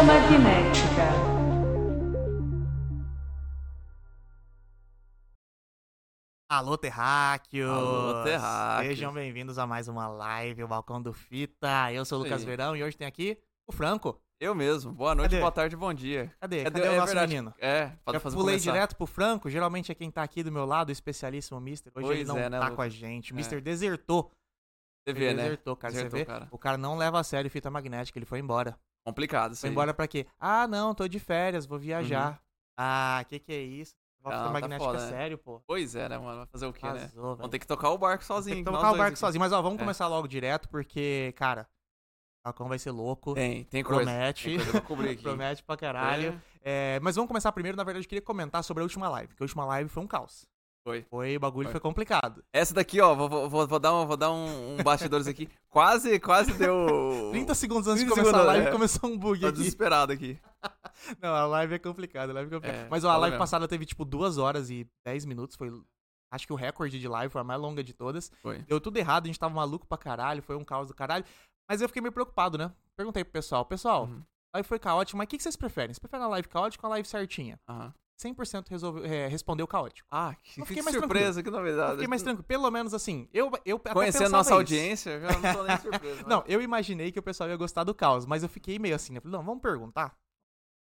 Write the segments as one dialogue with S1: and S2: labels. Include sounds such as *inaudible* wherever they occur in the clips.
S1: Cinética.
S2: Alô, Terráqueos!
S3: Alô, terráqueos.
S2: Sejam bem-vindos a mais uma live, o Balcão do Fita. Eu sou o
S3: Isso
S2: Lucas
S3: aí.
S2: Verão e hoje tem aqui o Franco.
S3: Eu mesmo. Boa noite,
S2: Cadê?
S3: boa tarde, bom dia.
S2: Cadê? Cadê o
S3: é
S2: nosso
S3: verdade.
S2: menino?
S3: É, pode
S2: Já
S3: fazer
S2: pulei
S3: começar.
S2: direto pro Franco, geralmente é quem tá aqui do meu lado, o especialíssimo Mister. Hoje ele
S3: Pois
S2: não
S3: é, né,
S2: tá
S3: Lucas?
S2: com a gente. O
S3: É.
S2: Mister desertou.
S3: Você
S2: Ele
S3: vê, né?
S2: desertou, cara.
S3: Desertou,
S2: Você vê?
S3: cara.
S2: O cara não leva a sério fita magnética, ele foi embora.
S3: Complicado isso
S2: Foi
S3: aí.
S2: embora pra quê? Ah, não, tô de férias, vou viajar. Ah, que que é isso? Levar fita
S3: Não, Uhum. tá
S2: magnética
S3: foda,
S2: a
S3: né?
S2: sério, pô.
S3: Pois é, né, mano? Vai fazer o quê, né?
S2: Arrasou, velho.
S3: Vamos ter que tocar o barco
S2: Tem
S3: sozinho.
S2: que tocar
S3: nós
S2: Então tá o
S3: dois
S2: barco
S3: aqui.
S2: sozinho, mas ó, vamos
S3: É.
S2: começar logo direto, porque, cara, o Falcão vai ser louco.
S3: É, Tem, tem coisa.
S2: promete.
S3: Tem
S2: *laughs*
S3: coisa pra cobrir aqui.
S2: promete pra caralho.
S3: É,
S2: É, mas vamos começar primeiro, na verdade, eu queria comentar sobre a última live, porque a última live foi um caos.
S3: Foi.
S2: Foi, o bagulho
S3: Foi.
S2: foi complicado.
S3: *laughs* Essa daqui, ó, vou, vou- vou, vou dar, um, vou dar um, um bastidores aqui. Quase, quase
S2: *laughs*
S3: deu...
S2: 30 segundos antes de
S3: 30
S2: começar a
S3: segundos,
S2: live,
S3: é.
S2: começou um bug
S3: Tô
S2: aqui.
S3: desesperado aqui.
S2: Não, a live é complicada, a live é complicada.
S3: É,
S2: mas ó, a
S3: fala
S2: live
S3: mesmo.
S2: passada teve, tipo, 2 horas e 10 minutos, foi... Acho que o recorde de live foi a mais longa de todas.
S3: Foi.
S2: Deu tudo errado, a gente tava maluco pra caralho, foi um caos do caralho. Mas eu fiquei meio preocupado, né? Perguntei pro pessoal, pessoal,
S3: Uhum.
S2: a live foi caótica, mas o que que vocês preferem? Vocês preferem a live caótica ou a live certinha?
S3: Aham.
S2: 100% resolveu, é, respondeu caótico.
S3: Ah, que,
S2: Eu
S3: que
S2: fiquei mais
S3: surpresa, que novidade.
S2: Eu fiquei mais tranquilo, pelo menos assim, eu, eu até
S3: Ah, Conhecendo
S2: pensava
S3: nossa
S2: isso.
S3: audiência, eu já não
S2: *laughs*
S3: tô nem surpreso. né?
S2: Não, tipo, eu imaginei que o pessoal ia gostar do caos, mas eu fiquei meio assim, né? Falei, não, vamos perguntar.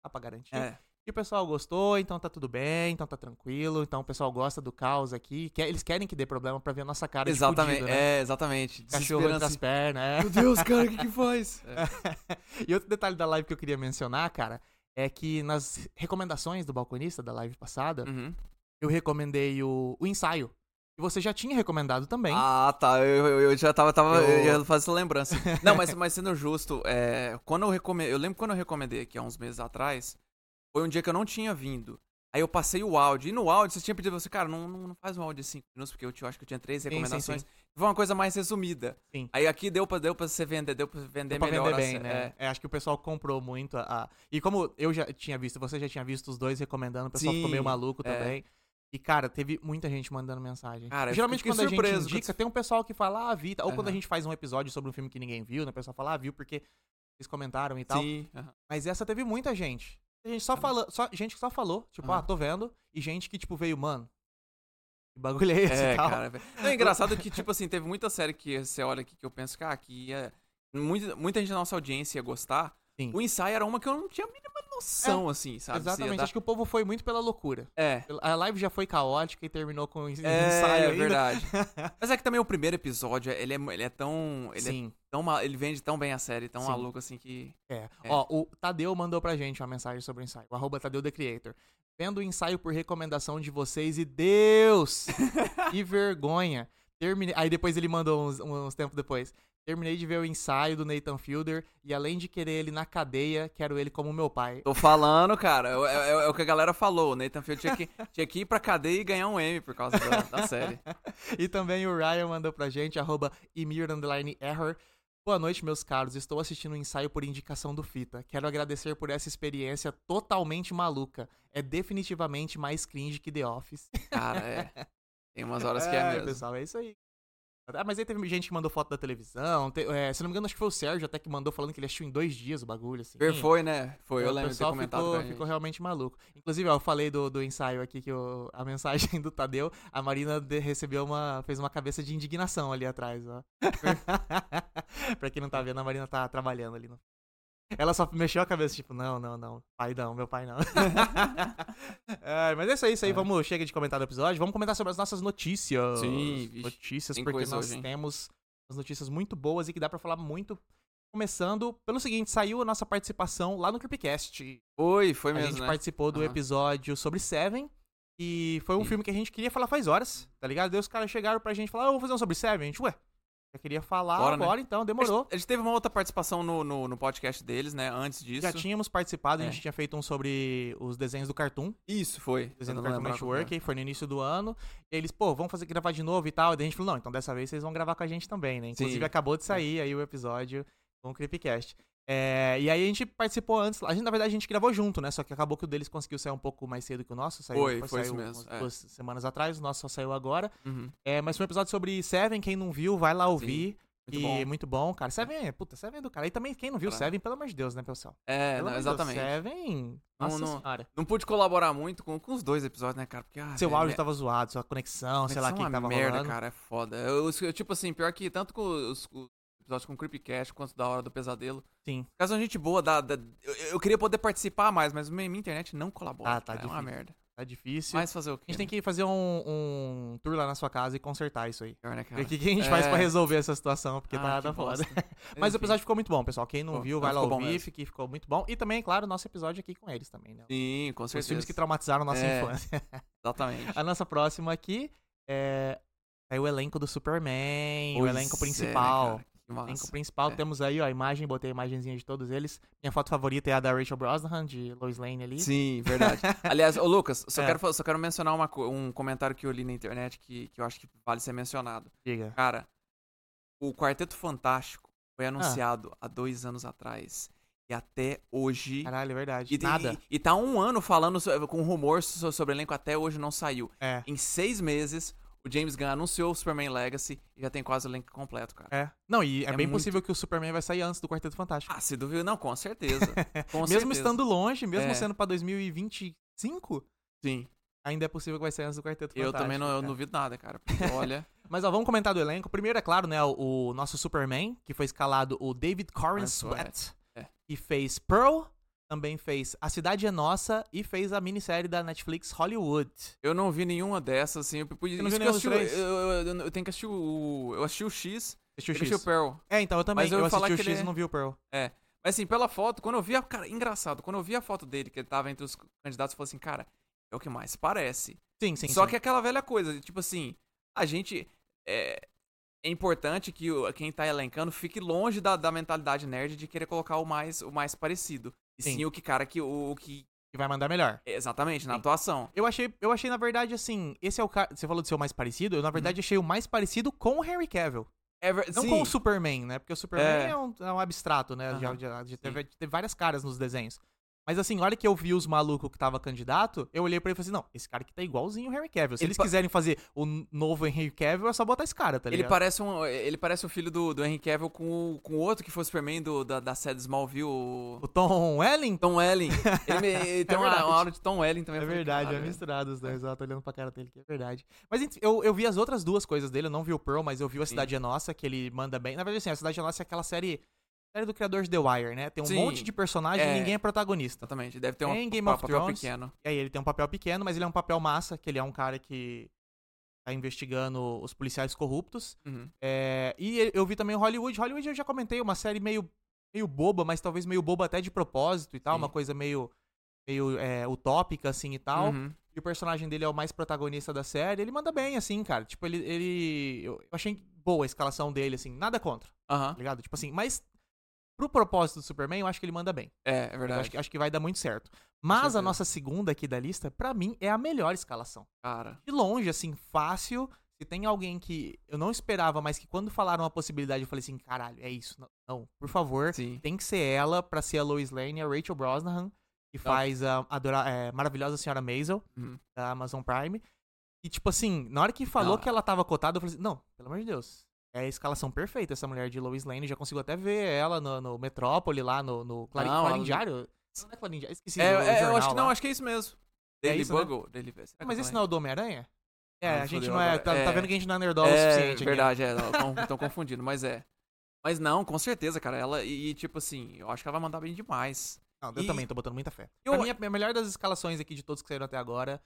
S2: Dá pra garantir.
S3: É,
S2: E o pessoal gostou, então tá tudo bem, então tá tranquilo, então o pessoal gosta do caos aqui. quer- eles querem que dê problema pra ver a nossa cara
S3: exatamente,
S2: de fudido, né?
S3: é, exatamente.
S2: Cachorro
S3: Desesperança.
S2: entre as pernas, é.
S3: Meu Deus, cara, o que que faz? *laughs* É.
S2: E outro detalhe da live que eu queria mencionar, cara, é que nas recomendações do balconista da live passada,
S3: Uhum.
S2: eu recomendei o, o ensaio. E você já tinha recomendado também.
S3: Ah, tá. Eu, eu- eu já tava. tava
S2: Eu-
S3: eu... já fazia essa
S2: *laughs*
S3: lembrança. Não, mas, mas sendo justo, é, quando eu recomendei. Eu lembro quando eu recomendei aqui há uns meses atrás. Foi um dia que eu não tinha vindo. Aí eu passei o áudio. E no áudio, você tinha pedido você, cara, não, não, não faz um áudio de 5 minutos, porque eu tinha- acho que eu tinha três
S2: sim,
S3: recomendações.
S2: sim.
S3: Foi uma coisa mais resumida.
S2: Sim.
S3: Aí aqui deu pra, deu pra você vender, deu pra
S2: Deu
S3: vender
S2: pra
S3: melhor.
S2: vender bem,
S3: assim,
S2: né? É, acho que o pessoal comprou muito a, a- E como eu já tinha visto, você já tinha visto os dois recomendando, o pessoal ficou meio
S3: Sim,
S2: maluco
S3: é.
S2: também. E, cara, teve muita gente mandando mensagem.
S3: Cara, eu
S2: Geralmente
S3: fiquei
S2: quando a gente
S3: surpreso
S2: indica,
S3: quando-
S2: tem um pessoal que fala, ah, vi, tal. ou quando a
S3: Aham.
S2: gente faz um episódio sobre um filme que ninguém viu, né? O pessoal fala, ah, viu, porque vocês comentaram e
S3: É.
S2: tal.
S3: Sim. aham.
S2: Mas essa teve muita gente. Tem Gente, só fala, só, gente que só falou, tipo,
S3: Aham.
S2: ah, tô vendo. E gente que, tipo, veio, mano. Que bagulho é esse
S3: É,
S2: e tal?
S3: cara. velho. Não, é engraçado que, tipo assim, teve muita série que você olha aqui que eu penso, cara, que ia. Muita, muita gente da nossa audiência ia gostar.
S2: Sim. É,
S3: O ensaio era uma que eu não tinha a mínima noção, assim, sabe? Você ia
S2: Exatamente.
S3: dar-
S2: Acho que o povo foi muito pela loucura.
S3: É.
S2: A live já foi caótica e terminou com o ensaio
S3: É, é
S2: ainda. *laughs*
S3: verdade. Mas é que também o primeiro episódio, ele é, ele é tão. Ele, é
S2: Sim.
S3: tão ma- ele vende tão bem a série, tão
S2: Sim.
S3: maluco assim que.
S2: É.
S3: É.
S2: Ó, o Tadeu mandou pra gente uma mensagem sobre o ensaio. O arroba Tadeu The Creator. Vendo o ensaio por recomendação de vocês e
S3: *laughs*
S2: Deus! que vergonha! Terminei... Aí depois ele mandou uns, uns tempos depois. Terminei de ver o ensaio do Nathan Fielder e além de querer ele na cadeia, quero ele como meu pai.
S3: Tô falando, cara. É, é- é o que a galera falou. O Nathan Field tinha que, tinha que ir pra cadeia e ganhar um M por causa da, da série.
S2: E também o Ryan mandou pra gente, arroba Emir underline Error. Boa noite, meus caros. Estou assistindo o ensaio por indicação do Fita. Quero agradecer por essa experiência totalmente maluca. É definitivamente mais cringe que The Office.
S3: Cara, é. Tem umas horas
S2: *laughs*
S3: que é mesmo.
S2: pessoal, é isso aí. Ah, mas aí teve gente que mandou foto da televisão. te- é, se não me engano, acho que foi o Sérgio até que mandou falando que ele assistiu em dois dias o bagulho, assim.
S3: Ver Foi, né? Foi, eu
S2: É, O
S3: lembro de ter
S2: pessoal
S3: comentado
S2: ficou,
S3: com a gente.
S2: ficou realmente maluco. Inclusive, ó, eu falei do, do ensaio aqui, que o- a *laughs* mensagem do Tadeu, a Marina de- recebeu uma. fez uma cabeça de indignação ali atrás, ó. *laughs* pra quem não tá vendo, a Marina tá trabalhando ali. No... *laughs* Ela só mexeu a cabeça, tipo, não, não, não, pai não, meu pai não. *laughs* Ai, mas é isso aí, isso aí.
S3: É.
S2: Vamos, chega de comentar do episódio, vamos comentar sobre as nossas notícias.
S3: Sim, vixe,
S2: notícias,
S3: tem
S2: porque
S3: coisa
S2: nós
S3: hoje, hein?
S2: temos as notícias muito boas e que dá pra falar muito. Começando pelo seguinte, saiu a nossa participação lá no Creepcast.
S3: Foi, foi
S2: A
S3: mesmo,
S2: gente
S3: né?
S2: participou do
S3: Aham.
S2: episódio sobre Seven. E foi um
S3: Sim.
S2: filme que a gente queria falar faz horas, tá ligado? Daí os caras chegaram pra gente falar, "Ah, eu vou fazer um sobre Seven. A gente, ué, já queria falar
S3: Bora, né?
S2: agora, então,
S3: A
S2: demorou.
S3: gente, a gente teve uma outra participação no, no, no podcast deles, né? Antes disso.
S2: Já tínhamos participado, a
S3: É.
S2: gente tinha feito um sobre os desenhos do Cartoon,
S3: Isso, foi.
S2: desenho
S3: Eu
S2: do
S3: não
S2: Cartoon
S3: lembro qual
S2: Network, foi no início do ano. E eles, pô, vamos fazer gravar de novo e tal. Daí a gente falou, não, então dessa vez vocês vão gravar com a gente também, né? Inclusive
S3: Sim. É.
S2: acabou de sair aí o episódio com o Creepcast. É, e aí a gente participou antes, a gente, na verdade a gente gravou junto, né? Só que acabou que o deles conseguiu sair um pouco mais cedo que o nosso, saiu,
S3: Foi, foi
S2: saiu
S3: isso mesmo,
S2: umas
S3: é.
S2: duas semanas atrás, o nosso só saiu agora.
S3: que é. Uhum.
S2: É, mas foi um episódio sobre Seven, quem não viu, vai lá ouvir. Muito e bom. muito bom, cara. Seven, puta, Seven é do cara. E também, quem não viu
S3: Caramba.
S2: Seven, pelo amor de Deus, né, pessoal?
S3: É,
S2: Pelo
S3: não,
S2: amor de Deus,
S3: exatamente.
S2: Seven,
S3: Não,
S2: nossa
S3: não-
S2: senhora.
S3: Não pude colaborar muito com, com os dois episódios, né, cara? Porque, ah,
S2: Seu
S3: velho,
S2: áudio
S3: é-
S2: tava zoado, sua conexão, sei lá,
S3: conexão
S2: quem
S3: é
S2: tava
S3: merda,
S2: rolando.
S3: cara, é foda. Eu, eu- tipo assim, pior que tanto com os, os episódios com Creepcast quanto da Hora do Pesadelo.
S2: Sim.
S3: Caso a gente boa, dá, dá- eu, eu queria poder participar mais, mas minha, minha internet não colabora.
S2: Tá, tá
S3: cara, É uma
S2: difícil.
S3: merda.
S2: Tá difícil.
S3: Mas fazer o quê?
S2: A gente tem
S3: né?
S2: que fazer um, um tour lá na sua casa e consertar isso aí.
S3: Pior, né, cara?
S2: Ver O que, que a gente faz
S3: É.
S2: pra resolver essa situação, porque
S3: Ah,
S2: tá,
S3: que
S2: tá
S3: *laughs*
S2: foda.
S3: bosta.
S2: *laughs* Mas o
S3: Enfim.
S2: episódio ficou muito bom, pessoal. Quem não
S3: Ficou.
S2: viu,
S3: Não,
S2: vai lá
S3: ficou bom
S2: ouvir,
S3: mesmo.
S2: que ficou muito bom. E também, é claro, nosso episódio aqui com eles também, né?
S3: Sim, com certeza.
S2: Os filmes que traumatizaram nossa
S3: É.
S2: infância. *laughs*
S3: Exatamente.
S2: A nossa próxima aqui é, é o elenco do Superman, o
S3: Pois
S2: elenco
S3: é,
S2: principal.
S3: né, cara? Que
S2: O elenco
S3: massa.
S2: principal,
S3: é.
S2: temos aí ó, a imagem, botei a imagenzinha de todos eles. Minha foto favorita é a da Rachel Brosnahan, de Lois Lane ali.
S3: Sim, verdade. Aliás, ô Lucas, só,
S2: É.
S3: quero, fa- só quero mencionar uma co- um comentário que eu li na internet que, que eu acho que vale ser mencionado.
S2: Diga.
S3: Cara, o Quarteto Fantástico
S2: Ah.
S3: foi anunciado há dois anos atrás. E até hoje.
S2: Caralho, é verdade.
S3: e,
S2: Nada.
S3: E, e tá um ano falando so- com rumor so- sobre o elenco, até hoje não saiu.
S2: É.
S3: Em seis meses, o James Gunn anunciou o Superman Legacy e já tem quase o elenco completo, cara.
S2: É. Não, e é,
S3: É
S2: bem
S3: muito.
S2: possível que o Superman vai sair antes do Quarteto Fantástico.
S3: Ah, se duvido, não, com
S2: *laughs*
S3: certeza. Com
S2: mesmo
S3: certeza.
S2: estando longe, mesmo
S3: É.
S2: sendo pra 2025,
S3: Sim,
S2: ainda é possível que vai sair antes do Quarteto
S3: eu
S2: Fantástico.
S3: também não, eu
S2: cara.
S3: não duvido nada, cara. Porque *laughs* olha.
S2: Mas ó, vamos comentar do elenco. Primeiro, é claro, né, o, o nosso Superman, que foi escalado o David Corin
S3: Corin Sweat.
S2: Sweat,
S3: É.
S2: que fez Pearl, também fez A Cidade é Nossa e fez a minissérie da Netflix Hollywood.
S3: Eu não vi nenhuma dessas, assim. Eu, por
S2: não viu
S3: isso que eu,
S2: nenhum dos
S3: assisti, o-
S2: três?
S3: eu, eu- eu tenho que assistir o. Eu assisti o X,
S2: Assistiu
S3: eu
S2: o
S3: assisti o
S2: X.
S3: Pearl.
S2: É, então eu também.
S3: Mas eu
S2: eu,
S3: ia falar
S2: assisti o
S3: que ele
S2: X
S3: é-
S2: e não vi o Pearl.
S3: Mas assim, pela foto, quando eu vi a. Cara, engraçado, quando eu vi a foto dele, que ele tava entre os candidatos, eu falei assim, cara, é o que mais parece.
S2: Sim, sim,
S3: Só
S2: sim.
S3: que é aquela velha coisa, tipo assim, a gente. É, é importante que o- quem tá elencando fique longe da, da mentalidade nerd de querer colocar o mais, o mais parecido. E sim,
S2: Sim.
S3: o que, cara, que o, o que.
S2: que vai mandar melhor.
S3: Exatamente, na
S2: Sim.
S3: atuação.
S2: Eu achei, eu achei, na verdade, assim, esse é o cara. Você falou do seu mais parecido, eu, na verdade, achei o mais parecido com o Henry Cavill.
S3: É ver-
S2: Não
S3: Uhum. sim,
S2: com o Superman, né? Porque o Superman
S3: É.
S2: é, um, é um abstrato, né? Já,
S3: Aham,
S2: já- já
S3: sim.
S2: teve, teve várias caras nos desenhos. Mas assim, na hora que eu vi os malucos que tava candidato, eu olhei pra ele e falei assim, não, esse cara aqui tá igualzinho o Henry Cavill. Se
S3: Ele
S2: eles
S3: pa-
S2: quiserem fazer o n- novo Henry Cavill, é só botar esse cara, tá
S3: Ele
S2: ligado?
S3: parece, um, ele parece o filho do, do Henry Cavill com o com o outro que foi o Superman do, da, da série Smallville, o
S2: O *laughs* Tom Welling? É
S3: Tom Welling. Ele,
S2: *laughs*
S3: me- ele tem uma,
S2: verdade.
S3: uma aura de Tom Welling também.
S2: É
S3: Eu falei,
S2: verdade, é
S3: "Caralho,
S2: misturado os
S3: *laughs*
S2: dois, ó, tô olhando pra cara dele, que é verdade. Mas enfim, eu, eu vi as outras duas coisas dele, eu não vi o Pearl, mas eu vi o A
S3: Sim.
S2: Cidade é Nossa, que ele manda bem. Na verdade, assim, A Cidade é Nossa é aquela série, série do criador de The Wire, né? Tem um
S3: Sim.
S2: monte de personagem
S3: É.
S2: e ninguém é protagonista.
S3: Exatamente, deve ter um
S2: Em É Game
S3: pa-
S2: of
S3: papel
S2: Thrones.
S3: pequeno.
S2: E aí ele tem um papel pequeno, mas ele é um papel massa, que ele é um cara que tá investigando os policiais corruptos.
S3: Uhum.
S2: É, e eu vi também o Hollywood. Hollywood eu já comentei, uma série meio, meio boba, mas talvez meio boba até de propósito e tal,
S3: Sim.
S2: uma coisa meio, meio é, utópica, assim, e tal.
S3: Uhum.
S2: E o personagem dele é o mais protagonista da série. Ele manda bem, assim, cara. Tipo, ele. ele eu eu achei boa a escalação dele, assim. Nada contra,
S3: Aham.
S2: tá ligado? Tipo assim, mas pro propósito do Superman, eu acho que ele manda bem.
S3: É, é
S2: Eu
S3: verdade.
S2: acho que, acho que vai dar muito certo. Mas
S3: certeza.
S2: a nossa segunda aqui da lista, pra mim, é a melhor escalação.
S3: Cara,
S2: De longe, assim, fácil. Se tem alguém que eu não esperava, mas que quando falaram a possibilidade, eu falei assim: caralho, é isso. Não, não, por favor,
S3: sim.
S2: tem que ser ela pra ser a Lois Lane, a Rachel Brosnahan, que faz a, adora- é, maravilhosa Senhora Maisel,
S3: Tá. Uhum.
S2: da Amazon Prime. E, tipo assim, na hora que falou
S3: Não,
S2: que ela tava cotada, eu falei assim, não, pelo amor de Deus. É a escalação perfeita essa mulher de Lois Lane. Já consigo até ver ela no, no Metrópole, lá no, no Clarin,
S3: Não,
S2: Clarin
S3: ela-
S2: Diário. Não é Clarin Diário, esqueci. o-
S3: É,
S2: o
S3: é, eu acho
S2: jornal
S3: que não,
S2: lá.
S3: acho que é isso mesmo. Daily
S2: isso, né?
S3: Bugle. Daily... será que eu
S2: Mas
S3: tô
S2: esse não é
S3: lendo?
S2: o do Homem-Aranha? É,
S3: Ah,
S2: a gente
S3: fudeu
S2: não é.
S3: agora.
S2: Tá, tá
S3: É.
S2: vendo que a gente não é nerdola o
S3: é,
S2: suficiente aqui.
S3: verdade, é. Estão confundindo, mas é. Mas não, com certeza, cara. Ela, e, e, tipo assim, eu acho que ela vai mandar bem demais.
S2: Não, eu
S3: E-
S2: também tô botando muita fé.
S3: Eu-
S2: Pra mim, a- a melhor das escalações aqui de todos que saíram até agora,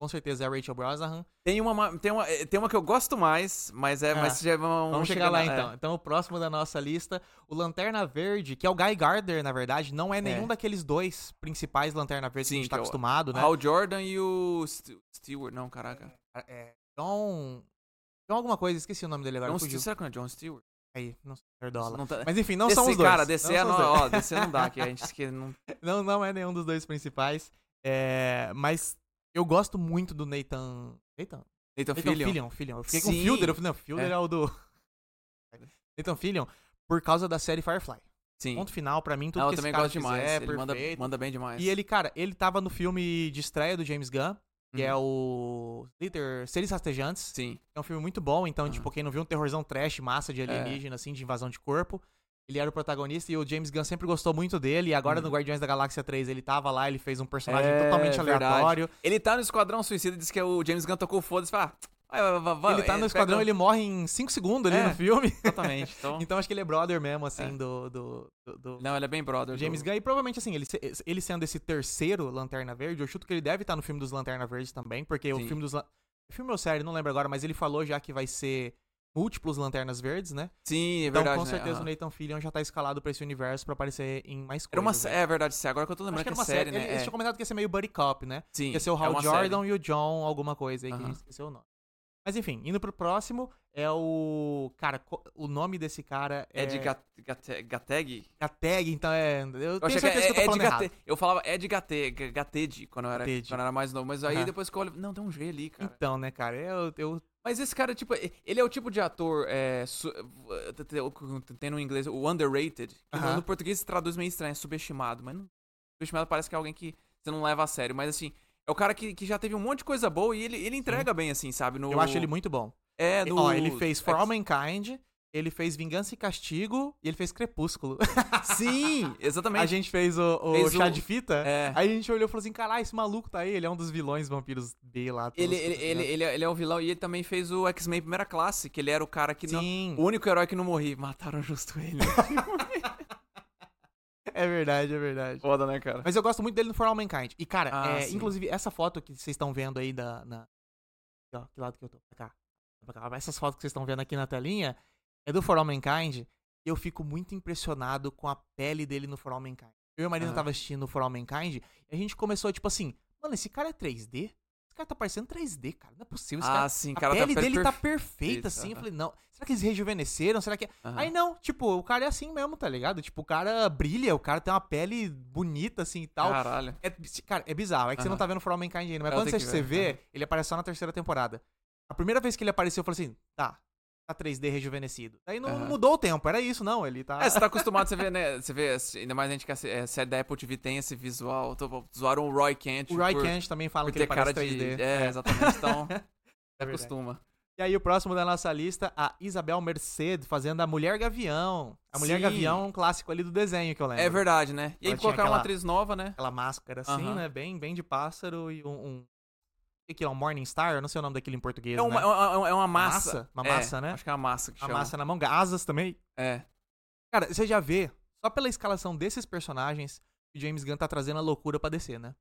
S2: com certeza é a Rachel Brosnahan.
S3: Tem uma, ma- tem uma, eh, tem uma que eu gosto mais, mas é,
S2: Ah,
S3: mas já vamos,
S2: Vamos chegar lá
S3: na- é.
S2: então. Então, o próximo da nossa lista, o Lanterna Verde, que é o Guy Gardner, na verdade, não é nenhum
S3: É.
S2: daqueles dois principais Lanterna Verdes que a
S3: Sim,
S2: gente tá
S3: que é o-
S2: acostumado, né?
S3: Hal Jordan e o Stu- Stewart, não, caraca.
S2: É, John. John alguma coisa, esqueci o nome dele agora.
S3: John
S2: fugiu.
S3: Stewart, será que não é John Stewart?
S2: Aí, não sei, perdola.
S3: Não tá-
S2: Mas enfim, não
S3: DC,
S2: são os dois.
S3: cara,
S2: não
S3: DC
S2: são os
S3: não,
S2: dois.
S3: ó, DC não dá, que a gente esque- não...
S2: não, não é nenhum dos dois principais. É, mas eu gosto muito do Nathan. Nathan? Nathan
S3: Nathan
S2: Fillion.
S3: Fillion.
S2: Fillion, Eu fiquei com
S3: Sim.
S2: Fielder. Eu falei, não, Fielder
S3: É.
S2: é. o do. *laughs* Nathan Fillion, por causa da série Firefly.
S3: Sim.
S2: Ponto final, pra mim, tudo que
S3: Não, eu
S2: esse
S3: também
S2: cara
S3: gosto demais.
S2: fizer é
S3: ele manda,
S2: perfeito.
S3: manda bem demais.
S2: E ele, cara, ele tava no filme de estreia do James Gunn, que
S3: Uhum.
S2: é o Slither Seres Rastejantes.
S3: Sim.
S2: É um filme muito bom, então,
S3: Ah. É.
S2: tipo, quem não viu um terrorzão trash, massa de alienígena, assim, de invasão de corpo. Ele era o protagonista e o James Gunn sempre gostou muito dele. E agora
S3: Hum.
S2: no Guardiões da Galáxia 3 ele tava lá, ele fez um personagem
S3: É,
S2: totalmente
S3: verdade.
S2: aleatório.
S3: Ele tá no Esquadrão Suicida, diz que o James Gunn tocou o foda-se e fala. Ah, vai, vai, vai,
S2: ele tá
S3: é,
S2: no
S3: pega-
S2: esquadrão, ele morre em 5 segundos ali
S3: É.
S2: no filme.
S3: *laughs* Exatamente.
S2: *laughs*
S3: Então...
S2: Então acho que ele é brother mesmo, assim,
S3: É.
S2: do, do, do- do
S3: Não, ele é bem brother.
S2: Então, James
S3: do-
S2: Gunn. E provavelmente, assim, ele, se- ele sendo esse terceiro Lanterna Verde, eu chuto que ele deve estar no filme dos Lanterna Verdes também, porque o
S3: Sim.
S2: filme dos. lan- Filme ou série, não lembro agora, mas ele falou já que vai ser múltiplos Lanternas Verdes, né?
S3: Sim, é
S2: Então,
S3: verdade.
S2: com
S3: né?
S2: certeza,
S3: Aham.
S2: o Nathan Fillion já tá escalado pra esse universo pra aparecer em mais coisas.
S3: Era uma sé-
S2: né?
S3: É verdade, sim. Agora que eu tô
S2: Acho que
S3: lembrando que
S2: era
S3: é
S2: uma série,
S3: série, né?
S2: Ele, eles
S3: É.
S2: tinham comentado que ia ser meio buddy cop, né?
S3: Sim.
S2: Ia ser o
S3: é
S2: Hal
S3: uma série.
S2: Jordan e o John alguma coisa aí, que a
S3: Aham.
S2: gente esqueceu o nome. Mas enfim, indo pro próximo, é o... Cara, co- o nome desse cara é...
S3: É de Gat- Gate- Gateg?
S2: Gateg, então é... Eu
S3: Eu
S2: tenho
S3: achei que é,
S2: certeza que, eu tô
S3: é de
S2: falando errado.
S3: Gate... Eu falava é de Gate... G- Gatede quando eu era,
S2: Gatede.
S3: quando eu era mais novo. Mas aí
S2: Aham.
S3: depois que eu olho. Não, tem um G ali, cara.
S2: Então, né, cara, eu... eu
S3: Mas esse cara, tipo, e- ele é o tipo de ator. É, su- Tem no inglês o underrated. Que no-
S2: Aham.
S3: no português se traduz meio estranho, é subestimado. Mas não- subestimado parece que é alguém que você não leva a sério. Mas assim, é o cara que, que já teve um monte de coisa boa e ele, ele entrega bem, assim, sabe? No...
S2: eu acho ele muito bom.
S3: É, no.
S2: Ó, ele fez For
S3: X-
S2: All Mankind, ele fez Vingança e Castigo e ele fez Crepúsculo. *laughs*
S3: Sim,
S2: a
S3: exatamente.
S2: gente fez o, o
S3: Fez
S2: Chá
S3: o-
S2: de Fita...
S3: É.
S2: Aí a gente olhou e falou assim: caralho, esse maluco tá aí, ele é um dos vilões vampiros B lá.
S3: Ele,
S2: tosco,
S3: ele,
S2: tá
S3: ele,
S2: ligado?
S3: ele, é- ele é o vilão e ele também fez o X-Men Primeira Classe, que ele era o cara que não.
S2: Sim,
S3: O único herói que não morri. Mataram
S2: *laughs*
S3: justo ele.
S2: é verdade, é verdade.
S3: Foda, né, cara?
S2: Mas eu gosto muito dele no For All Mankind. E, cara,
S3: Ah,
S2: é,
S3: sim.
S2: inclusive, essa foto que vocês estão vendo aí da. Na... Aqui, ó, que lado que eu tô? Pra cá. Pra cá. Essas fotos que vocês estão vendo aqui na telinha é do For All Mankind. E eu fico muito impressionado com a pele dele no For All Mankind. Eu e a Marina
S3: Aham.
S2: tava assistindo o For All Mankind e a gente começou, tipo assim, mano, esse cara é 3D? Esse cara tá parecendo 3D, cara. Não é possível. Esse cara
S3: Ah, sim,
S2: A
S3: cara.
S2: pele dele tá
S3: perfe-
S2: perfeita, assim. Eu
S3: aham.
S2: falei, não. Será que eles rejuvenesceram? Será que. é?
S3: Aham.
S2: Aí não, tipo, o cara é assim mesmo, tá ligado? Tipo, o cara brilha, o cara tem uma pele bonita, assim e tal.
S3: Caralho.
S2: É, cara, é bizarro. É que você não
S3: Ah. Aham.
S2: tá vendo o For All Mankind ainda, mas
S3: Eu
S2: quando você,
S3: tenho que
S2: você
S3: ver,
S2: vê, ele aparece só na terceira temporada. A primeira vez que ele apareceu, eu falei assim, tá, tá 3D rejuvenescido. Aí não
S3: Aham.
S2: mudou o tempo, era isso, não. Ele tá.
S3: É, você tá acostumado, você vê, né? Você vê, assim, ainda mais a gente que a sé- é, série da Apple TV tem esse visual. Tô, zoaram o Roy Kent.
S2: *laughs* o Roy
S3: por,
S2: Kent também fala
S3: tipo, por
S2: que ele
S3: ter
S2: parece
S3: cara
S2: 3D.
S3: de. É, exatamente.
S2: *laughs*
S3: Então,
S2: É verdade.
S3: acostuma.
S2: E aí, o próximo da nossa lista, a Isabel Mercedes fazendo a Mulher Gavião. A Mulher
S3: Sim.
S2: Gavião é um clássico ali do desenho que eu lembro.
S3: É verdade, né? E aí
S2: Ela tinha
S3: colocaram uma
S2: aquela-
S3: atriz nova, né?
S2: aquela máscara assim,
S3: Aham.
S2: né? Bem, bem de pássaro e um. um... O que que é? Um Morning Star? Eu não sei o nome daquilo em português.
S3: É uma,
S2: né?
S3: é uma- é uma massa.
S2: Uma
S3: É,
S2: massa, né?
S3: Acho que é uma massa que
S2: Uma
S3: chama.
S2: massa na mão, asas também.
S3: É.
S2: Cara, você já vê, só pela escalação desses personagens, que o James Gunn tá trazendo a loucura pra descer, né?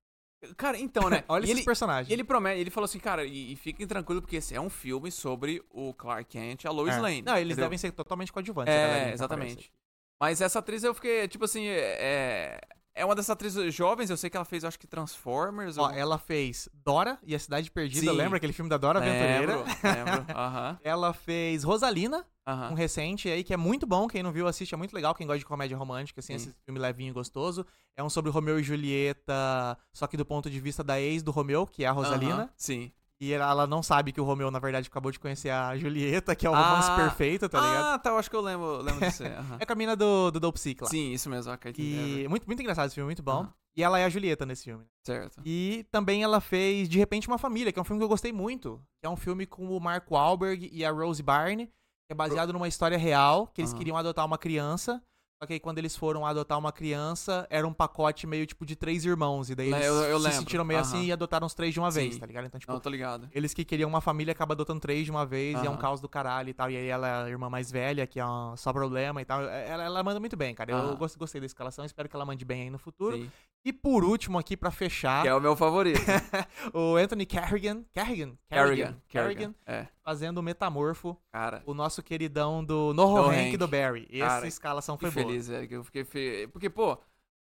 S3: Cara, então, né?
S2: *laughs* Olha
S3: e
S2: esses
S3: ele,
S2: personagens.
S3: e ele promete, ele falou assim, cara, e, e fiquem tranquilos, porque esse é um filme sobre o Clark Kent e a Lois
S2: É.
S3: Lane.
S2: Não, eles
S3: entendeu?
S2: devem ser totalmente coadjuvantes. a galerinha
S3: É,
S2: que
S3: exatamente.
S2: aparece.
S3: Mas essa atriz eu fiquei, tipo assim, é. É uma dessas atrizes jovens, eu sei que ela fez, acho que Transformers.
S2: Ó, é
S3: algum-
S2: ela fez Dora e a Cidade Perdida,
S3: Sim.
S2: lembra aquele filme da Dora Aventureira?
S3: Lembro, lembro. Aham,
S2: Ela fez Rosalina,
S3: aham.
S2: um *laughs* recente aí que é muito bom. Quem não viu, assiste. É muito legal. Quem gosta de comédia romântica, assim,
S3: Sim.
S2: esse filme levinho e gostoso. É um sobre Romeu e Julieta, só que do ponto de vista da ex do Romeu, que é a Rosalina.
S3: Aham, Sim.
S2: E ela, ela não sabe que o Romeu, na verdade, acabou de conhecer a Julieta, que é o romance
S3: Ah.
S2: perfeito, tá ligado?
S3: Ah, tá, eu acho que eu lembro, lembro
S2: *laughs*
S3: disso. aí, aham.
S2: É com a mina do, do Dope Sick lá.
S3: Sim, isso mesmo, a Caitlyn
S2: E
S3: Jenner,
S2: é muito, muito engraçado esse filme, muito bom.
S3: Aham.
S2: E ela é a Julieta nesse filme.
S3: Certo.
S2: E também ela fez De Repente Uma Família, que é um filme que eu gostei muito. Que é um filme com o Mark Wahlberg e a Rose Byrne, que é baseado numa história real, que eles
S3: Aham.
S2: queriam adotar uma criança. Só que aí quando eles foram adotar uma criança, era um pacote meio tipo de três irmãos. E daí
S3: Le-
S2: eles
S3: eu- eu
S2: se
S3: lembro.
S2: sentiram meio assim
S3: Aham.
S2: e adotaram os três de uma vez,
S3: Sim.
S2: tá ligado? Então, tipo,
S3: Não, tô ligado.
S2: eles que queriam uma família acabam adotando três de uma vez e é um
S3: Aham.
S2: caos do caralho e tal. E aí ela é a irmã mais velha, que é um só problema e tal. é, Ela, ela manda muito bem, cara. Eu
S3: Aham.
S2: gosto- gostei da escalação, espero que ela mande bem aí no futuro.
S3: Sim.
S2: E por último, aqui pra fechar,
S3: Que é o meu favorito.
S2: *laughs* o Anthony Carrigan. Carrigan?
S3: Kerrigan.
S2: Carrigan.
S3: Kerrigan. É,
S2: Fazendo o Metamorfo,
S3: cara.
S2: o nosso queridão do Noho
S3: No
S2: Hank
S3: Hank.
S2: do Barry. Essa
S3: Cara,
S2: escalação
S3: Fiquei
S2: foi boa.
S3: feliz, velho. que Eu fiquei fe... Porque, pô, o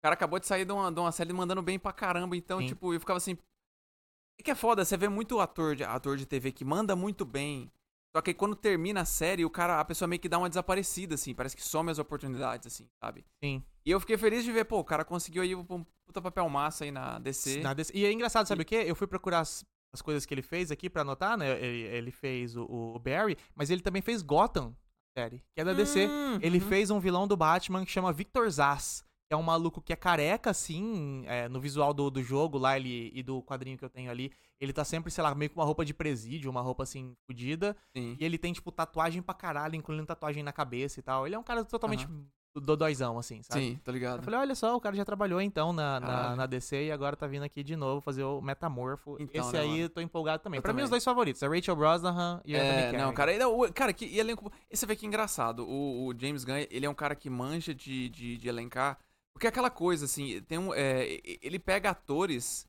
S3: cara acabou de sair de uma, de uma série mandando bem pra caramba. Então,
S2: Sim.
S3: tipo, eu ficava assim. O que é foda? Você vê muito ator de, ator de TV que manda muito bem. Só que aí quando termina a série, o cara, a pessoa meio que dá uma desaparecida, assim. Parece que some as oportunidades, assim, sabe?
S2: Sim.
S3: E eu fiquei feliz de ver, pô, o cara conseguiu aí um puta papel massa aí na DC.
S2: Na DC. E é engraçado, sabe o quê? Eu fui procurar as, as coisas que ele fez aqui pra anotar, né? Ele, ele fez o, o Barry, mas ele também fez Gotham, série, que é da DC.
S3: Hum,
S2: Ele
S3: uhum.
S2: fez um vilão do Batman que chama Victor Zsasz, é um maluco que é careca, assim, é, no visual do, do jogo lá ele, e do quadrinho que eu tenho ali. Ele tá sempre, sei lá, meio com uma roupa de presídio, uma roupa assim, fodida.
S3: Sim.
S2: E ele tem, tipo, tatuagem pra caralho, incluindo tatuagem na cabeça e tal. Ele é um cara totalmente dodóizão, assim, sabe?
S3: Sim, Ah. tô
S2: Eu
S3: ligado.
S2: falei, olha só, o cara já trabalhou então na, na,
S3: Caralho.
S2: na DC e agora tá vindo aqui de novo fazer o Metamorfo.
S3: Então,
S2: Esse
S3: né,
S2: aí
S3: mano?
S2: eu tô empolgado também.
S3: Eu
S2: pra mim,
S3: também.
S2: os dois favoritos, é a Rachel Brosnahan e o
S3: É,
S2: Anthony
S3: não,
S2: Carey.
S3: cara, ele é o, cara, que e elenco. Esse vê que é engraçado. O, o James Gunn, ele é um cara que manja de, de, de elencar. Porque é aquela coisa, assim, tem um, é, e- ele pega atores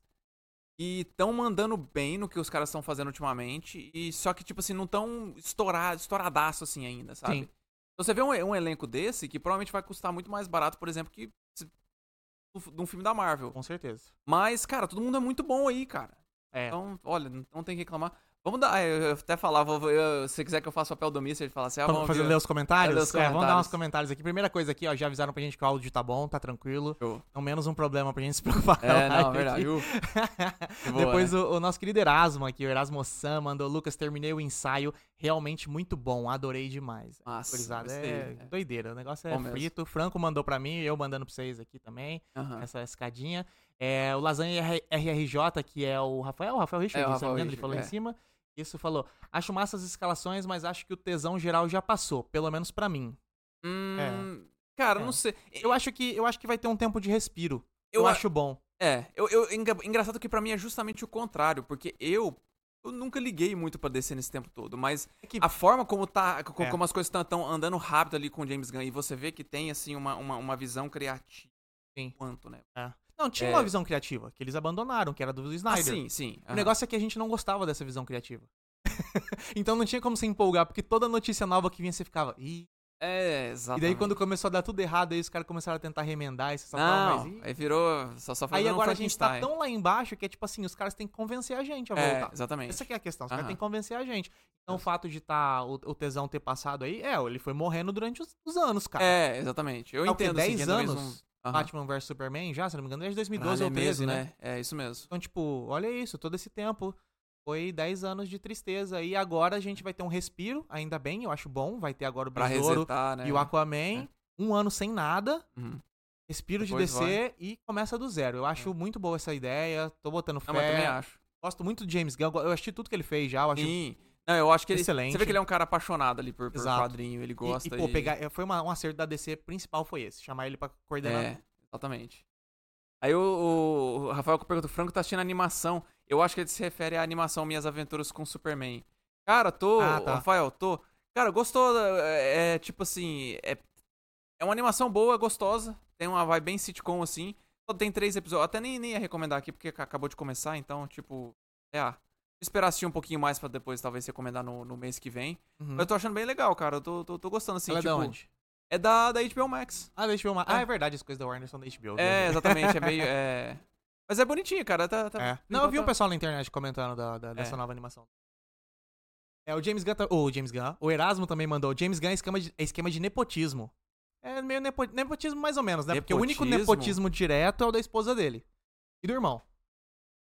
S3: que estão mandando bem no que os caras estão fazendo ultimamente. E só que, tipo assim, não tão estourado, estouradaço assim ainda, sabe?
S2: Sim.
S3: Então você vê um, um elenco desse que provavelmente vai custar muito mais barato, por exemplo, que se- de um filme da Marvel.
S2: Com certeza.
S3: Mas, cara, todo mundo é muito bom aí, cara.
S2: É.
S3: Então, olha, não não tem que reclamar. Vamos dar. ah, Eu eu até falava, vou- eu- se você quiser que eu faça o papel do Mister, ele fala assim: ah,
S2: Vamos
S3: vamos
S2: fazer,
S3: ver.
S2: ler os comentários?
S3: Ler os
S2: É, vamos dar uns
S3: comentários.
S2: comentários aqui. Primeira coisa aqui, ó, já avisaram pra gente que o áudio tá bom, tá tranquilo.
S3: Show.
S2: Não menos um problema pra gente se preocupar. na
S3: É, não,
S2: live *laughs*
S3: verdade.
S2: aqui.
S3: Ufa, que boa,
S2: Depois
S3: né?
S2: o, o nosso querido Erasmo aqui, o Erasmo Sam, mandou: Lucas, terminei o ensaio, realmente muito bom, adorei demais.
S3: Massa,
S2: Gurizada,
S3: gostei,
S2: é
S3: é.
S2: doideira, o negócio é
S3: Bom mesmo.
S2: frito. O Franco mandou pra mim, eu mandando pra vocês aqui também,
S3: Aham.
S2: essa escadinha. É, o Lasanha R- RRJ, que é o Rafael, o Rafael Richard,
S3: É,
S2: se
S3: o
S2: não
S3: Rafael
S2: me engano, ele
S3: Richard,
S2: falou em
S3: é.
S2: cima. Isso falou: acho massa as escalações, mas acho que o tesão geral já passou, pelo menos pra mim.
S3: Hum, Cara,
S2: É.
S3: não sei.
S2: Eu acho que eu acho que vai ter um tempo de respiro. Eu,
S3: Eu a-
S2: acho bom.
S3: É, eu, eu- enga- engraçado que pra mim é justamente o contrário, porque eu. Eu nunca liguei muito pra descer nesse tempo todo, mas
S2: É que-
S3: a forma como tá, co-
S2: É.
S3: como as coisas estão andando rápido ali com o James Gunn e você vê que tem assim uma, uma, uma visão criativa,
S2: Sim.
S3: quanto, né?
S2: É. Não, tinha
S3: É.
S2: uma visão criativa, que eles abandonaram, que era do
S3: Ah,
S2: Snyder.
S3: sim, sim.
S2: O
S3: aham.
S2: negócio é que a gente não gostava dessa visão criativa. *laughs* então não tinha como se empolgar, porque toda notícia nova que vinha você ficava. Ih.
S3: É,
S2: E
S3: exatamente.
S2: daí quando começou a dar tudo errado, aí os caras começaram a tentar remendar e você só falava,
S3: Não,
S2: mas. ih".
S3: aí virou. Só, só foi
S2: Aí
S3: dando um
S2: agora a gente tá
S3: Frankenstein.
S2: tão lá embaixo que é tipo assim, os caras têm que convencer a gente a
S3: É,
S2: voltar.
S3: exatamente.
S2: Essa que é a questão, os caras
S3: Aham.
S2: têm que convencer a gente. Então o
S3: Isso.
S2: fato de tá o, o tesão ter passado aí, é, ele foi morrendo durante os, os anos, cara.
S3: É, exatamente. Eu
S2: É o quê?
S3: entendo. assim,
S2: 10
S3: talvez
S2: anos?
S3: um Aham.
S2: Batman vs Superman já, se não me engano, desde
S3: Caralho,
S2: 2012
S3: é
S2: ou 13,
S3: mesmo,
S2: né?
S3: É, isso mesmo.
S2: Então, tipo, olha isso, todo esse tempo. Foi 10 anos de tristeza. E agora a gente vai ter um respiro, ainda bem, eu acho bom. Vai ter agora o
S3: Pra
S2: Besouro
S3: resetar, né?
S2: e o Aquaman. Um ano sem nada,
S3: Uhum.
S2: respiro
S3: Depois É.
S2: de DC e começa do zero. Eu acho muito boa essa ideia, tô botando fé.
S3: Não, mas também acho.
S2: Gosto muito do James Gunn, eu go- eu achei tudo que ele fez já, eu acho...
S3: Sim. Não, eu acho que ele.
S2: Excelente.
S3: Você vê que ele é um cara apaixonado ali por, por
S2: Exato.
S3: quadrinho, ele
S2: E-
S3: gosta.
S2: e, pô, pegar, é, foi uma- um acerto da DC principal foi esse, chamar ele pra coordenar.
S3: É, exatamente. Aí o, o Rafael pergunta: o Franco tá assistindo a animação. Eu acho que ele se refere à animação Minhas Aventuras com Superman. Cara, tô.
S2: Ah, tá.
S3: Rafael, tô. Cara, gostou. É, é, tipo assim. É, é uma animação boa, gostosa. Tem uma vibe bem sitcom assim. Só Tem três episódios. Até nem, nem ia recomendar aqui porque ac- acabou de começar, então, tipo. É, ah, esperar assistir um pouquinho mais pra depois talvez recomendar no, no mês que vem.
S2: Uhum.
S3: Mas eu tô achando bem legal, cara. Eu tô, tô, tô gostando assim.
S2: Ela é
S3: tipo,
S2: da onde?
S3: É da, da HBO Max.
S2: Ah, deixa eu ver uma... Ah, é verdade, as coisas da Warner são da HBO. viajei.
S3: É, exatamente, é
S2: *laughs*
S3: meio. É... Mas é bonitinho, cara. Tá, tá-
S2: É.
S3: por
S2: Não, eu vi um
S3: enquanto
S2: pessoal na internet comentando da- da- dessa nova animação. É, o James Gunn. ta- Ou o James Gunn. O Erasmo também mandou. James Gunn é esquema de, é esquema de nepotismo. É meio nepo- nepotismo, mais ou menos, né? Porque o único
S3: Nepotismo?
S2: nepotismo direto é o da esposa dele. E do irmão.
S3: tá-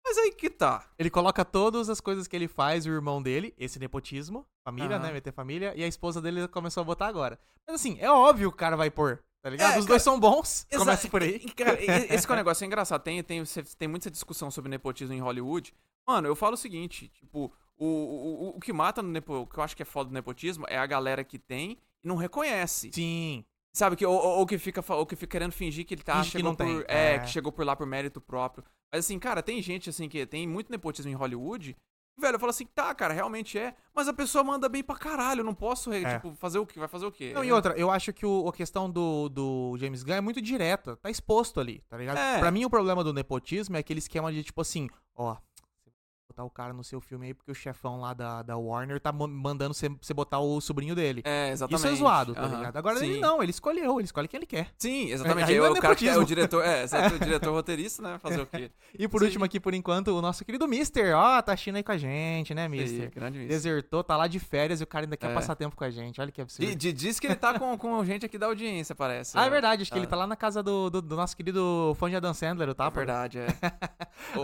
S3: Mas aí que tá.
S2: Ele coloca todas as coisas que ele faz, o irmão dele, esse nepotismo, família,
S3: Aham.
S2: né? Vai ter família, e a esposa dele começou a botar agora. Mas assim, é óbvio que o cara vai pôr, tá ligado?
S3: É,
S2: Os dois são bons, começa
S3: Exa-
S2: por aí.
S3: e- Cara, e- esse que é o negócio é engraçado. Tem, tem, cê- tem muita discussão sobre nepotismo em Hollywood. Mano, eu falo o seguinte: tipo, o, o, o- o que mata no nepo, o que eu acho que é foda do nepotismo é a galera que tem e não reconhece.
S2: Sim,
S3: Sabe, que, ou, ou- ou que fica, fa- ou que fica querendo fingir que ele tá.
S2: Finge que
S3: chegou
S2: não tem.
S3: por, É,
S2: É.
S3: que chegou por lá por mérito próprio. Mas assim, cara, tem gente assim que tem muito nepotismo em Hollywood. Velho, eu falo assim, tá, cara, realmente é. Mas a pessoa manda bem pra caralho, eu não posso, é,
S2: É.
S3: tipo, fazer o quê? Vai fazer o quê?
S2: Não, e outra, eu acho que o, a questão do, do James Gunn é muito direta, tá exposto ali, tá ligado?
S3: É.
S2: Pra mim, o problema do nepotismo é aquele esquema de tipo assim, ó, você vai botar o cara no seu filme aí porque o chefão lá da, da Warner tá ma- mandando você você botar o sobrinho dele.
S3: É, exatamente.
S2: Isso é zoado, tá
S3: Aham.
S2: ligado? Agora
S3: Sim.
S2: ele não, ele escolheu, ele escolhe quem ele quer.
S3: Sim, exatamente.
S2: Aí
S3: Aí
S2: não é
S3: o cara que é o
S2: nepotismo. *laughs*
S3: diretor, é, exato, o diretor roteirista, né? Fazer o quê?
S2: E por
S3: Sim.
S2: último aqui, por enquanto, o nosso querido Mister, ó, tá assistindo aí com a gente, né, *laughs*
S3: Ih,
S2: Mister?
S3: grande mister.
S2: Desertou, tá lá de férias e o cara ainda quer
S3: É.
S2: passar tempo com a gente, olha que absurdo.
S3: Di- di- diz que ele tá com, com gente aqui da audiência, parece.
S2: Ah, é verdade, acho que
S3: Ah.
S2: ele tá lá na casa do, do, do nosso querido fã de Adam Sandler, tá?
S3: É verdade, é. Ou-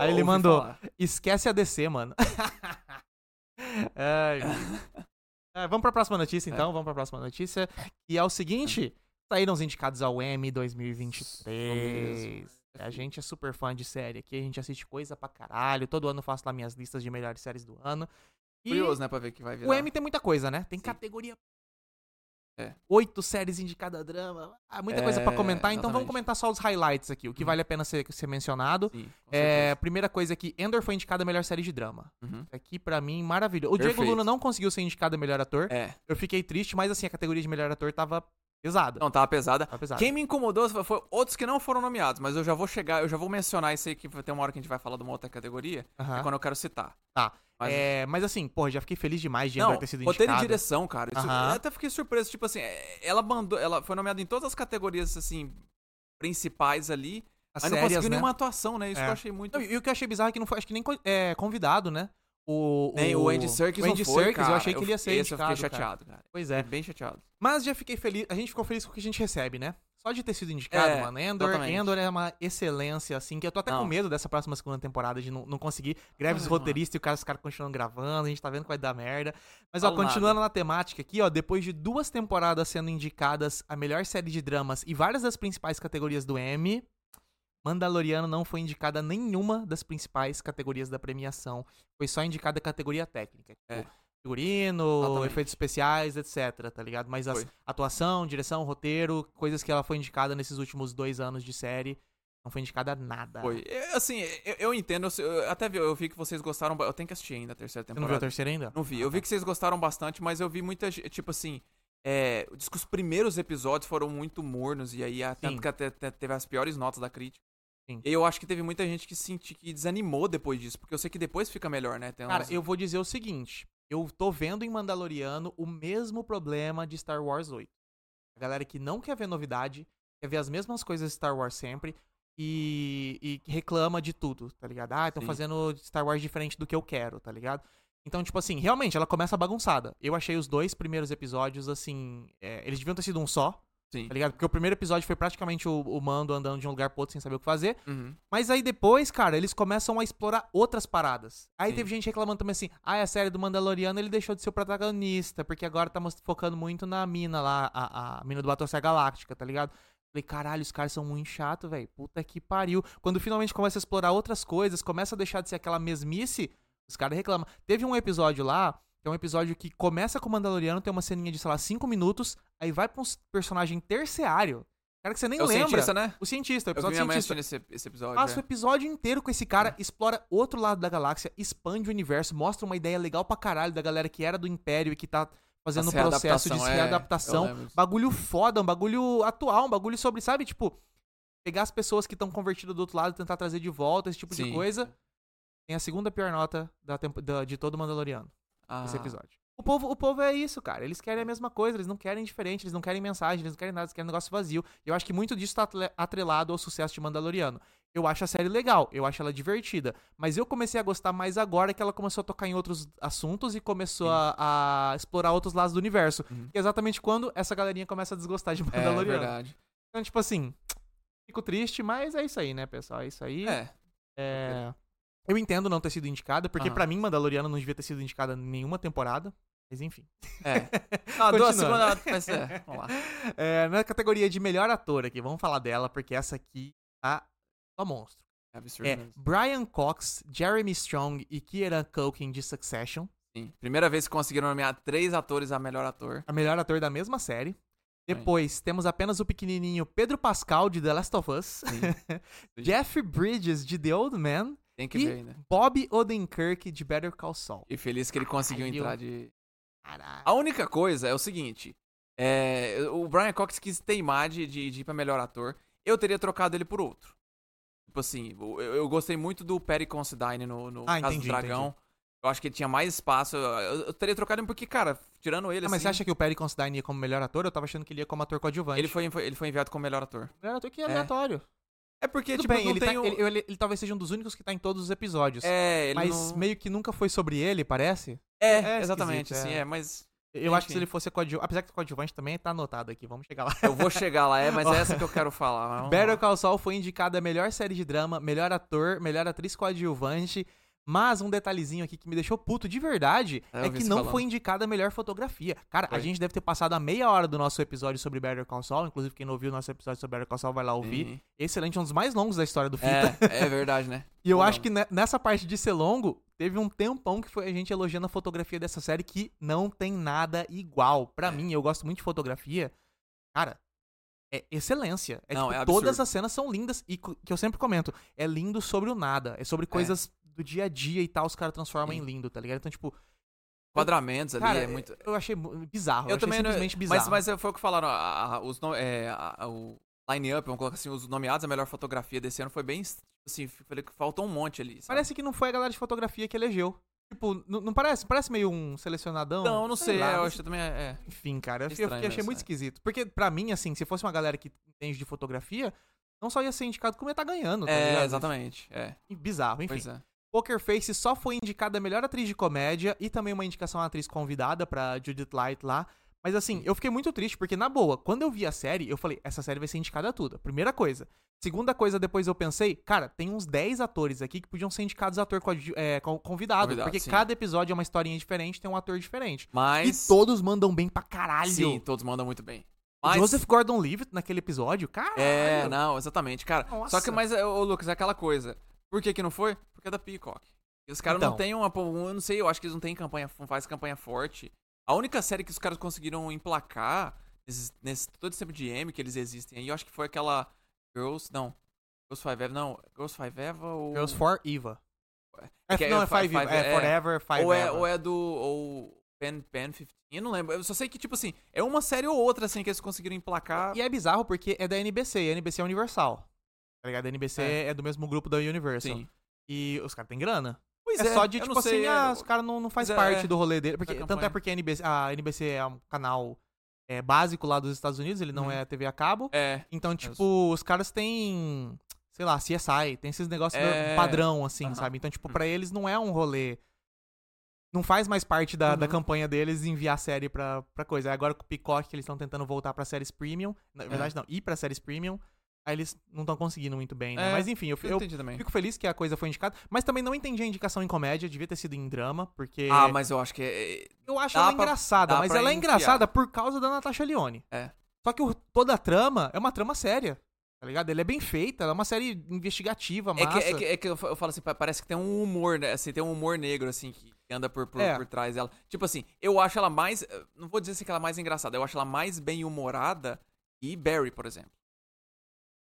S2: *laughs* Aí ele
S3: ouvi
S2: mandou.
S3: falar.
S2: Esquece a DC, mano. *laughs* Ai, meu Deus. É, vamos pra próxima notícia, então. Vamos pra próxima notícia. E é o seguinte: Saíram os indicados ao Emmy 2023. A gente é super fã de série aqui, a gente assiste coisa pra caralho. Todo ano eu faço lá minhas listas de melhores séries do ano. E
S3: Curioso, né, pra ver o que vai virar.
S2: o Emmy tem muita coisa, né? Tem
S3: Sim.
S2: categoria.
S3: É.
S2: Oito séries indicadas a drama. Ah, Muita coisa pra
S3: É,
S2: comentar, então vamos
S3: exatamente.
S2: comentar só os highlights aqui, o que
S3: Uhum.
S2: vale a pena ser, ser mencionado.
S3: Sim, com
S2: É,
S3: certeza.
S2: primeira coisa aqui, Endor foi indicada a melhor série de drama.
S3: Uhum.
S2: Aqui, pra mim, maravilha. O Diego
S3: Perfeito.
S2: Luna não conseguiu ser indicado a melhor ator.
S3: É.
S2: Eu fiquei triste, mas assim, a categoria de melhor ator tava pesada.
S3: Não, tava pesada.
S2: Tava pesada.
S3: Quem me incomodou foi- foi outros que não foram nomeados, mas eu já vou chegar, eu já vou mencionar isso aí que vai ter uma hora que a gente vai falar de uma outra categoria,
S2: Aham.
S3: é quando eu quero citar.
S2: Tá.
S3: Mas-
S2: É, mas assim, porra, já fiquei feliz demais de
S3: Não,
S2: Endor ter sido
S3: roteiro e
S2: indicado.
S3: direção, cara. Isso-
S2: Aham.
S3: Eu até fiquei surpreso, tipo assim, é, ela mandou, ela foi nomeada em todas as categorias assim principais ali,
S2: As
S3: mas não
S2: séries,
S3: conseguiu
S2: né?
S3: nenhuma atuação, né? Isso
S2: É.
S3: que eu achei muito
S2: Não, e o que eu achei bizarro é que não foi, acho que nem co- é, convidado, né? O,
S3: Nem o Andy Serkis
S2: o Andy
S3: não foi,
S2: Serkis,
S3: cara.
S2: eu achei que ele ia ser
S3: esse
S2: indicado,
S3: eu fiquei
S2: cara.
S3: chateado, cara.
S2: Pois
S3: É.
S2: é.
S3: Bem chateado.
S2: Mas já fiquei feliz, a gente ficou feliz com o que a gente recebe, né? Só de ter sido indicado,
S3: É,
S2: mano. Endor,
S3: exatamente.
S2: Endor é uma excelência, assim, que eu tô até com
S3: Não.
S2: medo dessa próxima segunda temporada de não, não conseguir. Greves
S3: Ai,
S2: roteiristas e o cara, os caras continuam gravando, a gente tá vendo que vai dar merda. Mas, ó,
S3: Fala nada.
S2: continuando na temática aqui, ó, depois de duas temporadas sendo indicadas a melhor série de dramas e várias das principais categorias do Emmy, Mandaloriano não foi indicada a nenhuma das principais categorias da premiação. Foi só indicada a categoria técnica. Tipo,
S3: É.
S2: figurino,
S3: Exatamente.
S2: efeitos especiais, etc, tá ligado? Mas as-
S3: Foi.
S2: atuação, direção, roteiro, coisas que ela foi indicada nesses últimos dois anos de série, não foi indicada a nada.
S3: Foi. Eu- assim, eu, eu entendo, eu, sei- eu até vi, eu vi que vocês gostaram, ba- eu tenho que assistir ainda a terceira
S2: Você não viu a
S3: temporada.
S2: terceira Ah, tá. ainda?
S3: Não vi. Eu vi que vocês gostaram bastante, mas eu vi muita gente. Tipo assim. É, diz que os primeiros episódios foram muito mornos, e aí a-
S2: Sim.
S3: tanto que até, até teve as piores notas da crítica.
S2: Sim.
S3: E eu acho que teve muita gente que senti que desanimou depois disso, porque eu sei que depois fica melhor, né? Tem
S2: Cara,
S3: umas-
S2: eu vou dizer o seguinte, eu tô vendo em Mandaloriano o mesmo problema de Star Wars 8. A galera que não quer ver novidade, quer ver as mesmas coisas de Star Wars sempre e, e que reclama de tudo, tá ligado? Ah, estão
S3: Sim.
S2: fazendo Star Wars diferente do que eu quero, tá ligado? Então, tipo assim, realmente, ela começa bagunçada. Eu achei os dois primeiros episódios, assim, é, eles deviam ter sido um só,
S3: Sim.
S2: tá ligado? Porque o primeiro episódio foi praticamente o, o Mando andando de um lugar pro outro sem saber o que fazer.
S3: Uhum.
S2: Mas aí depois, cara, eles começam a explorar outras paradas. Aí
S3: Sim.
S2: teve gente reclamando também assim: ah, a série do Mandaloriano ele deixou de ser o protagonista, porque agora tá mos- focando muito na mina lá, a, a mina do Batalha Galáctica, tá ligado? Falei, caralho, os caras são muito chato, velho. Puta que pariu. Quando finalmente começa a explorar outras coisas, começa a deixar de ser aquela mesmice, os caras reclamam. Teve um episódio lá, que é um episódio que começa com o Mandaloriano, tem uma ceninha de, sei lá, 5 minutos, aí vai pra um s- personagem terciário. Cara que você nem
S3: É o
S2: lembra.
S3: cientista, né?
S2: O cientista, o
S3: Eu vi
S2: episódio
S3: minha mãe
S2: cientista.
S3: assistindo esse, esse episódio.
S2: Passa o
S3: é.
S2: episódio inteiro com esse cara, explora outro lado da galáxia, expande o universo, mostra uma ideia legal pra caralho da galera que era do Império e que tá fazendo um
S3: Essa
S2: processo de
S3: readaptação, é, eu
S2: readaptação.
S3: lembro disso.
S2: Bagulho foda, um bagulho atual, um bagulho sobre, sabe, tipo, pegar as pessoas que estão convertidas do outro lado e tentar trazer de volta, esse tipo de
S3: Sim.
S2: coisa. Tem a segunda pior nota da tempo- da- de todo Mandaloriano,
S3: Ah,
S2: esse episódio. *laughs* O povo, o povo é isso, cara. Eles querem a mesma coisa, eles não querem diferente, eles não querem mensagem, eles não querem nada, eles querem um negócio vazio. E eu acho que muito disso tá atle- atrelado ao sucesso de Mandaloriano. Eu acho a série legal, eu acho ela divertida. Mas eu comecei a gostar mais agora que ela começou a tocar em outros assuntos e começou a, a explorar outros lados do universo.
S3: Uhum.
S2: Que é exatamente quando essa galerinha começa a desgostar de
S3: É
S2: Mandaloriano.
S3: verdade.
S2: então, tipo assim, fico triste, mas é isso aí, né, pessoal? É isso aí.
S3: É.
S2: É, Eu entendo não ter sido indicada, porque
S3: Aham.
S2: pra mim Mandaloriano não devia ter sido indicada em nenhuma temporada. Mas enfim.
S3: É.
S2: *laughs*
S3: Ah, duas
S2: Continuando.
S3: segunda. Mas é, vamos lá.
S2: É, na categoria de melhor ator aqui, vamos falar dela, porque essa aqui tá só monstro.
S3: É absurdo.
S2: É
S3: mesmo.
S2: Brian Cox, Jeremy Strong e Kieran Culkin de Succession.
S3: Sim. Primeira vez que conseguiram nomear três atores a melhor ator.
S2: A melhor ator da mesma série. Depois temos apenas o pequenininho Pedro Pascal de The Last of Us, *laughs*
S3: Sim.
S2: Jeff Bridges de The Old Man,
S3: Tem que
S2: E-
S3: ver, né?
S2: Bob Odenkirk de Better Call Saul.
S3: E feliz que ele conseguiu
S2: Caralho.
S3: entrar de.
S2: Caralho.
S3: A única coisa é o seguinte: é, o Brian Cox quis teimar de, de, de ir pra melhor ator. Eu teria trocado ele por outro. Tipo assim, eu, eu gostei muito do Perry Considine no, no
S2: Ah,
S3: Casa
S2: entendi,
S3: do Dragão. Eu acho que ele tinha mais espaço. Eu, eu- eu teria trocado ele porque, cara, tirando ele,
S2: Ah,
S3: assim,
S2: mas você acha que o Perry Considine ia como melhor ator? Eu tava achando que ele ia como ator coadjuvante.
S3: ele, foi, foi- ele foi enviado como melhor ator.
S2: melhor ator que é
S3: É.
S2: aleatório.
S3: É porque,
S2: Tudo
S3: tipo,
S2: bem,
S3: não
S2: ele,
S3: tem
S2: tá-
S3: o...
S2: ele- ele- ele talvez seja um dos únicos que tá em todos os episódios.
S3: É, ele
S2: mas
S3: não...
S2: meio que nunca foi sobre ele, parece.
S3: É,
S2: é
S3: exatamente,
S2: esquisito,
S3: assim,
S2: é.
S3: é, mas...
S2: Eu acho que se
S3: Enfim.
S2: ele fosse coadjuvante. Apesar que coadjuvante também tá anotado aqui, vamos chegar lá.
S3: Eu vou chegar lá, é, mas é essa que eu quero falar.
S2: *laughs*
S3: mas vamos lá.
S2: Better Call Saul foi indicada a melhor série de drama, melhor ator, melhor atriz coadjuvante, Mas um detalhezinho aqui que me deixou puto de verdade
S3: É, eu
S2: é
S3: vi
S2: que
S3: você
S2: não
S3: falando.
S2: foi indicada a melhor fotografia. Cara, a
S3: Foi.
S2: gente deve ter passado a meia hora do nosso episódio sobre Better Call Saul. Inclusive, quem não ouviu o nosso episódio sobre Better Call Saul vai lá ouvir.
S3: Sim.
S2: Excelente, um dos mais longos da história do Fita.
S3: É, é verdade, né?
S2: E eu
S3: Ou
S2: acho
S3: não.
S2: que ne- nessa parte de ser longo, teve um tempão que foi a gente elogiando a fotografia dessa série que não tem nada igual.
S3: É.
S2: Pra mim, eu gosto muito de fotografia. Cara, é excelência. É,
S3: Não,
S2: tipo,
S3: é
S2: todas
S3: absurdo.
S2: as cenas são lindas e co- que eu sempre comento, é lindo sobre o nada, é sobre coisas do dia a dia e tal, os caras transformam
S3: Sim.
S2: em lindo, tá ligado? Então, tipo,
S3: Quadramentos ali
S2: cara,
S3: é muito.
S2: eu achei mu- bizarro, eu, achei
S3: não-
S2: simplesmente
S3: Mas,
S2: bizarro.
S3: mas é, foi o que falaram. a- a- os no- é, a- a- o line-up, vamos colocar assim, os nomeados, a melhor fotografia desse ano foi bem. Assim, falei que faltou um monte ali. sabe?
S2: Parece que não foi a galera de fotografia que elegeu. Tipo, n- não parece? Parece meio um selecionadão.
S3: Não, não sei.
S2: lá,
S3: é, eu
S2: não
S3: acho que também é. é.
S2: Enfim, cara, eu,
S3: Estranho
S2: fiquei- achei
S3: mesmo,
S2: muito
S3: é.
S2: esquisito. Porque, pra mim, assim, se fosse uma galera que entende de fotografia, não só ia ser indicado como ia estar ganhando, tá
S3: É,
S2: ligado?
S3: exatamente. É,
S2: Bizarro, enfim.
S3: pois é.
S2: Poker Face só foi indicada a melhor atriz de comédia e também uma indicação à atriz convidada pra Judith Light lá. Mas assim, eu fiquei muito triste, porque na boa, quando eu vi a série, eu falei, essa série vai ser indicada a tudo. Primeira coisa. Segunda coisa, depois eu pensei, cara, tem uns 10 atores aqui que podiam ser indicados a ator coadju- é, co- convidado,
S3: Convidado,
S2: porque
S3: sim.
S2: cada episódio é uma historinha diferente, tem um ator diferente.
S3: Mas.
S2: E todos mandam bem pra caralho.
S3: Sim, todos mandam muito bem.
S2: O
S3: Mas.
S2: Joseph Gordon-Levitt naquele episódio, cara.
S3: É, não, exatamente, cara.
S2: Nossa.
S3: Só que, mas, ô, Lucas, é aquela coisa. Por que que não foi? Porque é da Peacock. E os caras não
S2: Então.
S3: têm uma. um, Eu não sei, eu acho que eles não têm campanha, não faz campanha forte. A única série que os caras conseguiram emplacar nesses- nesse, todo esse tempo de M que eles existem aí, eu acho que foi aquela. Girls. Não. Girls Five Eva, não. Girls Five Eva ou.
S2: Girls for Eva. É,
S3: que é
S2: não, é
S3: Five-
S2: Five Eva.
S3: Five-
S2: É,
S3: é.
S2: Forever, Five
S3: ou, é,
S2: Eva.
S3: ou é do. Ou Pen Pen 15. Eu não lembro. Eu só sei que, tipo assim, é uma série ou outra, assim, que eles conseguiram emplacar.
S2: E é bizarro porque é da NBC, e a NBC é Universal. Tá ligado? A NBC
S3: É.
S2: é, do mesmo grupo da Universal.
S3: Sim.
S2: E os caras têm grana.
S3: Pois
S2: é, só de,
S3: eu
S2: tipo
S3: não sei,
S2: assim,
S3: é,
S2: ah, os caras não, não faz
S3: Mas é,
S2: parte
S3: é,
S2: do rolê dele. Porque, tanto é
S3: campanha.
S2: porque a NBC, a NBC é um canal é, básico lá dos Estados Unidos, ele não
S3: Uhum.
S2: é TV a cabo.
S3: É.
S2: Então,
S3: sou-
S2: tipo, os caras têm, sei lá, CSI, tem esses negócios
S3: É.
S2: do- padrão, assim,
S3: Aham. Hum.
S2: sabe? Então, tipo, pra eles não é um rolê. Não faz mais parte da, da
S3: Uhum.
S2: campanha deles enviar a série pra, pra coisa. Aí Agora com o Peacock, que eles estão tentando voltar pra séries premium. Na
S3: É.
S2: verdade, não, ir pra séries premium. Aí eles não estão conseguindo muito bem, né?
S3: É,
S2: Mas enfim, eu,
S3: Eu
S2: eu
S3: entendi também.
S2: fico feliz que a coisa foi indicada. Mas também não entendi a indicação em comédia, devia ter sido em drama, porque.
S3: Ah, mas eu acho que é. é-
S2: Eu acho
S3: Dá
S2: ela
S3: pra-
S2: engraçada,
S3: dá
S2: mas
S3: pra
S2: ela é
S3: enfiar.
S2: engraçada por causa da Natasha Leone.
S3: É.
S2: Só que o- toda a trama é uma trama séria, tá ligado? Ela é bem feita, ela é uma série investigativa,
S3: É que,
S2: massa.
S3: é, que, é que eu fa- eu falo assim, pa- parece que tem um humor, né? Assim, tem um humor negro, assim, que anda por, por,
S2: É.
S3: por trás dela. Tipo assim, eu acho ela mais. eh, Não vou dizer assim que ela é mais engraçada, eu acho ela mais bem humorada que Barry, por exemplo.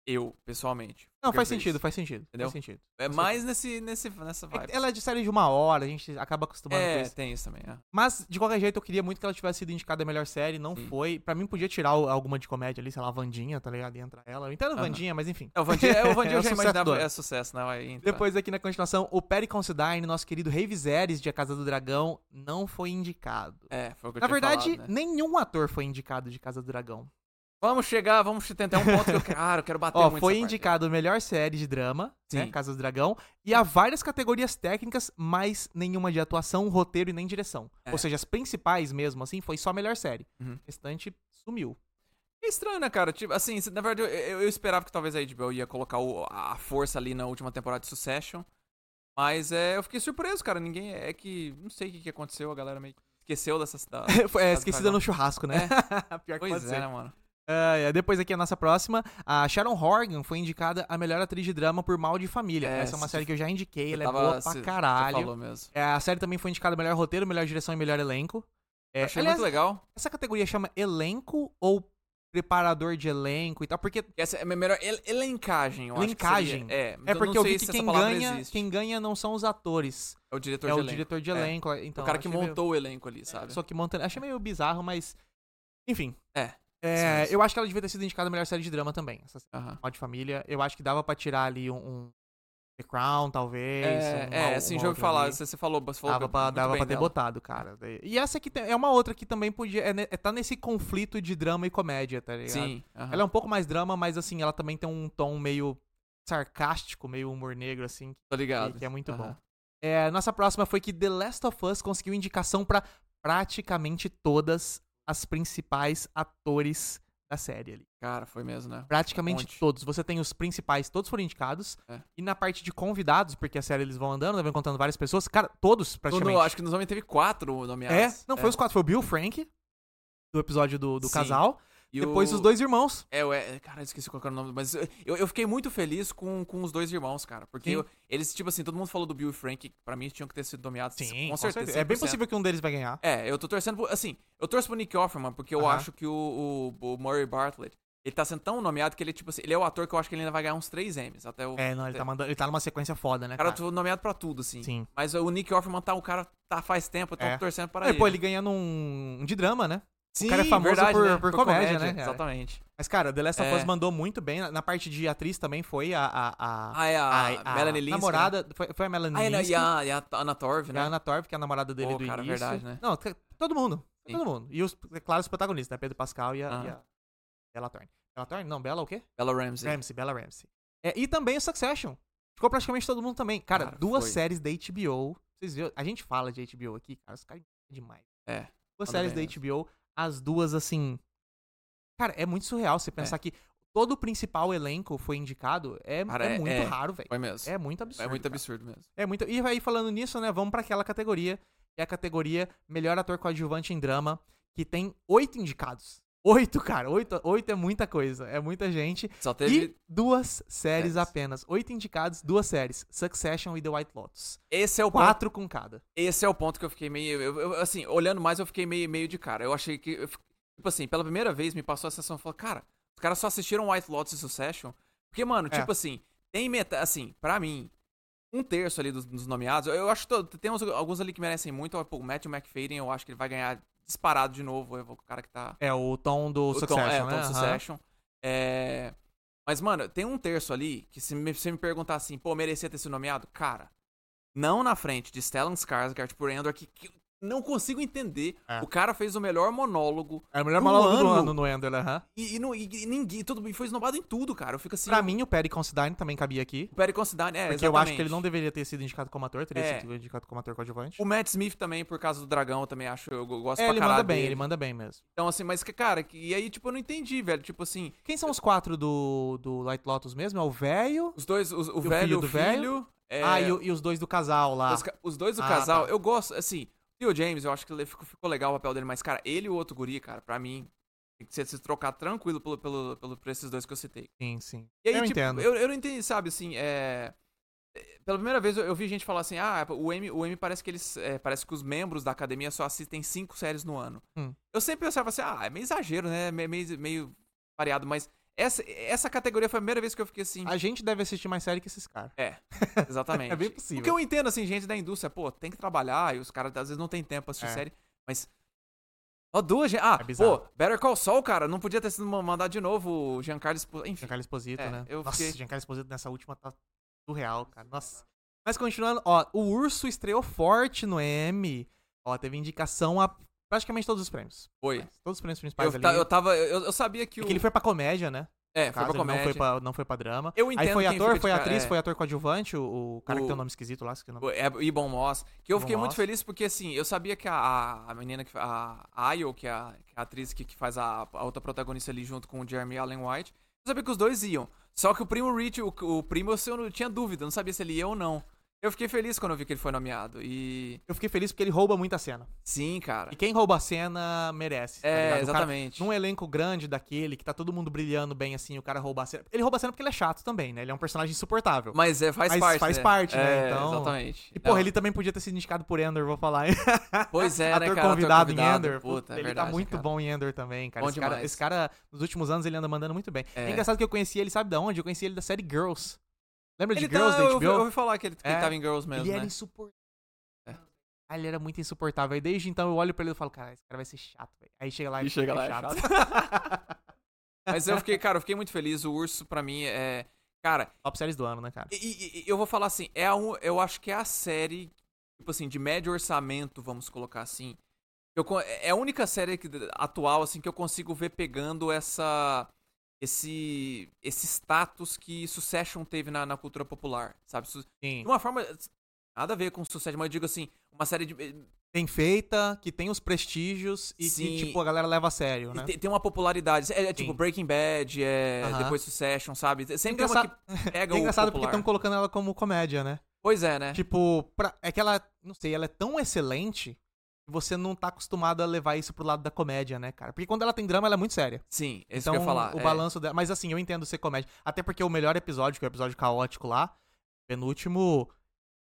S3: Eu, pessoalmente.
S2: Não,
S3: Porque
S2: faz
S3: eu fiz.
S2: sentido, faz sentido,
S3: Entendeu?
S2: faz sentido.
S3: É
S2: faz
S3: mais nesse, nesse, nessa
S2: É que
S3: vibe.
S2: Ela é de série de uma hora, a gente acaba acostumando com
S3: É,
S2: isso.
S3: tem isso também. é.
S2: Mas, de qualquer jeito, eu queria muito que ela tivesse sido indicada a melhor série, não
S3: Sim.
S2: foi. Pra mim, podia tirar o- alguma de comédia ali, sei lá, a Vandinha, tá ligado? E entrar ela. Eu entendo a
S3: Aham.
S2: Vandinha, mas enfim.
S3: É,
S2: *laughs*
S3: O Vandinha, é, o Vandinha
S2: É
S3: eu
S2: o
S3: já
S2: sucesso do
S3: imaginava.
S2: ano.
S3: É sucesso, né? Vai entrar.
S2: Depois aqui na continuação, o Perry Considine, nosso querido Rei Viserys de A Casa do Dragão, não foi indicado.
S3: É, foi o que eu
S2: Na
S3: tinha
S2: verdade,
S3: falado, né?
S2: nenhum ator foi indicado de Casa do Dragão.
S3: Vamos chegar, vamos tentar um ponto que eu quero. *laughs* Cara, eu quero bater
S2: Ó,
S3: muito
S2: foi
S3: essa parte. é.
S2: indicado melhor série de drama, né,
S3: Sim.
S2: Casa do Dragão, e há várias categorias técnicas, mas nenhuma de atuação, roteiro e nem direção.
S3: É.
S2: Ou seja, as principais mesmo, assim, foi só melhor série.
S3: Uhum.
S2: O restante sumiu.
S3: É estranho, né, cara? Tipo, assim, se- na verdade, eu, eu- eu esperava que talvez a HBO ia colocar o- a força ali na última temporada de Succession. Mas é, eu fiquei surpreso, cara. Ninguém. É que. Não sei o que, que aconteceu, a galera meio que esqueceu dessa cidade.
S2: *laughs* Foi, é, esquecida no churrasco, né? *laughs* Pior que pode
S3: Pois
S2: ser.
S3: Tá, é, né, mano?
S2: Ai, ai, depois aqui a nossa próxima, a Sharon Horgan foi indicada a melhor atriz de drama por Mal de Família.
S3: É,
S2: Essa é uma
S3: se-
S2: série que eu já indiquei,
S3: eu
S2: ela é
S3: tava-
S2: boa pra
S3: se- você
S2: caralho.
S3: Falou mesmo.
S2: É, A série também foi indicada melhor roteiro, melhor direção e melhor elenco. É,
S3: Achei
S2: aliás,
S3: muito legal.
S2: essa categoria chama elenco ou preparador de elenco e tal? Porque
S3: Essa é a melhor el- elencagem, eu
S2: Elencagem.
S3: acho. que seria. É, mas
S2: é
S3: eu
S2: porque
S3: não
S2: eu
S3: sei
S2: vi que
S3: se
S2: quem
S3: essa palavra
S2: ganha,
S3: existe.
S2: quem ganha não são os atores,
S3: É o diretor
S2: é
S3: de
S2: o
S3: elenco.
S2: diretor de
S3: É.
S2: elenco. Então,
S3: o cara que
S2: achei meio-
S3: montou o elenco ali, sabe?
S2: Só que monta. Achei meio bizarro, mas. Enfim.
S3: É,
S2: É,
S3: mesmo.
S2: eu acho que ela devia ter sido indicada a melhor série de drama também. Essa série
S3: Aham.
S2: Mal de família. Eu acho que dava pra tirar ali um. um The Crown, talvez.
S3: É,
S2: um-
S3: é,
S2: uma-
S3: assim,
S2: uma
S3: já ouvi
S2: outra
S3: falar.
S2: ali.
S3: Você, você falou, você falou
S2: Dava
S3: que-
S2: pra,
S3: muito
S2: dava
S3: bem
S2: pra ter
S3: dela.
S2: botado, cara. E essa aqui tem- é uma outra que também podia. É, ne- é- tá nesse conflito de drama e comédia, tá ligado?
S3: Sim. aham.
S2: Ela é um pouco mais drama, mas assim, ela também tem um tom meio sarcástico, meio humor negro, assim, que-
S3: Tô ligado.
S2: que, é muito bom.
S3: Aham.
S2: É, nossa próxima foi que The Last of Us conseguiu indicação pra praticamente todas as principais atores da série ali.
S3: Cara, foi mesmo, né?
S2: Praticamente
S3: Monte.
S2: todos. Você tem os principais, todos foram indicados.
S3: É.
S2: E na parte de convidados, porque a série eles vão andando, né, vão encontrando várias pessoas. Cara, todos
S3: Todo-
S2: praticamente.
S3: acho que nos homens teve quatro
S2: É,
S3: nomeados.
S2: não, foi os quatro. Foi o Bill, o Frank, do episódio do, do
S3: Sim.
S2: casal.
S3: E
S2: depois
S3: o-
S2: os dois irmãos.
S3: É, ué, cara, eu esqueci qual que era o nome, mas eu, eu fiquei muito feliz com, com os dois irmãos, cara. Porque
S2: Sim.
S3: eu- eles, tipo assim, todo mundo falou do Bill e Frank, que pra mim tinham que ter sido nomeados.
S2: com certeza. É bem
S3: 100%.
S2: possível que um deles vai ganhar.
S3: É, eu tô torcendo por. Assim, eu torço pro Nick Offerman, porque eu
S2: Aham.
S3: acho que o, o, o Murray Bartlett, ele tá sendo tão nomeado que ele, tipo assim, ele é o ator que eu acho que ele ainda vai ganhar uns três M's. Até o.
S2: É, não, ele tá, mandando, ele tá numa sequência foda, né,
S3: Tipo, Cara,
S2: cara?
S3: eu tô nomeado pra tudo, assim.
S2: Sim.
S3: Mas o Nick Offerman tá, o cara tá faz tempo, eu tô
S2: É.
S3: torcendo para
S2: Aí,
S3: ele.
S2: pô, ele ganha num um de drama, né?
S3: Sim,
S2: cara é famoso por- por comédia, né,
S3: é.
S2: cara?
S3: Exatamente.
S2: Mas, cara, The Last of
S3: É.
S2: Us mandou muito bem. Na- Na parte de atriz também foi a. a, a,
S3: Ah, é a, Melanie Linsky. né?
S2: namorada. Foi, foi a Melanie
S3: Ah, ele-
S2: Linsky,
S3: e a, e a Ana Torv,
S2: e a
S3: né?
S2: Ana Torv, que é a namorada dele
S3: Pô,
S2: do
S3: cara,
S2: início.
S3: verdade, né?
S2: Não, t- todo mundo.
S3: Sim.
S2: Todo mundo. E os, é claro, os protagonistas, né? Pedro Pascal e a,
S3: Aham.
S2: e a Bella Thorne. Bella Thorne? Não, Bella o quê?
S3: Bella Ramsey.
S2: Ramsey, Bella Ramsey. É, e também o Succession. Ficou praticamente todo mundo também. Cara,
S3: Cara,
S2: duas
S3: foi.
S2: séries da HBO. Vocês viram? A gente fala de HBO aqui, cara. Os caras entendem demais.
S3: É,
S2: Duas
S3: manda
S2: séries
S3: bem
S2: da HBO, as duas, assim. Cara, é muito surreal você pensar que todo o principal elenco foi indicado. É,
S3: Cara,
S2: é
S3: é-
S2: muito
S3: é.
S2: raro, velho.
S3: Foi mesmo.
S2: É muito absurdo.
S3: É muito
S2: cara.
S3: absurdo mesmo.
S2: É muito. E aí, falando nisso, né? Vamos pra aquela categoria. Que é a categoria Melhor Ator Coadjuvante em Drama, que tem oito indicados. Oito, cara. Oito, oito é muita coisa. É muita gente.
S3: Só teve.
S2: E duas séries
S3: Séries.
S2: apenas. Oito indicados, duas séries. Succession e The White Lotus.
S3: Esse é o ponto.
S2: Quatro com cada.
S3: Esse é o ponto que eu fiquei meio. eu- eu- assim, olhando mais, eu fiquei meio, meio de cara. Eu achei que. eu fi- tipo assim, pela primeira vez me passou a sensação falou, cara, os caras só assistiram White Lotus e Succession. Porque, mano,
S2: É.
S3: tipo assim, tem meta. Assim, pra mim, um terço ali dos, dos nomeados. Eu, eu acho que to- tem uns- alguns ali que merecem muito. Pô, o Matthew McFadden, eu acho que ele vai ganhar disparado de novo. Eu vou com o cara que tá.
S2: É o tom do
S3: O Tom-
S2: Succession,
S3: é, o
S2: né?
S3: Tom
S2: Aham.
S3: Succession. É, Mas, mano, tem um terço ali que se me, se me perguntar assim, pô, merecia ter sido nomeado? Cara, não na frente de Stellan Skarsgård por Endor, que, que eu não consigo entender.
S2: É.
S3: O cara fez o melhor monólogo
S2: É o melhor
S3: Do
S2: maluco do
S3: Um ano.
S2: ano no Ender, aham.
S3: e, e não- e- e ninguém, tudo, e foi esnobado em tudo, cara. Eu fico assim,
S2: Pra mim, o Perry Considine também cabia aqui.
S3: o Perry Considine, é,
S2: Porque eu acho que ele
S3: exatamente.
S2: não deveria ter sido indicado como ator, teria
S3: É.
S2: sido indicado como ator coadjuvante.
S3: O Matt Smith também, por causa do dragão, eu também acho, eu go- gosto
S2: É,
S3: pra
S2: ele
S3: caralho
S2: manda bem,
S3: dele.
S2: ele manda bem mesmo.
S3: Então, assim, mas, que, cara, que- e aí, tipo, eu não entendi, velho, tipo assim,
S2: Quem são os quatro do, do Light Lotus mesmo? É o velho.
S3: os dois, os- o,
S2: filho
S3: velho,
S2: do
S3: o
S2: velho?
S3: filho... é,
S2: Ah, e, o- e os dois do casal lá.
S3: Os, ca- os dois do
S2: Ah,
S3: casal,
S2: tá.
S3: eu gosto, assim, o Theo James, eu acho que ele ficou, ficou legal o papel dele, mas, cara, ele e o outro guri, cara, pra mim, tem que ser se trocar tranquilo pelo, pelo, pelo, por esses dois que eu citei.
S2: Sim, sim.
S3: E aí,
S2: eu
S3: tipo,
S2: entendo.
S3: Eu, eu não entendi, sabe, assim, é... é, Pela primeira vez eu, eu vi gente falar assim, ah, o M, o M parece que eles. é, parece que os membros da academia só assistem cinco séries no ano.
S2: Hum.
S3: Eu sempre pensava assim, ah, é meio exagero, né? Me- Meio, meio variado, mas essa, essa categoria foi a primeira vez que eu fiquei assim.
S2: A gente deve assistir mais série que esses caras.
S3: Exatamente.
S2: *laughs* É bem possível.
S3: Porque eu entendo, assim, gente da indústria, pô, tem que trabalhar e os caras às vezes não tem tempo pra assistir
S2: É.
S3: série, mas. Ó, duas, gente. Ah,
S2: É bizarro.
S3: pô, Better Call Saul, cara, não podia ter sido ma- mandado de novo o Giancarlo Espo... Enfim.
S2: Giancarlo Esposito,
S3: É,
S2: né?
S3: eu
S2: Nossa,
S3: fiquei-
S2: Giancarlo Esposito nessa última tá surreal, cara. Nossa. Mas continuando, ó, o Urso estreou forte no M. Ó, teve indicação a praticamente todos os prêmios.
S3: Foi.
S2: Todos os prêmios principais
S3: Eu,
S2: ali.
S3: ta- eu tava. Eu, eu sabia que
S2: É
S3: o.
S2: que ele foi pra comédia, né?
S3: É,
S2: No caso,
S3: foi pra
S2: ele Não
S3: comédia.
S2: foi pra, não foi pra drama.
S3: Eu
S2: Aí
S3: entendo
S2: foi
S3: quem
S2: ator,
S3: fica de
S2: foi
S3: cara-
S2: atriz,
S3: é.
S2: foi ator coadjuvante, o, o cara que tem o
S3: O-
S2: nome esquisito lá, esqueci o nome.
S3: É, Ibon Moss. Que eu
S2: Ibon
S3: fiquei muito
S2: Moss.
S3: feliz porque, assim, eu sabia que a, a menina, que, a Ayo, que é a, que é a atriz que, que faz a, a outra protagonista ali junto com o Jeremy Allen White, eu sabia que os dois iam. Só que o primo Rich, o, o primo, eu, se- eu não tinha dúvida, eu não sabia se ele ia ou não. Eu fiquei feliz quando eu vi que ele foi nomeado. E.
S2: Eu fiquei feliz porque ele rouba muita cena.
S3: Sim, cara.
S2: E quem rouba a cena merece. tá
S3: É,
S2: ligado? O cara-
S3: exatamente.
S2: num elenco grande daquele, que tá todo mundo brilhando bem assim, o cara rouba a cena. Ele rouba a cena porque ele é chato também, né? Ele é um personagem insuportável.
S3: Mas é, faz
S2: Mas
S3: parte.
S2: faz
S3: né?
S2: parte, né?
S3: É,
S2: Então-
S3: Exatamente.
S2: E, porra,
S3: Não,
S2: ele também podia ter sido indicado por Ender, vou falar.
S3: *laughs* Pois é, né,
S2: ator,
S3: cara?
S2: convidado
S3: convidado,
S2: em Ender.
S3: Puta, é
S2: ele
S3: verdade,
S2: tá muito
S3: cara.
S2: bom em Ender também, cara.
S3: Bom
S2: esse, cara
S3: demais.
S2: esse cara, nos últimos anos, ele anda mandando muito bem. É,
S3: É.
S2: engraçado que eu conheci ele, sabe da onde? Eu conheci ele da série Girls. Lembra de
S3: Ele tá,
S2: Girls da
S3: eu,
S2: HBO?
S3: ouvi- eu ouvi falar que ele, que ele
S2: É.
S3: tava em Girls mesmo.
S2: ele
S3: né?
S2: era insuportável.
S3: É.
S2: Ah, ele era muito insuportável. E desde então eu olho pra ele e falo, cara, esse cara vai ser chato, velho. Aí chega lá
S3: E chega
S2: é
S3: lá, é
S2: *laughs*
S3: Mas eu fiquei, cara, eu fiquei muito feliz. O urso, pra mim, é. Cara,
S2: Top séries do ano, né, cara?
S3: e- e- e eu vou falar assim, é a um, eu acho que é a série, tipo assim, de médio orçamento, vamos colocar assim. Eu, con- é a única série que- atual, assim, que eu consigo ver pegando essa. Esse. Esse status que Succession teve na, na cultura popular, sabe? Su-
S2: Sim.
S3: De uma forma. Nada a ver com Succession, mas eu digo assim, uma série de.
S2: tem feita, que tem os prestígios e
S3: Sim.
S2: que, tipo, a galera leva a sério,
S3: E
S2: né?
S3: tem, tem uma popularidade. É, é tipo
S2: Sim.
S3: Breaking Bad, é
S2: Aham.
S3: depois Succession, sabe? Sempre é uma
S2: Engraçado-
S3: que
S2: *laughs*
S3: pega
S2: É engraçado
S3: o
S2: porque
S3: popular.
S2: estão colocando ela como comédia, né?
S3: Pois é, né?
S2: Tipo, pra- é que ela, não sei, ela é tão excelente que você não tá acostumado a levar isso pro lado da comédia, né, cara? Porque quando ela tem drama, ela é muito séria.
S3: Sim, é isso
S2: então,
S3: que eu ia falar.
S2: o
S3: é.
S2: balanço dela. Mas assim, eu entendo ser comédia. Até porque o melhor episódio, que é o episódio caótico lá, penúltimo,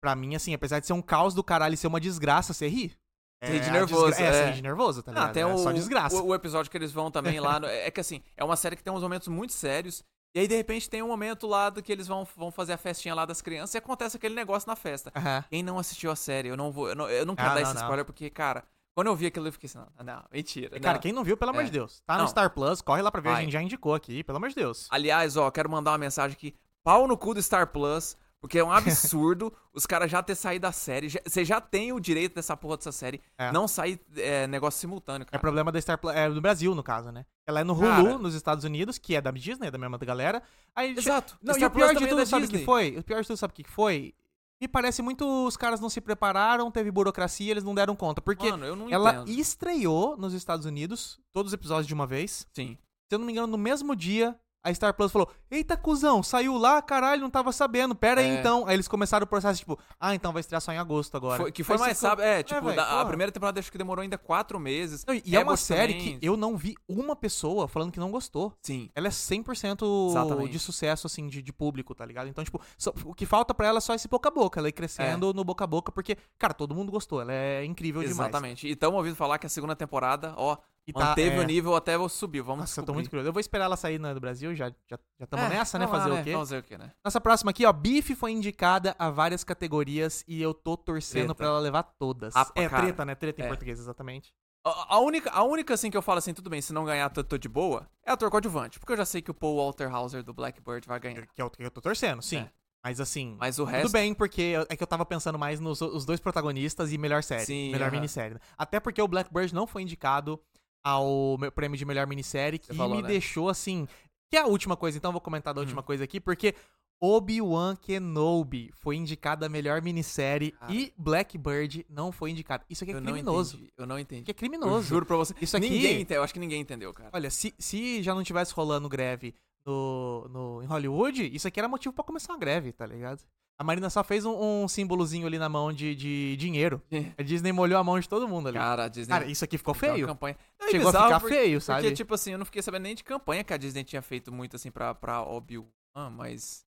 S2: pra mim, assim, apesar de ser um caos do caralho e ser uma desgraça, você ri.
S3: Você ri de
S2: a
S3: nervoso,
S2: desgra- É,
S3: é.
S2: você ri de nervoso, tá
S3: Ah,
S2: ligado?
S3: até
S2: é
S3: o,
S2: só desgraça.
S3: O, o episódio que eles vão também lá. no- é que assim, é uma série que tem uns momentos muito sérios. E aí, de repente, tem um momento lá do que eles vão, vão fazer a festinha lá das crianças e acontece aquele negócio na festa.
S2: Aham.
S3: Quem não assistiu a série, eu não vou. Eu não, eu não quero
S2: Ah,
S3: dar
S2: não,
S3: esse
S2: não.
S3: spoiler, porque, cara, quando eu vi aquilo, eu fiquei assim, não, não mentira.
S2: Cara,
S3: não.
S2: quem não viu, pelo amor
S3: É.
S2: de Deus. Tá
S3: Não.
S2: no Star Plus, corre lá pra ver.
S3: Vai.
S2: A gente já indicou aqui, pelo amor de Deus.
S3: Aliás, ó, quero mandar uma mensagem aqui. Pau no cu do Star Plus, porque é um
S2: *laughs*
S3: absurdo os caras já ter saído da série. já- Você já, tem o direito dessa porra dessa série.
S2: É.
S3: Não sair é, negócio simultâneo,
S2: É
S3: cara.
S2: problema da Star Plus, é do Brasil, no caso, né? Ela é no Hulu,
S3: Cara.
S2: nos Estados Unidos, que é da Disney, é da mesma galera. Aí,
S3: Exato.
S2: Não, e
S3: Star
S2: o pior
S3: Plus
S2: de
S3: também é
S2: tudo,
S3: da
S2: sabe o que
S3: Disney.
S2: foi? O pior de tudo, sabe o que que foi? Me parece muito os caras não se prepararam, teve burocracia, eles não deram conta. Porque
S3: Mano, eu não
S2: ela
S3: entendo.
S2: estreou nos Estados Unidos, todos os episódios de uma vez.
S3: Sim.
S2: Se eu não me engano, no mesmo dia, a Star Plus falou: Eita, cuzão, saiu lá, caralho, não tava sabendo. Pera aí
S3: É.
S2: então. Aí eles começaram o processo, tipo, ah, então vai estrear só em agosto agora.
S3: Foi- que foi
S2: Aí você
S3: mais
S2: ficou-
S3: sábado. É, tipo,
S2: véi,
S3: da- a
S2: porra.
S3: primeira temporada acho que demorou ainda quatro meses.
S2: Não, E é, uma
S3: Arrows
S2: série
S3: também-
S2: que eu não vi uma pessoa falando que não gostou.
S3: Sim.
S2: Ela é 100%
S3: Exatamente.
S2: de sucesso, assim, de, de público, tá ligado? Então, tipo, só- o que falta pra ela é só esse boca a boca. Ela ir
S3: É.
S2: crescendo no boca a boca, porque, cara, todo mundo gostou. Ela é incrível demais.
S3: Exatamente. E estamos ouvindo falar que a segunda temporada, ó,
S2: E tá-
S3: manteve
S2: é.
S3: o nível até subiu. Vamos
S2: Nossa, eu tô
S3: descobrir.
S2: muito curioso. Eu vou esperar ela sair né, do Brasil, já já, já tamo
S3: É,
S2: nessa, né?
S3: vamos lá,
S2: Fazer o quê?
S3: Fazer o quê, né?
S2: Nossa próxima aqui, ó. Bife foi indicada a várias categorias e eu tô torcendo
S3: Treta.
S2: pra ela levar todas.
S3: Ah,
S2: é,
S3: cara.
S2: treta, né? Treta em
S3: É.
S2: português, exatamente.
S3: A a única, a única, assim, que eu falo assim, tudo bem, se não ganhar, tô, tô de boa, é ator coadjuvante. Porque eu já sei que o Paul Walter Hauser do Blackbird vai ganhar.
S2: Que é o que eu tô torcendo, sim.
S3: É.
S2: Mas assim.
S3: Mas o
S2: Tudo
S3: resto.
S2: bem, porque eu- é que eu tava pensando mais nos os dois protagonistas e melhor série.
S3: Sim,
S2: melhor
S3: aham.
S2: minissérie. né? Até porque o Blackbird não foi indicado ao me- prêmio de melhor minissérie, que
S3: falou,
S2: me
S3: né? Uhum.
S2: deixou assim. Que é a última coisa, então eu vou comentar da última coisa aqui, porque Obi-Wan Kenobi foi indicada a melhor minissérie
S3: Cara.
S2: e Blackbird não foi indicado. Isso aqui é
S3: eu não
S2: criminoso.
S3: entendi. Eu não
S2: Isso aqui é
S3: entendi. Eu
S2: criminoso.
S3: juro pra você.
S2: Isso aqui-
S3: Ninguém entendeu. Eu acho que ninguém entendeu, cara.
S2: Olha, se, se já não tivesse rolando greve no, no- em Hollywood, isso aqui era motivo pra começar uma greve, tá ligado? A Marina só fez um, um símbolozinho ali na mão de, de dinheiro. A Disney molhou a mão de todo mundo ali. É. Cara,
S3: Cara, a Disney.
S2: isso aqui ficou
S3: Então, a
S2: feio.
S3: Campanha. Não, é
S2: Chegou a
S3: bizarro
S2: ficar
S3: porque-
S2: feio, sabe?
S3: Porque, tipo assim, eu não fiquei sabendo nem de campanha que a Disney tinha feito muito, assim, pra, pra Obi-Wan, mas...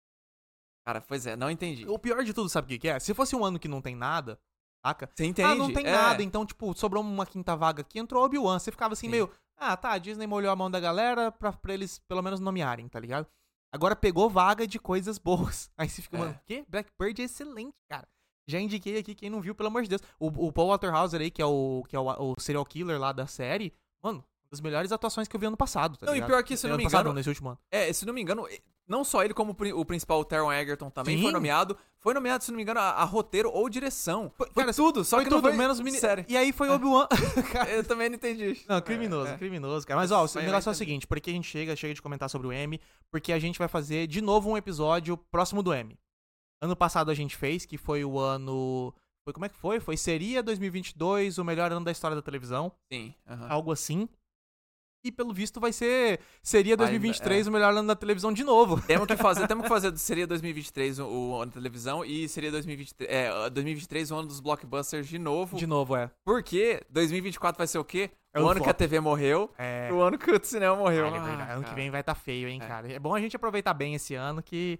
S3: Cara, pois é, não entendi.
S2: O pior de tudo, sabe o que que é? Se fosse um ano que não tem nada, saca?
S3: Você entende?
S2: Ah, não tem
S3: É.
S2: nada. Então, tipo, sobrou uma quinta vaga aqui, entrou Obi-Wan. Você ficava assim,
S3: Sim.
S2: meio. Ah, tá, a Disney molhou a mão da galera pra, pra eles pelo menos nomearem, tá ligado? Agora pegou vaga de coisas boas. *laughs* Aí você fica,
S3: É.
S2: mano, o quê? Blackbird é excelente, cara. Já indiquei aqui, quem não viu, pelo amor de Deus. O, o Paul Waterhouse aí, que é, o, que é o, o serial killer lá da série, mano, uma das melhores atuações que eu vi ano passado, tá
S3: Não, e
S2: ligado?
S3: pior que, se eu não
S2: ano
S3: me
S2: passado, né?
S3: engano-
S2: não, nesse último ano.
S3: É, se não me engano, não só ele, como o pri- o principal, o Taron Egerton, também foi
S2: Sim.
S3: nomeado. Foi nomeado, se não me engano, a, a roteiro ou direção. Foi,
S2: cara,
S3: tudo, só
S2: Foi
S3: que
S2: tudo,
S3: não foi... É.
S2: menos mini...
S3: Sério.
S2: E aí foi Obi-Wan.
S3: *laughs* Eu também não entendi.
S2: Não, criminoso,
S3: É, é.
S2: criminoso, cara. Mas ó, o
S3: Vai-
S2: negócio é
S3: vai
S2: o seguinte, porque a gente chega, chega de comentar sobre o M, porque a gente vai fazer de novo um episódio próximo do M. Ano passado a gente fez, que foi o ano foi como é que foi? Foi seria 2022 o melhor ano da história da televisão,
S3: Sim, aham.
S2: algo assim. E pelo visto vai ser seria
S3: Vai-
S2: 2023 o melhor ano da televisão de novo.
S3: Temos que fazer, temos que fazer, seria 2023 o- o ano da televisão e seria 2023, é, 2023 o ano dos blockbusters de novo.
S2: De novo, é.
S3: Porque 2024 vai ser o quê?
S2: É
S3: o
S2: o
S3: ano que a
S2: flop.
S3: TV morreu,
S2: É.
S3: o ano que o cinema morreu.
S2: Caralho, é verdade.
S3: Ah,
S2: ano que
S3: cara.
S2: vem vai estar tá feio, hein,
S3: É.
S2: cara. É bom a gente aproveitar bem esse ano que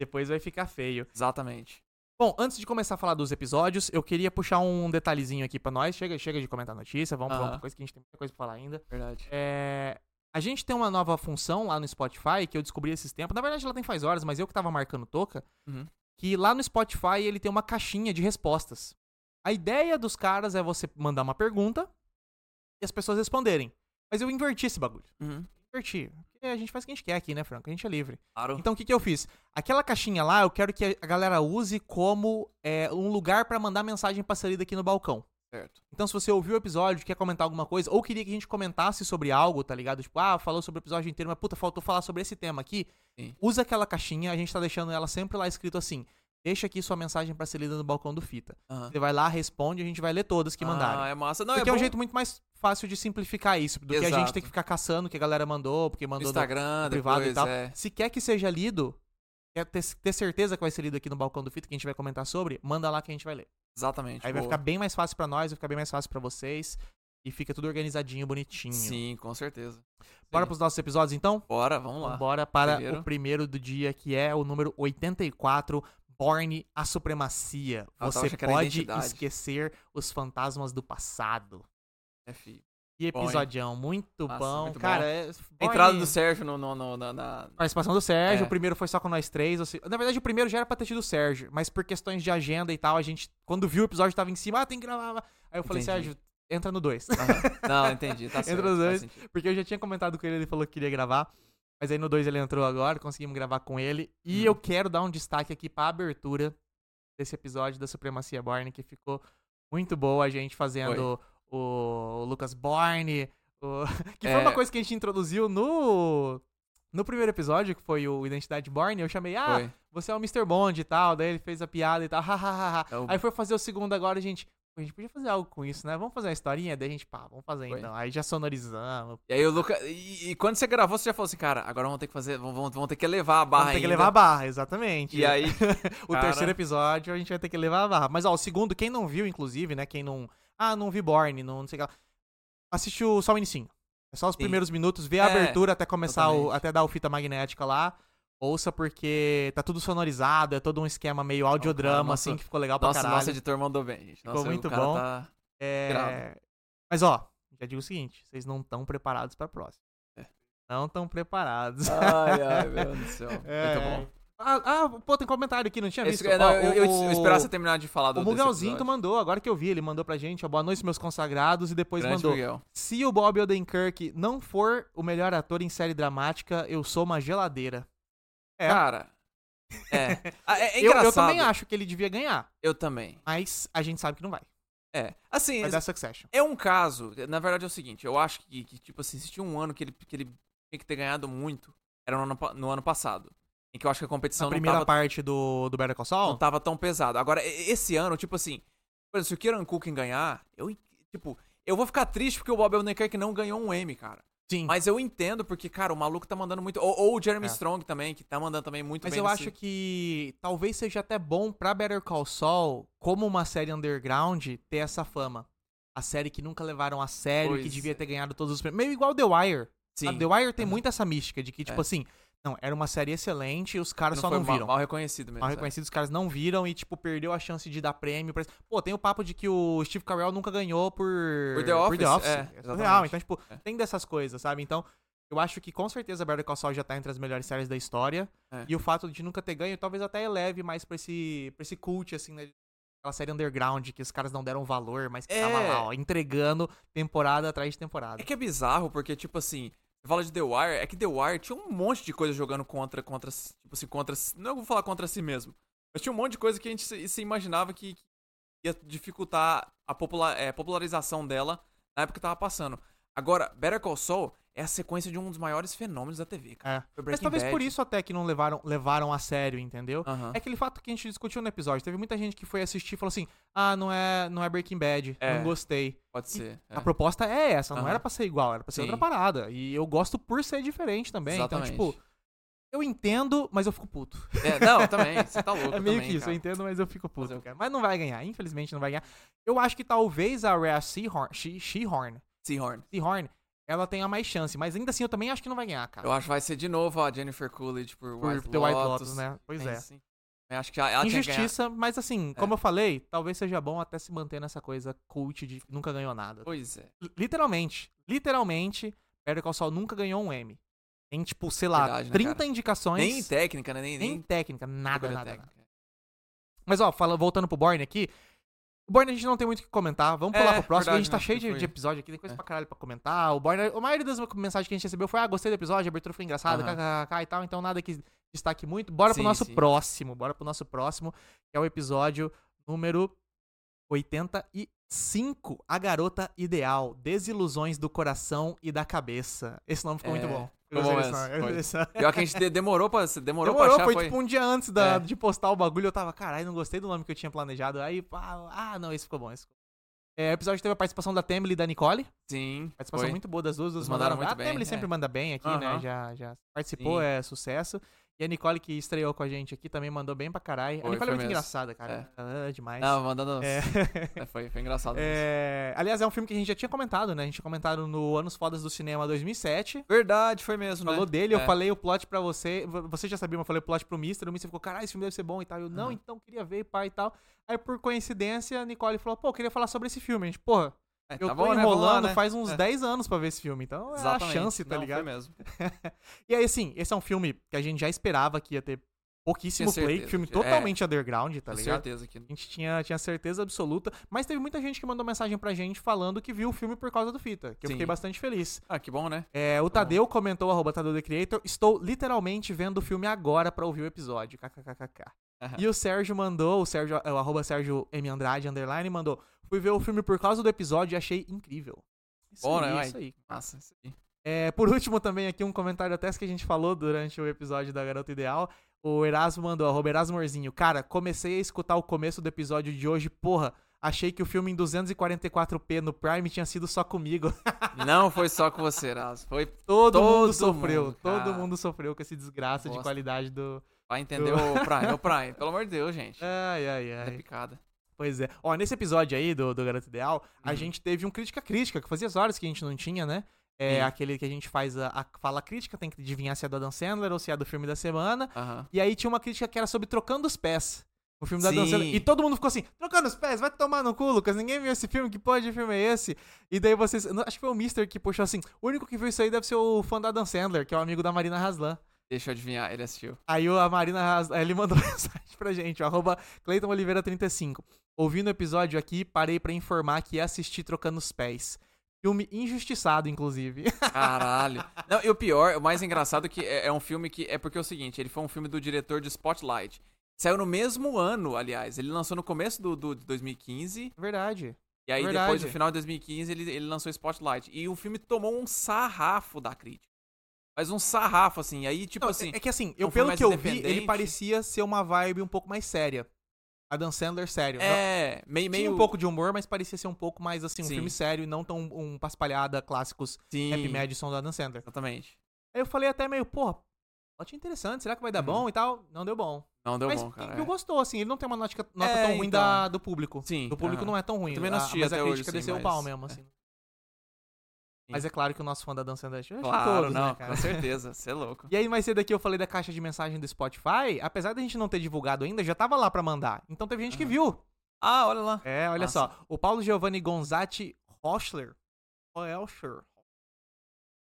S2: depois vai ficar feio.
S3: Exatamente.
S2: Bom, antes de começar a falar dos episódios, eu queria puxar um detalhezinho aqui pra nós. Chega, chega de comentar notícia, vamos pra
S3: Aham.
S2: outra coisa que a gente tem muita coisa pra falar ainda.
S3: Verdade.
S2: É, A gente tem uma nova função lá no Spotify que eu descobri esses tempos. Na verdade, ela tem faz horas, mas eu que tava marcando toca.
S3: Uhum.
S2: Que lá no Spotify ele tem uma caixinha de respostas. A ideia dos caras é você mandar uma pergunta e as pessoas responderem. Mas eu inverti esse bagulho.
S3: Uhum.
S2: Inverti. Porque a gente faz o que a gente quer aqui, né, Franco? A gente é livre.
S3: Claro.
S2: Então o que, que eu fiz? Aquela caixinha lá, eu quero que a galera use como é, um lugar pra mandar mensagem pra saída aqui no balcão.
S3: Certo.
S2: Então, se você ouviu o episódio, quer comentar alguma coisa, ou queria que a gente comentasse sobre algo, tá ligado? Tipo, ah, falou sobre o episódio inteiro, mas puta, faltou falar sobre esse tema aqui.
S3: Sim.
S2: Usa aquela caixinha, a gente tá deixando ela sempre lá escrito assim. Deixa aqui sua mensagem pra ser lida no balcão do Fita.
S3: Aham.
S2: Você vai lá, responde, a gente vai ler todas que mandaram.
S3: Ah, é massa. Não,
S2: Porque é,
S3: é,
S2: um
S3: bom.
S2: jeito muito mais fácil de simplificar isso do que a
S3: Exato.
S2: gente ter que ficar caçando o que a galera mandou, porque
S3: no
S2: mandou no-
S3: Instagram,
S2: no privado
S3: depois,
S2: e tal.
S3: é.
S2: Se quer que seja lido, quer ter, ter certeza que vai ser lido aqui no Balcão do Fita, que a gente vai comentar sobre, manda lá que a gente vai ler.
S3: Exatamente.
S2: Aí vai
S3: boa.
S2: ficar bem mais fácil pra nós, vai ficar bem mais fácil pra vocês. E fica tudo organizadinho, bonitinho.
S3: Sim, com certeza.
S2: Bora
S3: Sim.
S2: pros nossos episódios, então?
S3: Bora, vamos lá.
S2: Bora para
S3: Primeiro.
S2: o primeiro do dia, que é o número 84, Borne, a Supremacia.
S3: Ah, eu tava
S2: Você
S3: achando que era
S2: pode
S3: identidade.
S2: esquecer os fantasmas do passado.
S3: É, fi.
S2: Que
S3: Bom, hein?
S2: episodião, muito
S3: Nossa,
S2: bom.
S3: muito bom.
S2: Cara, é...
S3: Entrada
S2: Borne-
S3: do Sérgio no, no, no- na, na-
S2: Participação do Sérgio,
S3: É.
S2: o primeiro foi só com nós três. ou se- Na verdade, o primeiro já era pra ter tido o Sérgio, mas por questões de agenda e tal, a gente, quando viu o episódio, tava em cima, ah, tem que gravar. Aí eu falei,
S3: Entendi.
S2: Sérgio, entra no dois
S3: Aham. *laughs* Não, entendi. Tá certo.
S2: Entra os dois.
S3: faz sentido.
S2: Porque eu já tinha comentado com ele, ele falou que queria gravar. Mas aí no 2 ele entrou agora, conseguimos gravar com ele. E
S3: Hum.
S2: eu quero dar um destaque aqui pra abertura desse episódio da Supremacia Borne, que ficou muito boa a gente fazendo o, o Lucas Borne. o- *laughs* Que foi
S3: É.
S2: uma coisa que a gente introduziu no. No primeiro episódio, que foi o Identidade Borne, eu chamei, ah,
S3: Foi.
S2: você é o Mr. Bond e tal. Daí ele fez a piada e tal, *laughs* hahaha.
S3: É o-
S2: Aí foi fazer o segundo agora, a gente. "Pô, A gente podia fazer algo com isso, né? Vamos fazer uma historinha? Daí a gente, pá, vamos fazer
S3: Foi.
S2: então. Aí já sonorizamos,
S3: E aí o Lucas. E, e quando você gravou, você já falou assim, cara, agora vamos ter que fazer. Vamos, vamos ter que levar a barra
S2: Vamos ter que
S3: ainda.
S2: levar a barra, exatamente.
S3: E aí.
S2: o
S3: cara-
S2: terceiro episódio a gente vai ter que levar a barra. Mas, ó, o segundo, quem não viu, inclusive, né? Quem não. Ah, não vi Born, não, não sei o que lá. Assistiu só o inicinho. É só os
S3: Sim.
S2: primeiros minutos, vê a
S3: É,
S2: abertura até começar, o,
S3: totalmente.
S2: até dar o fita magnética lá. Ouça porque tá tudo sonorizado, é todo um esquema meio audiodrama,
S3: cara, nosso-
S2: assim, que ficou legal pra
S3: Nossa,
S2: caralho.
S3: nosso editor mandou bem, gente.
S2: Ficou
S3: Nossa, o
S2: muito
S3: cara
S2: bom.
S3: tá-
S2: É,
S3: Grava.
S2: Mas ó, já digo o seguinte, vocês não estão preparados pra próxima.
S3: É.
S2: Não estão preparados.
S3: Ai,
S2: *laughs*
S3: ai, meu Deus do céu.
S2: É.
S3: Muito bom.
S2: Ah, ah, pô, tem comentário aqui, não tinha
S3: Esse-
S2: visto.
S3: é, não,
S2: Ó,
S3: eu, eu, eu esperava você terminar de falar do
S2: O
S3: desse
S2: Mugalzinho que
S3: episódio.
S2: mandou, agora que eu vi, ele mandou pra gente, ó, boa noite, meus consagrados, e depois
S3: Grande
S2: mandou.
S3: Miguel.
S2: Se o Bob Odenkirk não for o melhor ator em série dramática, eu sou uma geladeira. É.
S3: Cara.
S2: *laughs*
S3: É. Ah, é, é
S2: Eu,
S3: engraçado.
S2: eu também acho que ele devia ganhar,
S3: Eu também.
S2: mas a gente sabe que não vai.
S3: É. Assim,
S2: Vai dar Succession.
S3: é um caso. Na verdade é o seguinte, eu acho que, que, tipo assim, se tinha um ano que ele, que ele tinha que ter ganhado muito, era no ano, pa- no ano passado. Em que eu acho que a
S2: Na
S3: competição não
S2: primeira
S3: tava,
S2: parte do, do Better Call Saul,
S3: não tá- tava tão pesada. Agora, e- esse ano, tipo assim, por exemplo, se o Kieran Culkin ganhar, eu, en- tipo, eu vou ficar triste porque o Bob Odenkirk não ganhou um M, cara.
S2: sim. Mas,
S3: Mas eu entendo, porque, cara, o maluco tá mandando muito. Ou, ou o Jeremy
S2: É.
S3: Strong também, que tá mandando também muito bem.
S2: eu
S3: nesse-
S2: acho que talvez seja até bom pra Better Call Saul, como uma série underground, ter essa fama. A série que nunca levaram a sério, que
S3: Pois
S2: devia
S3: é.
S2: ter ganhado todos os prêmios. Meio igual The Wire.
S3: Sim.
S2: A The Wire tem
S3: Aham.
S2: muito essa mística de que, tipo
S3: É.
S2: assim, não, era uma série excelente e os caras só
S3: foi
S2: não
S3: mal-
S2: viram. Mal,
S3: Mal, reconhecido mesmo. é.
S2: reconhecidos, os caras não viram e, tipo, perdeu a chance de dar prêmio. Pra... Pô, tem o papo de que o Steve Carell nunca ganhou por.
S3: Por The Office, é,
S2: É,
S3: exatamente.
S2: real. Então, tipo,
S3: É.
S2: tem dessas coisas, sabe? Então, eu acho que com certeza Better Call Saul já tá entre as melhores séries da história.
S3: É.
S2: E o fato de nunca ter ganho talvez até eleve mais pra esse, pra esse cult, assim, né? Aquela série underground que os caras não deram valor, mas que tava
S3: É.
S2: lá, ó, entregando temporada atrás de temporada.
S3: É que é bizarro, porque, tipo assim, você fala de The Wire, é que The Wire tinha um monte de coisa jogando contra, contra, si- tipo assim, contra, si- não vou falar contra si mesmo, mas tinha um monte de coisa que a gente se, se imaginava que, que ia dificultar a popula- é, popularização dela na época que tava passando. Agora, Better Call Saul é a sequência de um dos maiores fenômenos da TV, cara.
S2: É.
S3: Foi
S2: Mas
S3: Breaking
S2: talvez
S3: Bad.
S2: por isso até que não levaram, levaram a sério, entendeu?
S3: Aham.
S2: É aquele fato que a gente discutiu no episódio. Teve muita gente que foi assistir e falou assim: ah, não é, não é Breaking Bad,
S3: É.
S2: não gostei.
S3: Pode ser. é.
S2: A proposta é essa, não
S3: Aham.
S2: era pra ser igual, era pra ser
S3: Sim.
S2: outra parada. E eu gosto por ser diferente também.
S3: Exatamente.
S2: Então, tipo, eu entendo, mas eu fico puto.
S3: *laughs* É, não, também, você tá
S2: *laughs*
S3: louco
S2: É meio
S3: também,
S2: que isso,
S3: cara.
S2: eu entendo, mas eu fico
S3: Fazer
S2: puto,
S3: o quê?
S2: cara. Mas não vai ganhar, infelizmente não vai ganhar. Eu acho que talvez a Rhea Seahorn, She- She-Horn,
S3: Seahorn.
S2: Seahorn, ela tenha mais chance, mas ainda assim eu também acho que não vai ganhar, cara.
S3: Eu acho que vai ser de novo a Jennifer Coolidge por,
S2: por
S3: White
S2: The White
S3: Lotus,
S2: Lotus, né? Pois
S3: Tem
S2: é.
S3: sim. Eu acho que ela tinha que ganhar. É.
S2: Injustiça, mas assim, como eu falei, talvez seja bom até se manter nessa coisa cult de que nunca ganhou nada.
S3: Pois é.
S2: L- Literalmente, literalmente, Better Call Saul nunca ganhou um M. Tem, tipo, sei lá,
S3: Verdade, né,
S2: 30
S3: cara?
S2: indicações,
S3: Nem
S2: é nem,
S3: técnica, né? Nem, nem
S2: técnica, nada,
S3: figura
S2: nada, nada.
S3: técnica.
S2: Mas ó, fala, voltando pro Borne aqui, o Borne a gente não tem muito o que comentar, vamos
S3: É,
S2: pular pro próximo,
S3: verdade,
S2: a gente tá
S3: né,
S2: cheio
S3: que
S2: de,
S3: foi.
S2: de episódio aqui, tem coisa
S3: É.
S2: pra caralho pra comentar, o Borne, a maioria das mensagens que a gente recebeu foi, ah, gostei do episódio, a abertura foi engraçada,
S3: Aham.
S2: kkkk e tal, então nada que destaque muito, bora pro
S3: Sim,
S2: nosso
S3: sim.
S2: próximo, bora pro nosso próximo, que é o episódio número 81, 5. A Garota Ideal. Desilusões do Coração e da Cabeça. Esse nome ficou
S3: É,
S2: muito bom.
S3: ficou
S2: Eu
S3: bom
S2: gostei desse
S3: mesmo,
S2: nome, é eu
S3: foi.
S2: gostei desse nome.
S3: Pior que a gente de- demorou pra, demorou pra
S2: Demorou,
S3: achar,
S2: foi,
S3: foi...
S2: tipo um dia antes da-
S3: É.
S2: de postar o bagulho, eu tava, caralho, não gostei do nome que eu tinha planejado. Aí, pá, ah, não, esse ficou bom, esse ficou bom. É, o episódio teve a participação da Temily e da Nicole.
S3: Sim,
S2: Participação
S3: foi.
S2: muito boa das duas, duas
S3: Eles mandaram
S2: mandaram,
S3: muito
S2: bem. A Temily
S3: bem,
S2: sempre
S3: é.
S2: manda bem aqui, né?
S3: Aham.
S2: Já, já participou,
S3: Sim.
S2: é sucesso. E a Nicole, que estreou com a gente aqui, também mandou bem pra caralho. a
S3: Foi,
S2: Nicole
S3: foi
S2: é muito
S3: mesmo.
S2: engraçada, cara. É. demais.
S3: Não, mandando...
S2: É.
S3: *laughs* É, Foi, foi engraçado
S2: *laughs*
S3: mesmo.
S2: É, aliás, é um filme que a gente já tinha comentado, né? A gente tinha comentado no Anos Fodas do Cinema 2007.
S3: Verdade, foi mesmo,
S2: Falou
S3: né?
S2: dele, eu
S3: É.
S2: falei o plot pra você. vo- Você já sabia, mas eu falei o plot pro Mister. O Mister ficou, caralho, esse filme deve ser bom e tal. Eu, não,
S3: Uhum.
S2: então queria ver, pai e tal. Aí, por coincidência, a Nicole falou, pô, eu queria falar sobre esse filme. A gente, porra,
S3: É,
S2: eu tô
S3: tá bom, né? Vamos lá,
S2: enrolando
S3: né?
S2: faz uns
S3: É.
S2: 10 anos pra ver esse filme. Então, é a
S3: Exatamente.
S2: chance, tá
S3: Não,
S2: ligado?
S3: Foi mesmo.
S2: E aí, assim, esse é um filme que a gente já esperava que ia ter pouquíssimo
S3: Tinha
S2: play.
S3: certeza,
S2: Filme
S3: é.
S2: totalmente underground, tá
S3: Tenho
S2: ligado?
S3: certeza que...
S2: A gente tinha, tinha certeza absoluta, mas teve muita gente que mandou mensagem pra gente falando que viu o filme por causa do Fita, que eu
S3: Sim.
S2: fiquei bastante feliz.
S3: Ah, que bom, né?
S2: É, o Tadeu comentou, arroba Tadeu The Creator, estou literalmente vendo o filme agora pra ouvir o episódio, kkkk.
S3: Aham.
S2: E o Sérgio mandou, o, Sérgio, é, o arroba Sérgio M. Andrade, underline, mandou, fui ver o filme por causa do episódio e achei incrível. Isso
S3: Bom,
S2: aí,
S3: né?
S2: isso aí.
S3: Nossa, isso
S2: *laughs*
S3: aí.
S2: É, por último, também aqui um comentário até que a gente falou durante o episódio da Garota Ideal. O Erasmo mandou, arroba Erasmorzinho. Cara, comecei a escutar o começo do episódio de hoje, porra. Achei que o filme em 244p no Prime tinha sido só comigo.
S3: Não foi só com você, Raso. Foi
S2: Todo, mundo
S3: Todo
S2: sofreu.
S3: mundo,
S2: todo
S3: cara.
S2: mundo sofreu com esse desgraça de
S3: Bosta.
S2: qualidade do.
S3: pra entender o Prime. é O Prime, pelo amor de Deus, gente. É,
S2: Ai, ai, ai.
S3: picada.
S2: Pois é. Ó, nesse episódio aí do, do Garoto Ideal, a
S3: Uhum.
S2: gente teve um crítica crítica, que fazia horas que a gente não tinha, né? É
S3: Sim.
S2: aquele que a gente faz a, a fala crítica, tem que adivinhar se é do Adam Sandler ou se é do filme da semana.
S3: Aham.
S2: E aí tinha uma crítica que era sobre trocando os pés. O filme da
S3: Sim.
S2: Dan Sandler. E todo mundo ficou assim, trocando os pés, vai tomar no cu, Lucas. Ninguém viu esse filme, que porra de filme é esse? E daí vocês. não, Acho que foi o Mister que puxou assim. O único que viu isso aí deve ser o fã da Dan Sandler, que é o amigo da Marina Haslan.
S3: Deixa eu adivinhar, ele assistiu.
S2: Aí o- a Marina Haslan, ele mandou *laughs* mensagem pra gente, o arroba Cleiton Oliveira35. Ouvindo o episódio aqui, parei pra informar que ia assistir Trocando os Pés. Filme injustiçado, inclusive. *laughs*
S3: Caralho. Não, e o pior, o mais engraçado é que é, é um filme que. É porque é o seguinte, ele foi um filme do diretor de Spotlight. Saiu no mesmo ano, aliás. Ele lançou no começo do, do de 2015.
S2: Verdade.
S3: E aí, depois,
S2: Verdade.
S3: no final de 2015, ele, ele lançou Spotlight. E o filme tomou um sarrafo da crítica. Mas um sarrafo, assim. E aí, tipo
S2: Não,
S3: assim.
S2: é que assim, eu,
S3: um filme
S2: pelo
S3: mais
S2: que eu vi, ele
S3: independente.
S2: parecia ser uma vibe um pouco mais séria. Adam Sandler sério. Ela
S3: É, meio. meio
S2: Tinha um pouco de humor, mas parecia ser um pouco mais assim, um
S3: Sim.
S2: filme sério e não tão um paspalhada clássicos
S3: Sim,
S2: rap Madison do Adam Sandler.
S3: Exatamente.
S2: Aí eu falei até meio, porra, plot interessante, será que vai dar
S3: Uhum.
S2: bom e tal? Não deu bom.
S3: Não deu
S2: mas
S3: bom,
S2: quem
S3: cara.
S2: viu
S3: é.
S2: gostou, assim, ele não tem uma nota, nota
S3: É,
S2: tão ruim
S3: então.
S2: da, do público.
S3: Sim.
S2: Do público
S3: aham.
S2: não é tão ruim.
S3: Eu também não
S2: a-
S3: assisti
S2: mas a
S3: até hoje,
S2: crítica
S3: sim,
S2: desceu o
S3: mas-
S2: pau mesmo,
S3: é.
S2: assim. Mas é claro que o nosso fã da Dan Sandler acho que
S3: Claro,
S2: todos,
S3: não,
S2: né, cara?
S3: com certeza. Você é louco.
S2: E aí, mais cedo aqui, eu falei da caixa de mensagem do Spotify. Apesar da gente não ter divulgado ainda, já tava lá pra mandar. Então teve gente que
S3: Aham.
S2: viu.
S3: Ah, olha lá.
S2: É, olha
S3: Massa.
S2: só. O Paulo Giovanni Gonzatti Rochler. Rochler.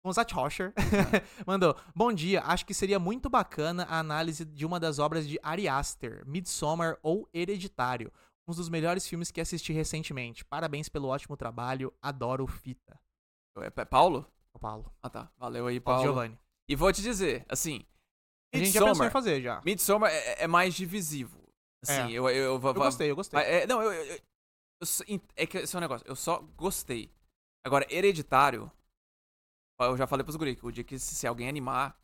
S2: Gonzatti Rocher *laughs* mandou. Bom dia, acho que seria muito bacana a análise de uma das obras de Ari Aster, Midsommar ou Hereditário. Um dos melhores filmes que assisti recentemente. Parabéns pelo ótimo trabalho, adoro o Fita.
S3: É, é Paulo?
S2: Ô, Paulo.
S3: Ah, tá. Valeu aí,
S2: Paulo
S3: Paulo.
S2: Giovanni.
S3: E vou te dizer, assim.
S2: A gente já pensou em
S3: Midsommar,
S2: fazer já.
S3: Midsommar é, é mais divisivo. Assim, eu, eu, eu,
S2: É. Eu gostei, eu gostei.
S3: É, não, eu, eu, eu- eu só- É que esse é um negócio. Eu só gostei. Agora, hereditário. ó, Eu já falei pros guri que o dia que se, se alguém animar,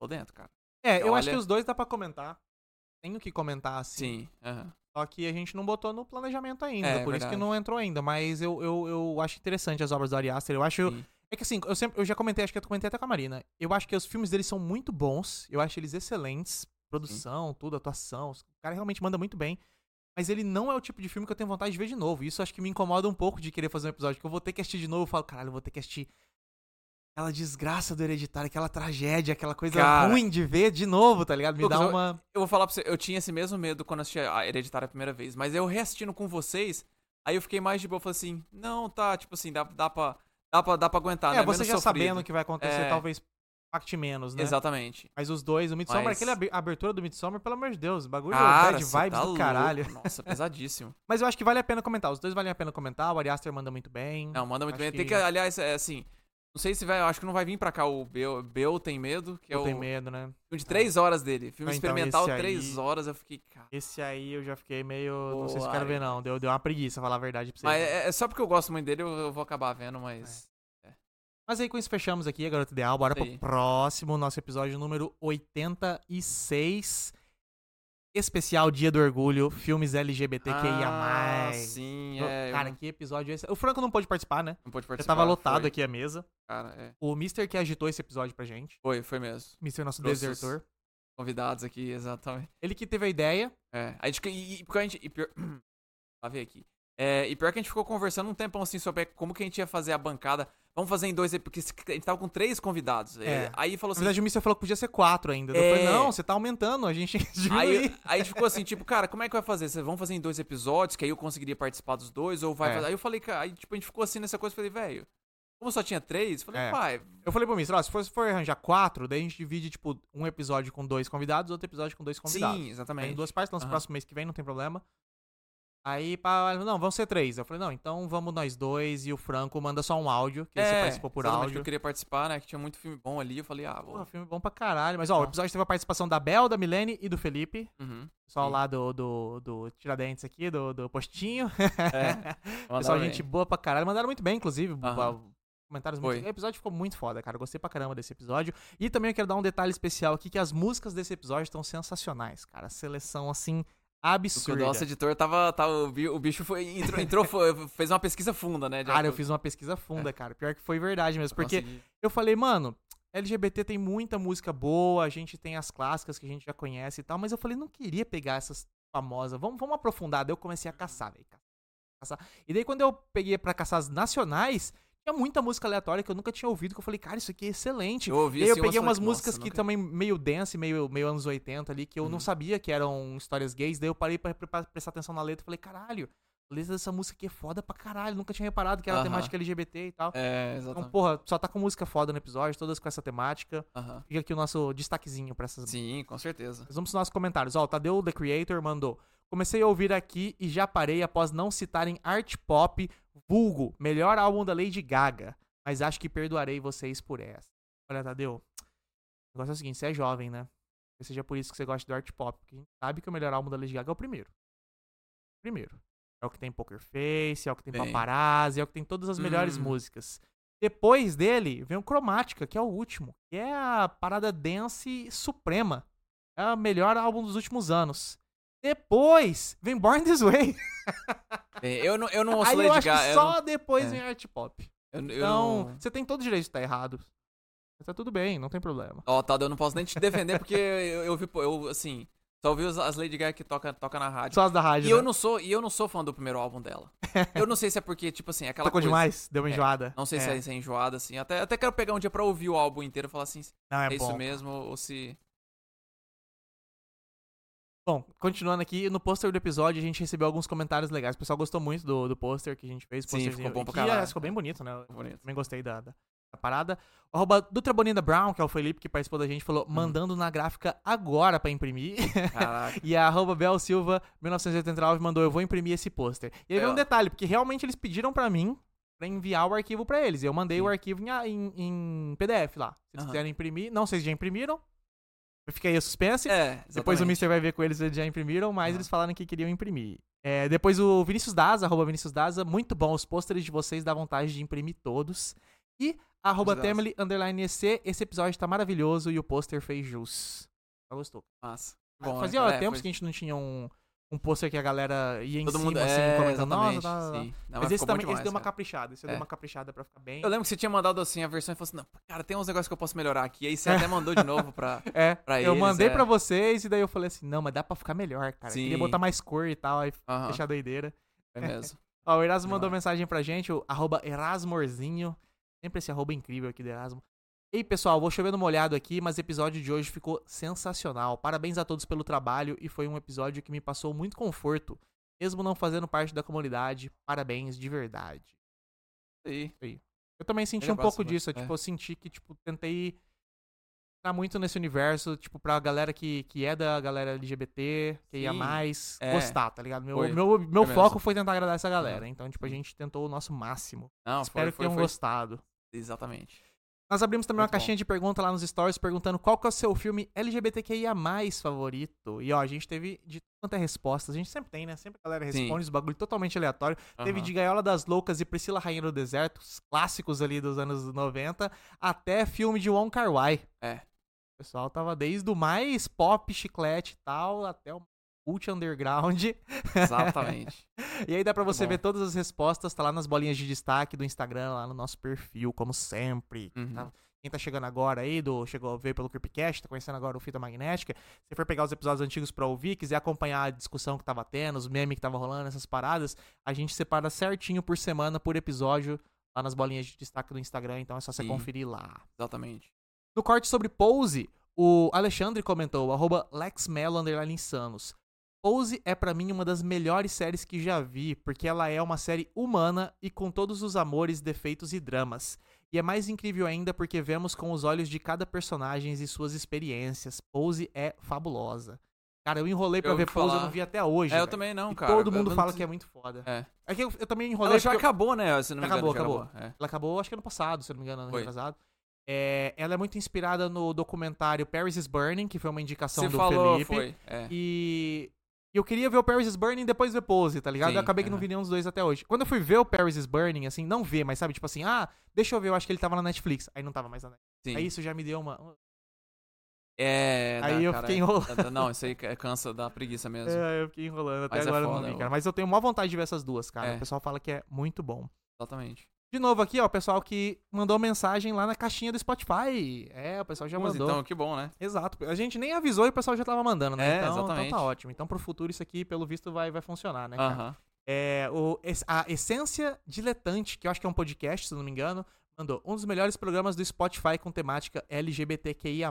S3: tô dentro, cara.
S2: É, eu acho
S3: olha-
S2: que os dois dá pra comentar. Tenho que comentar, assim.
S3: Sim. aham.
S2: Só que a gente não botou no planejamento ainda,
S3: É,
S2: por isso que
S3: verdade.
S2: não entrou ainda. Mas eu, eu, eu acho interessante as obras do Ari Aster. Eu acho.
S3: Sim.
S2: É que assim, eu sempre eu já comentei, acho que eu comentei até com a Marina. Eu acho que os filmes deles são muito bons, eu acho eles excelentes. Produção, tudo, atuação. O cara realmente manda muito bem. Mas ele não é o tipo de filme que eu tenho vontade de ver de novo. Isso acho que me incomoda um pouco de querer fazer um episódio que eu vou ter que assistir de novo. Eu falo, caralho, eu vou ter que assistir aquela desgraça do hereditário, aquela tragédia, aquela coisa
S3: Cara.
S2: ruim de ver de novo, tá ligado? Me
S3: Lucas,
S2: dá
S3: eu-
S2: uma.
S3: Eu vou falar pra você, eu tinha esse mesmo medo quando eu assisti a Hereditária a primeira vez, mas eu reassistindo com vocês, aí eu fiquei mais de boa, eu falei assim, não, tá, tipo assim, dá, dá pra. Dá pra, dá pra aguentar, né?
S2: é, você
S3: Menos
S2: já
S3: sofrido.
S2: sabendo o que vai acontecer,
S3: É.
S2: talvez impacte menos, né?
S3: Exatamente.
S2: Mas os dois, o Midsommar,
S3: Mas-
S2: aquele abi- abertura do Midsommar, pelo amor de Deus, bagulho
S3: Cara,
S2: bad
S3: cê
S2: vibes
S3: tá
S2: do caralho.
S3: louco.
S2: *laughs*
S3: Nossa, pesadíssimo.
S2: Mas eu acho que vale a pena comentar, os dois valem a pena comentar, o Ari Aster manda muito bem.
S3: Não, manda muito
S2: Acho
S3: bem. Tem
S2: que-
S3: que, aliás, é assim, Não sei se vai, eu acho que não vai vir pra cá o Beu, Beu Tem Medo, que é
S2: eu
S3: o
S2: tenho medo, né?
S3: filme de 3 horas dele. Filme
S2: Ah, então,
S3: experimental,
S2: esse aí-
S3: 3 horas, eu fiquei, cara.
S2: Esse aí eu já fiquei meio. não sei se eu
S3: Boa,
S2: quero ver, não. Deu, deu uma preguiça, falar a verdade pra vocês.
S3: Mas é, é só porque eu gosto muito dele, eu, eu vou acabar vendo, mas.
S2: Mas aí com isso fechamos aqui, a Garota Ideal. Bora
S3: Isso
S2: pro
S3: aí.
S2: próximo, nosso episódio número 86. Especial Dia do Orgulho, filmes LGBTQIA+.
S3: Ah, sim, é. eu
S2: Cara,
S3: não-
S2: que episódio é esse? O Franco não pôde participar, né?
S3: não pôde
S2: Já
S3: participar.
S2: tava lotado
S3: foi,
S2: aqui a mesa.
S3: Cara, é.
S2: O Mr. que agitou esse episódio pra gente.
S3: Foi, foi mesmo.
S2: Mr. nosso
S3: Trouxe os-
S2: desertor.
S3: Convidados aqui, exatamente.
S2: Ele que teve a ideia.
S3: É. A gente, e, e- porque a gente. E pior, *clears throat* lá ver aqui. É, e pior que a gente ficou conversando um tempão assim sobre como que a gente ia fazer a bancada. Vamos fazer em dois, ep- porque a gente tava com três convidados.
S2: É.
S3: É, Aí falou
S2: Na
S3: assim.
S2: verdade, o Mr. falou que podia ser quatro ainda. Eu falei,
S3: É.
S2: não, você tá aumentando, a gente *laughs* diminui.
S3: Aí, aí
S2: *laughs*
S3: ficou assim, tipo, cara, como é que vai fazer? Vocês vão fazer em dois episódios, que aí eu conseguiria participar dos dois, ou vai
S2: É.
S3: fazer. Aí eu falei, cara, aí tipo, a gente ficou assim nessa coisa, eu falei, velho, como só tinha três, eu falei,
S2: É.
S3: pai,
S2: Eu falei pro Mr. ó, se for, se for arranjar quatro, daí a gente divide, tipo, um episódio com dois convidados, outro episódio com dois convidados.
S3: sim,
S2: Aí
S3: exatamente.
S2: em duas partes, lança
S3: Aham.
S2: próximo mês que vem, não tem problema. Aí, pá, ela falou, não, vão ser três. Eu falei, não, então vamos nós dois e o Franco manda só um áudio, que aí você participou por
S3: É, exatamente, que
S2: áudio.
S3: eu queria participar, né? Que tinha muito filme bom ali, eu falei, ah, vou.
S2: Porra, filme bom pra caralho. Mas, ó, o
S3: Não.
S2: episódio teve a participação da Bel, da Milene e do Felipe.
S3: Uhum.
S2: Pessoal
S3: Sim.
S2: lá do, do, do Tiradentes aqui, do, do Postinho. *laughs*
S3: É,
S2: Pessoal,
S3: mandaram
S2: gente
S3: bem.
S2: boa pra caralho. Mandaram muito bem, inclusive. bo-
S3: Aham.
S2: Comentários
S3: Foi.
S2: muito. O episódio ficou muito foda, cara. Eu Gostei pra caramba desse episódio. E também eu quero dar um detalhe especial aqui: que as músicas desse episódio estão sensacionais, cara. Seleção, assim,
S3: O
S2: absurda.
S3: nosso editor tava. tava o bi- o bicho foi, entrou, entrou foi- fez uma pesquisa funda, né? de É.
S2: Cara, eu
S3: acordo-
S2: fiz uma pesquisa funda, cara. Pior que foi verdade mesmo.
S3: pra
S2: Porque
S3: conseguir.
S2: eu falei, mano, LGBT tem muita música boa, a gente tem as clássicas que a gente já conhece e tal, mas eu falei, não queria pegar essas famosas. Vamos, vamos aprofundar. Daí eu comecei a
S3: Uhum.
S2: caçar, velho. ca- Caçar. E daí quando eu peguei pra caçar as nacionais, tinha muita música aleatória que eu nunca tinha ouvido, que eu falei, cara, isso aqui é excelente.
S3: Eu ouvi
S2: E aí eu
S3: assim,
S2: peguei
S3: falei,
S2: umas
S3: "Nossa,
S2: músicas que
S3: nunca-
S2: também meio dance, meio, meio anos 80 ali, que eu não
S3: Uhum.
S2: sabia que eram histórias gays. Daí eu parei pra, pra prestar atenção na letra e falei, caralho, a letra dessa música aqui é foda pra caralho. Nunca tinha reparado que era
S3: Aham.
S2: temática LGBT e tal.
S3: É,
S2: Então,
S3: exatamente.
S2: porra, só tá com música foda no episódio, todas com essa temática.
S3: Aham.
S2: Fica aqui o nosso destaquezinho pra essas.
S3: Sim, com certeza.
S2: Mas Vamos pros nossos comentários. Ó, o Tadeu The Creator mandou. Comecei a ouvir aqui e já parei após não citarem art pop, vulgo, melhor álbum da Lady Gaga. Mas acho que perdoarei vocês por essa. Olha, Tadeu, o negócio é o seguinte, você é jovem, né? Talvez seja por isso que você gosta do art pop. Porque a gente sabe que o melhor álbum da Lady Gaga é o primeiro. Primeiro. É o que tem Poker Face, é o que tem
S3: Bem.
S2: Paparazzi, é o que tem todas as melhores
S3: Hum.
S2: músicas. Depois dele, vem o Cromática, que é o último. Que é a parada dance suprema. É o melhor álbum dos últimos anos. Depois, vem Born This
S3: *laughs*
S2: Way.
S3: Bem, É, eu não, eu não ouço
S2: Aí eu
S3: Lady
S2: acho
S3: Gaga.
S2: que
S3: eu
S2: só depois
S3: é.
S2: vem Art Pop.
S3: não- eu- eu
S2: Então,
S3: não-
S2: você tem todo o direito de estar errado. Tá tudo bem, não tem problema.
S3: Ó, Tadeu, eu não posso nem te defender porque eu, eu vi, pô, eu, assim, só ouvi as- as Lady Gaga que toca, toca na rádio.
S2: Só as da rádio,
S3: E eu
S2: né?
S3: não sou, e eu não sou fã do primeiro álbum dela.
S2: *laughs*
S3: Eu não sei se é porque, tipo assim, aquela
S2: Tocou
S3: coisa.
S2: demais, deu uma
S3: É,
S2: enjoada.
S3: Não sei se é, se é enjoada, assim. Até, até quero pegar um dia pra ouvir o álbum inteiro e falar assim, se
S2: Não, é,
S3: é, isso
S2: bom.
S3: mesmo, ou se.
S2: Bom, continuando aqui, no pôster do episódio a gente recebeu alguns comentários legais. O pessoal gostou muito do, do pôster que a gente fez.
S3: Sim, ficou
S2: pôsterzinho.
S3: bom pra
S2: Que, aliás,
S3: caralho.
S2: Ficou bem bonito, né? Eu
S3: Bonito.
S2: também gostei da, da, da parada. O arroba Dutra Bonina Brown, que é o Felipe que participou da gente, falou
S3: Uhum.
S2: mandando na gráfica agora pra imprimir.
S3: Caraca.
S2: *laughs* E a arroba Bel Silva 1989 mandou, eu vou imprimir esse pôster. E aí
S3: É,
S2: vem um
S3: ó.
S2: detalhe, porque realmente eles pediram pra mim pra enviar o arquivo pra eles. E eu mandei o
S3: Sim.
S2: arquivo em, a- em- em PDF lá. Se eles
S3: Aham.
S2: quiserem imprimir, não sei se já imprimiram. Eu fiquei a suspense.
S3: É,
S2: Depois o
S3: exatamente.
S2: Mr. vai ver com eles, eles já imprimiram, mas
S3: Aham.
S2: eles falaram que queriam imprimir. É, depois o Vinícius Daza, arroba Vinícius Daza, muito bom, os pôsteres de vocês dá vontade de imprimir todos. E arroba
S3: Vinícius Daza.
S2: Temely, underline EC, esse episódio tá maravilhoso e o pôster fez jus. Já gostou.
S3: Massa.
S2: Ah, Fazia
S3: né, cara? É,
S2: tempos
S3: foi-
S2: que a gente não tinha um, um pôster que a galera ia em
S3: Todo
S2: cima,
S3: mundo
S2: assim,
S3: é,
S2: comentando, nossa,
S3: exatamente,
S2: tá, tá, tá."
S3: sim. Não,
S2: Mas
S3: ficou
S2: esse
S3: bom
S2: também, esse
S3: demais,
S2: deu uma
S3: cara.
S2: caprichada, esse
S3: É.
S2: deu uma caprichada pra ficar bem.
S3: Eu lembro que você tinha mandado assim a versão e falou assim: não, cara, tem uns negócios que eu posso melhorar aqui.
S2: *laughs*
S3: E aí você até mandou de novo pra.
S2: É,
S3: pra
S2: eu
S3: eles,
S2: mandei
S3: é.
S2: pra vocês e daí eu falei assim, não, mas dá pra ficar melhor, cara. Eu Queria
S3: Sim.
S2: botar mais cor e tal, aí
S3: Aham,
S2: deixar doideira.
S3: é mesmo.
S2: Ó, o Erasmo mandou
S3: Demais.
S2: mensagem pra gente, o arroba Erasmorzinho. Sempre esse arroba incrível aqui do Erasmo. Ei, pessoal, vou chovendo molhado aqui, mas o episódio de hoje ficou sensacional. Parabéns a todos pelo trabalho e foi um episódio que me passou muito conforto. Mesmo não fazendo parte da comunidade, parabéns de verdade.
S3: Aí.
S2: Eu também senti
S3: Ele é
S2: um pouco
S3: próximo,
S2: disso. eu,
S3: é.
S2: Tipo, eu senti que, tipo, tentei entrar muito nesse universo, tipo, pra galera que, que é da galera LGBT, que ia
S3: Sim,
S2: mais,
S3: é.
S2: gostar, tá ligado? Meu,
S3: Foi.
S2: meu, meu
S3: É
S2: foco foi tentar agradar essa galera. Então, tipo, a
S3: Sim.
S2: gente tentou o nosso máximo.
S3: Não,
S2: Espero
S3: foi,
S2: que
S3: foi,
S2: tenham
S3: foi,
S2: gostado.
S3: Exatamente.
S2: Nós abrimos também
S3: Muito
S2: uma caixinha de pergunta lá nos stories perguntando qual que é o seu filme LGBTQIA favorito. E ó, a gente teve de quantas respostas. A gente sempre tem, né? Sempre a galera
S3: Sim.
S2: responde os bagulho totalmente aleatório. Teve
S3: Aham.
S2: de Gaiola das Loucas e Priscila Rainha do Deserto, os clássicos ali dos anos 90, até filme de Wong Kar Wai.
S3: É.
S2: O pessoal tava desde o mais pop, chiclete e tal, até o ultra underground.
S3: Exatamente.
S2: E aí dá pra você
S3: Tá bom.
S2: ver todas as respostas, tá lá nas bolinhas de destaque do Instagram, lá no nosso perfil, como sempre.
S3: Uhum.
S2: Tá? Quem tá chegando agora aí, do, chegou veio pelo Creepcast, tá conhecendo agora o Fita Magnética, se for pegar os episódios antigos pra ouvir, quiser acompanhar a discussão que tava tendo, os memes que tava rolando, essas paradas, a gente separa certinho por semana, por episódio, lá nas bolinhas de destaque do Instagram, então é só você
S3: Sim.
S2: conferir lá.
S3: Exatamente.
S2: No corte sobre Pose, o Alexandre comentou, arroba LexMelo, underline insanos. Pose é pra mim uma das melhores séries que já vi, porque ela é uma série humana e com todos os amores, defeitos e dramas. E é mais incrível ainda porque vemos com os olhos de cada personagem e suas experiências. Pose é fabulosa. Cara, eu enrolei pra
S3: Eu
S2: ver
S3: ouvi
S2: Pose, eu
S3: falar.
S2: não vi até *laughs* hoje.
S3: É, eu
S2: velho.
S3: também não,
S2: E
S3: cara.
S2: todo
S3: Eu
S2: mundo
S3: não
S2: fala
S3: sei-
S2: que é muito foda.
S3: É.
S2: É que eu, eu também enrolei
S3: Ela já
S2: porque eu-
S3: acabou, né? Se não me
S2: Acabou,
S3: engano, já
S2: acabou.
S3: É.
S2: ela acabou, acho que ano passado, se eu não me engano, ano
S3: Foi.
S2: retrasado. É, ela é muito inspirada no documentário Paris is Burning, que foi uma indicação
S3: Você
S2: do
S3: falou,
S2: Felipe.
S3: foi. É.
S2: E eu queria ver o Paris is Burning e depois ver Pose, tá ligado?
S3: Sim,
S2: eu acabei que não
S3: aham.
S2: vi nenhum dos dois até hoje. Quando eu fui ver o Paris is Burning, assim, não ver, mas sabe, tipo assim, ah, deixa eu ver, eu acho que ele tava na Netflix. Aí não tava mais na Netflix.
S3: Sim.
S2: Aí é isso já me deu uma.
S3: É,
S2: Aí
S3: dá,
S2: eu
S3: cara,
S2: fiquei
S3: é.
S2: enrolando.
S3: Dá- dá- Não, isso aí ca- cansa, dá preguiça mesmo.
S2: *laughs* É, eu fiquei enrolando até
S3: Mas é
S2: agora eu
S3: foda,
S2: não vi,
S3: ó.
S2: cara. Mas eu tenho maior vontade de ver essas duas, cara.
S3: É.
S2: O pessoal fala que é muito bom.
S3: Exatamente.
S2: De novo aqui, ó, o pessoal que mandou mensagem lá na caixinha do Spotify. É, o pessoal já
S3: Mas
S2: mandou.
S3: então, que bom, né?
S2: Exato. A gente nem avisou e o pessoal já tava mandando, né?
S3: É,
S2: então,
S3: exatamente.
S2: então tá ótimo. Então pro futuro isso aqui, pelo visto, vai, vai funcionar, né? cara?
S3: Aham.
S2: É, o, es- a Essência Diletante, que eu acho que é um podcast, se não me engano, mandou um dos melhores programas do Spotify com temática LGBTQIA+.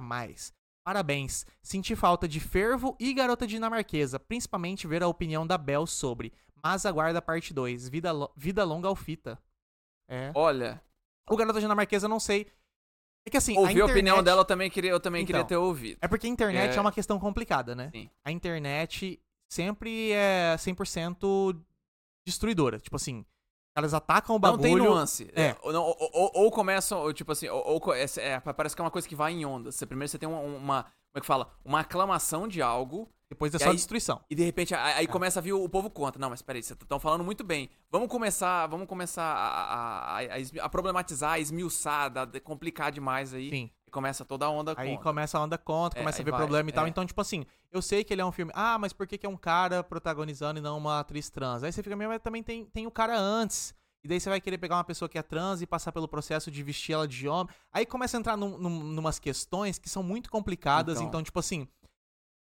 S2: Parabéns. Senti falta de fervo e garota dinamarquesa, principalmente ver a opinião da Bel sobre. Mas aguarda a parte 2. Vida, lo- vida longa ao fita. É.
S3: Olha,
S2: O Garota Dinamarquesa, eu não sei. É que assim.
S3: ouvir a,
S2: internet-
S3: opinião dela eu também queria, eu também queria
S2: Então.
S3: ter ouvido.
S2: É porque a internet é,
S3: É.
S2: uma questão complicada, né?
S3: Sim.
S2: A internet sempre é 100% destruidora. Tipo assim, elas atacam o
S3: Não tem
S2: um bagulho.
S3: nuance.
S2: É.
S3: Ou, não- ou- ou- ou começam, ou, tipo assim, ou, ou co- é- é, parece que é uma coisa que vai em ondas. Você, primeiro você tem uma, uma- Como é que fala? Uma aclamação de algo,
S2: Depois é
S3: E
S2: só
S3: aí-
S2: destruição.
S3: e de repente aí,
S2: É.
S3: aí começa a vir o, o povo contra. Não, mas peraí, vocês estão falando muito bem. Vamos começar, vamos começar a, a- a- a esmi- a problematizar, a esmiuçar, a de- complicar demais aí.
S2: Sim.
S3: E começa toda a onda
S2: Aí
S3: contra.
S2: começa a onda conta,
S3: É,
S2: começa
S3: aí
S2: a ver
S3: vai,
S2: problema e tal.
S3: é.
S2: Então, tipo assim, eu sei que ele é um filme. Ah, mas por que, que é um cara protagonizando e não uma atriz trans? Aí você fica, meio, mas também tem, tem o cara antes. E daí você vai querer pegar uma pessoa que é trans e passar pelo processo de vestir ela de homem. Aí começa a entrar num, num, numas questões que são muito complicadas. Então,
S3: Então.
S2: tipo assim.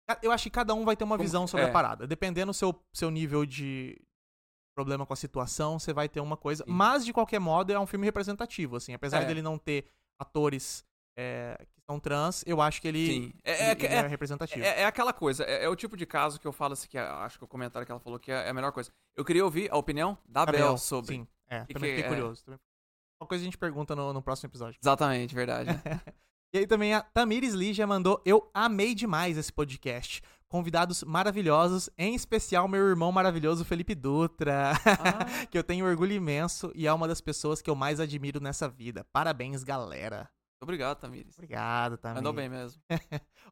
S2: ca- Eu acho que cada um vai ter uma
S3: Como-
S2: visão sobre a
S3: é.
S2: parada. Dependendo do seu, seu nível de problema com a situação, você vai ter uma coisa.
S3: Sim.
S2: Mas, de qualquer modo, é um filme representativo, assim. Apesar
S3: É.
S2: dele não ter atores é, que são trans, eu acho que ele,
S3: Sim. É-
S2: ele-
S3: é-
S2: ele
S3: é-
S2: representativo.
S3: É, é aquela coisa, é, é o tipo de caso que eu falo assim, que a- acho que o comentário que ela falou que é a melhor coisa. Eu queria ouvir a opinião da
S2: Gabriel,
S3: Bel sobre.
S2: Sim, é,
S3: Que
S2: também
S3: que-
S2: fiquei
S3: é.
S2: curioso. Também... Uma coisa a gente pergunta no, no próximo episódio. *laughs*
S3: Exatamente, verdade.
S2: E aí também a Tamires Lígia mandou: Eu amei demais esse podcast. Convidados maravilhosos, em especial meu irmão maravilhoso Felipe Dutra,
S3: Ah.
S2: *laughs* que eu tenho orgulho imenso e é uma das pessoas que eu mais admiro nessa vida. Parabéns, galera.
S3: Obrigado, Tamires.
S2: Obrigado, Tamires.
S3: Mandou bem mesmo.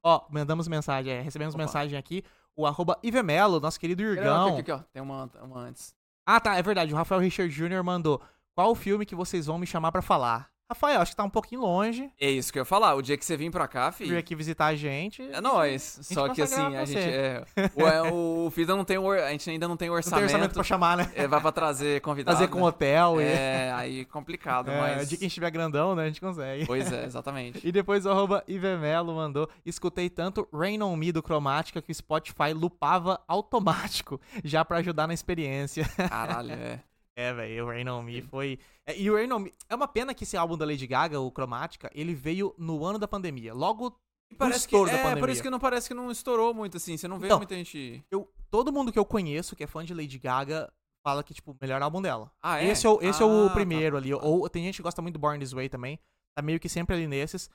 S2: Ó, mandamos mensagem, é, recebemos
S3: Opa.
S2: mensagem aqui. O arroba Ivemelo, nosso querido
S3: Não,
S2: Irgão.
S3: aqui, aqui, ó. Tem uma, uma antes.
S2: Ah, tá, é verdade. O Rafael Richard Jr. mandou. Qual o filme que vocês vão me chamar pra falar? Rafael, acho que tá um pouquinho longe.
S3: É isso que eu ia falar. O dia que você vir pra cá,
S2: Veio
S3: filho.
S2: aqui visitar a gente.
S3: É nóis. Só
S2: consegue
S3: que assim,
S2: gravar
S3: a
S2: com
S3: gente.
S2: você.
S3: É, o, é, o Fida não tem o or- A gente ainda não tem o
S2: Não tem
S3: orçamento.
S2: orçamento pra chamar,
S3: *laughs*
S2: né?
S3: é, vai pra trazer convidado.
S2: Fazer com hotel e.
S3: né? É, aí complicado,
S2: É,
S3: mas.
S2: De quem estiver grandão, né? A gente consegue.
S3: Pois é,
S2: *laughs*
S3: exatamente.
S2: E depois o arroba Ivemelo mandou. Escutei tanto Rain on Me do Cromática que o Spotify lupava automático, já pra ajudar na experiência.
S3: Caralho, é.
S2: É, velho, o Rain On Me foi. é, E o Rain On Me. É uma pena que esse álbum da Lady Gaga, o Cromática, ele veio no ano da pandemia. Logo,
S3: E parece que,
S2: estouro da
S3: é, por
S2: pandemia.
S3: isso que não parece que não estourou muito, assim. Você não vê
S2: Então.
S3: muita gente.
S2: eu, todo mundo que eu conheço que é fã de Lady Gaga fala que, tipo, o melhor álbum dela.
S3: Ah, é?
S2: Esse é o, esse é
S3: Ah,
S2: o
S3: tá.
S2: primeiro ali. Ou tem gente que gosta muito do Born This Way também. Tá meio que sempre ali nesses.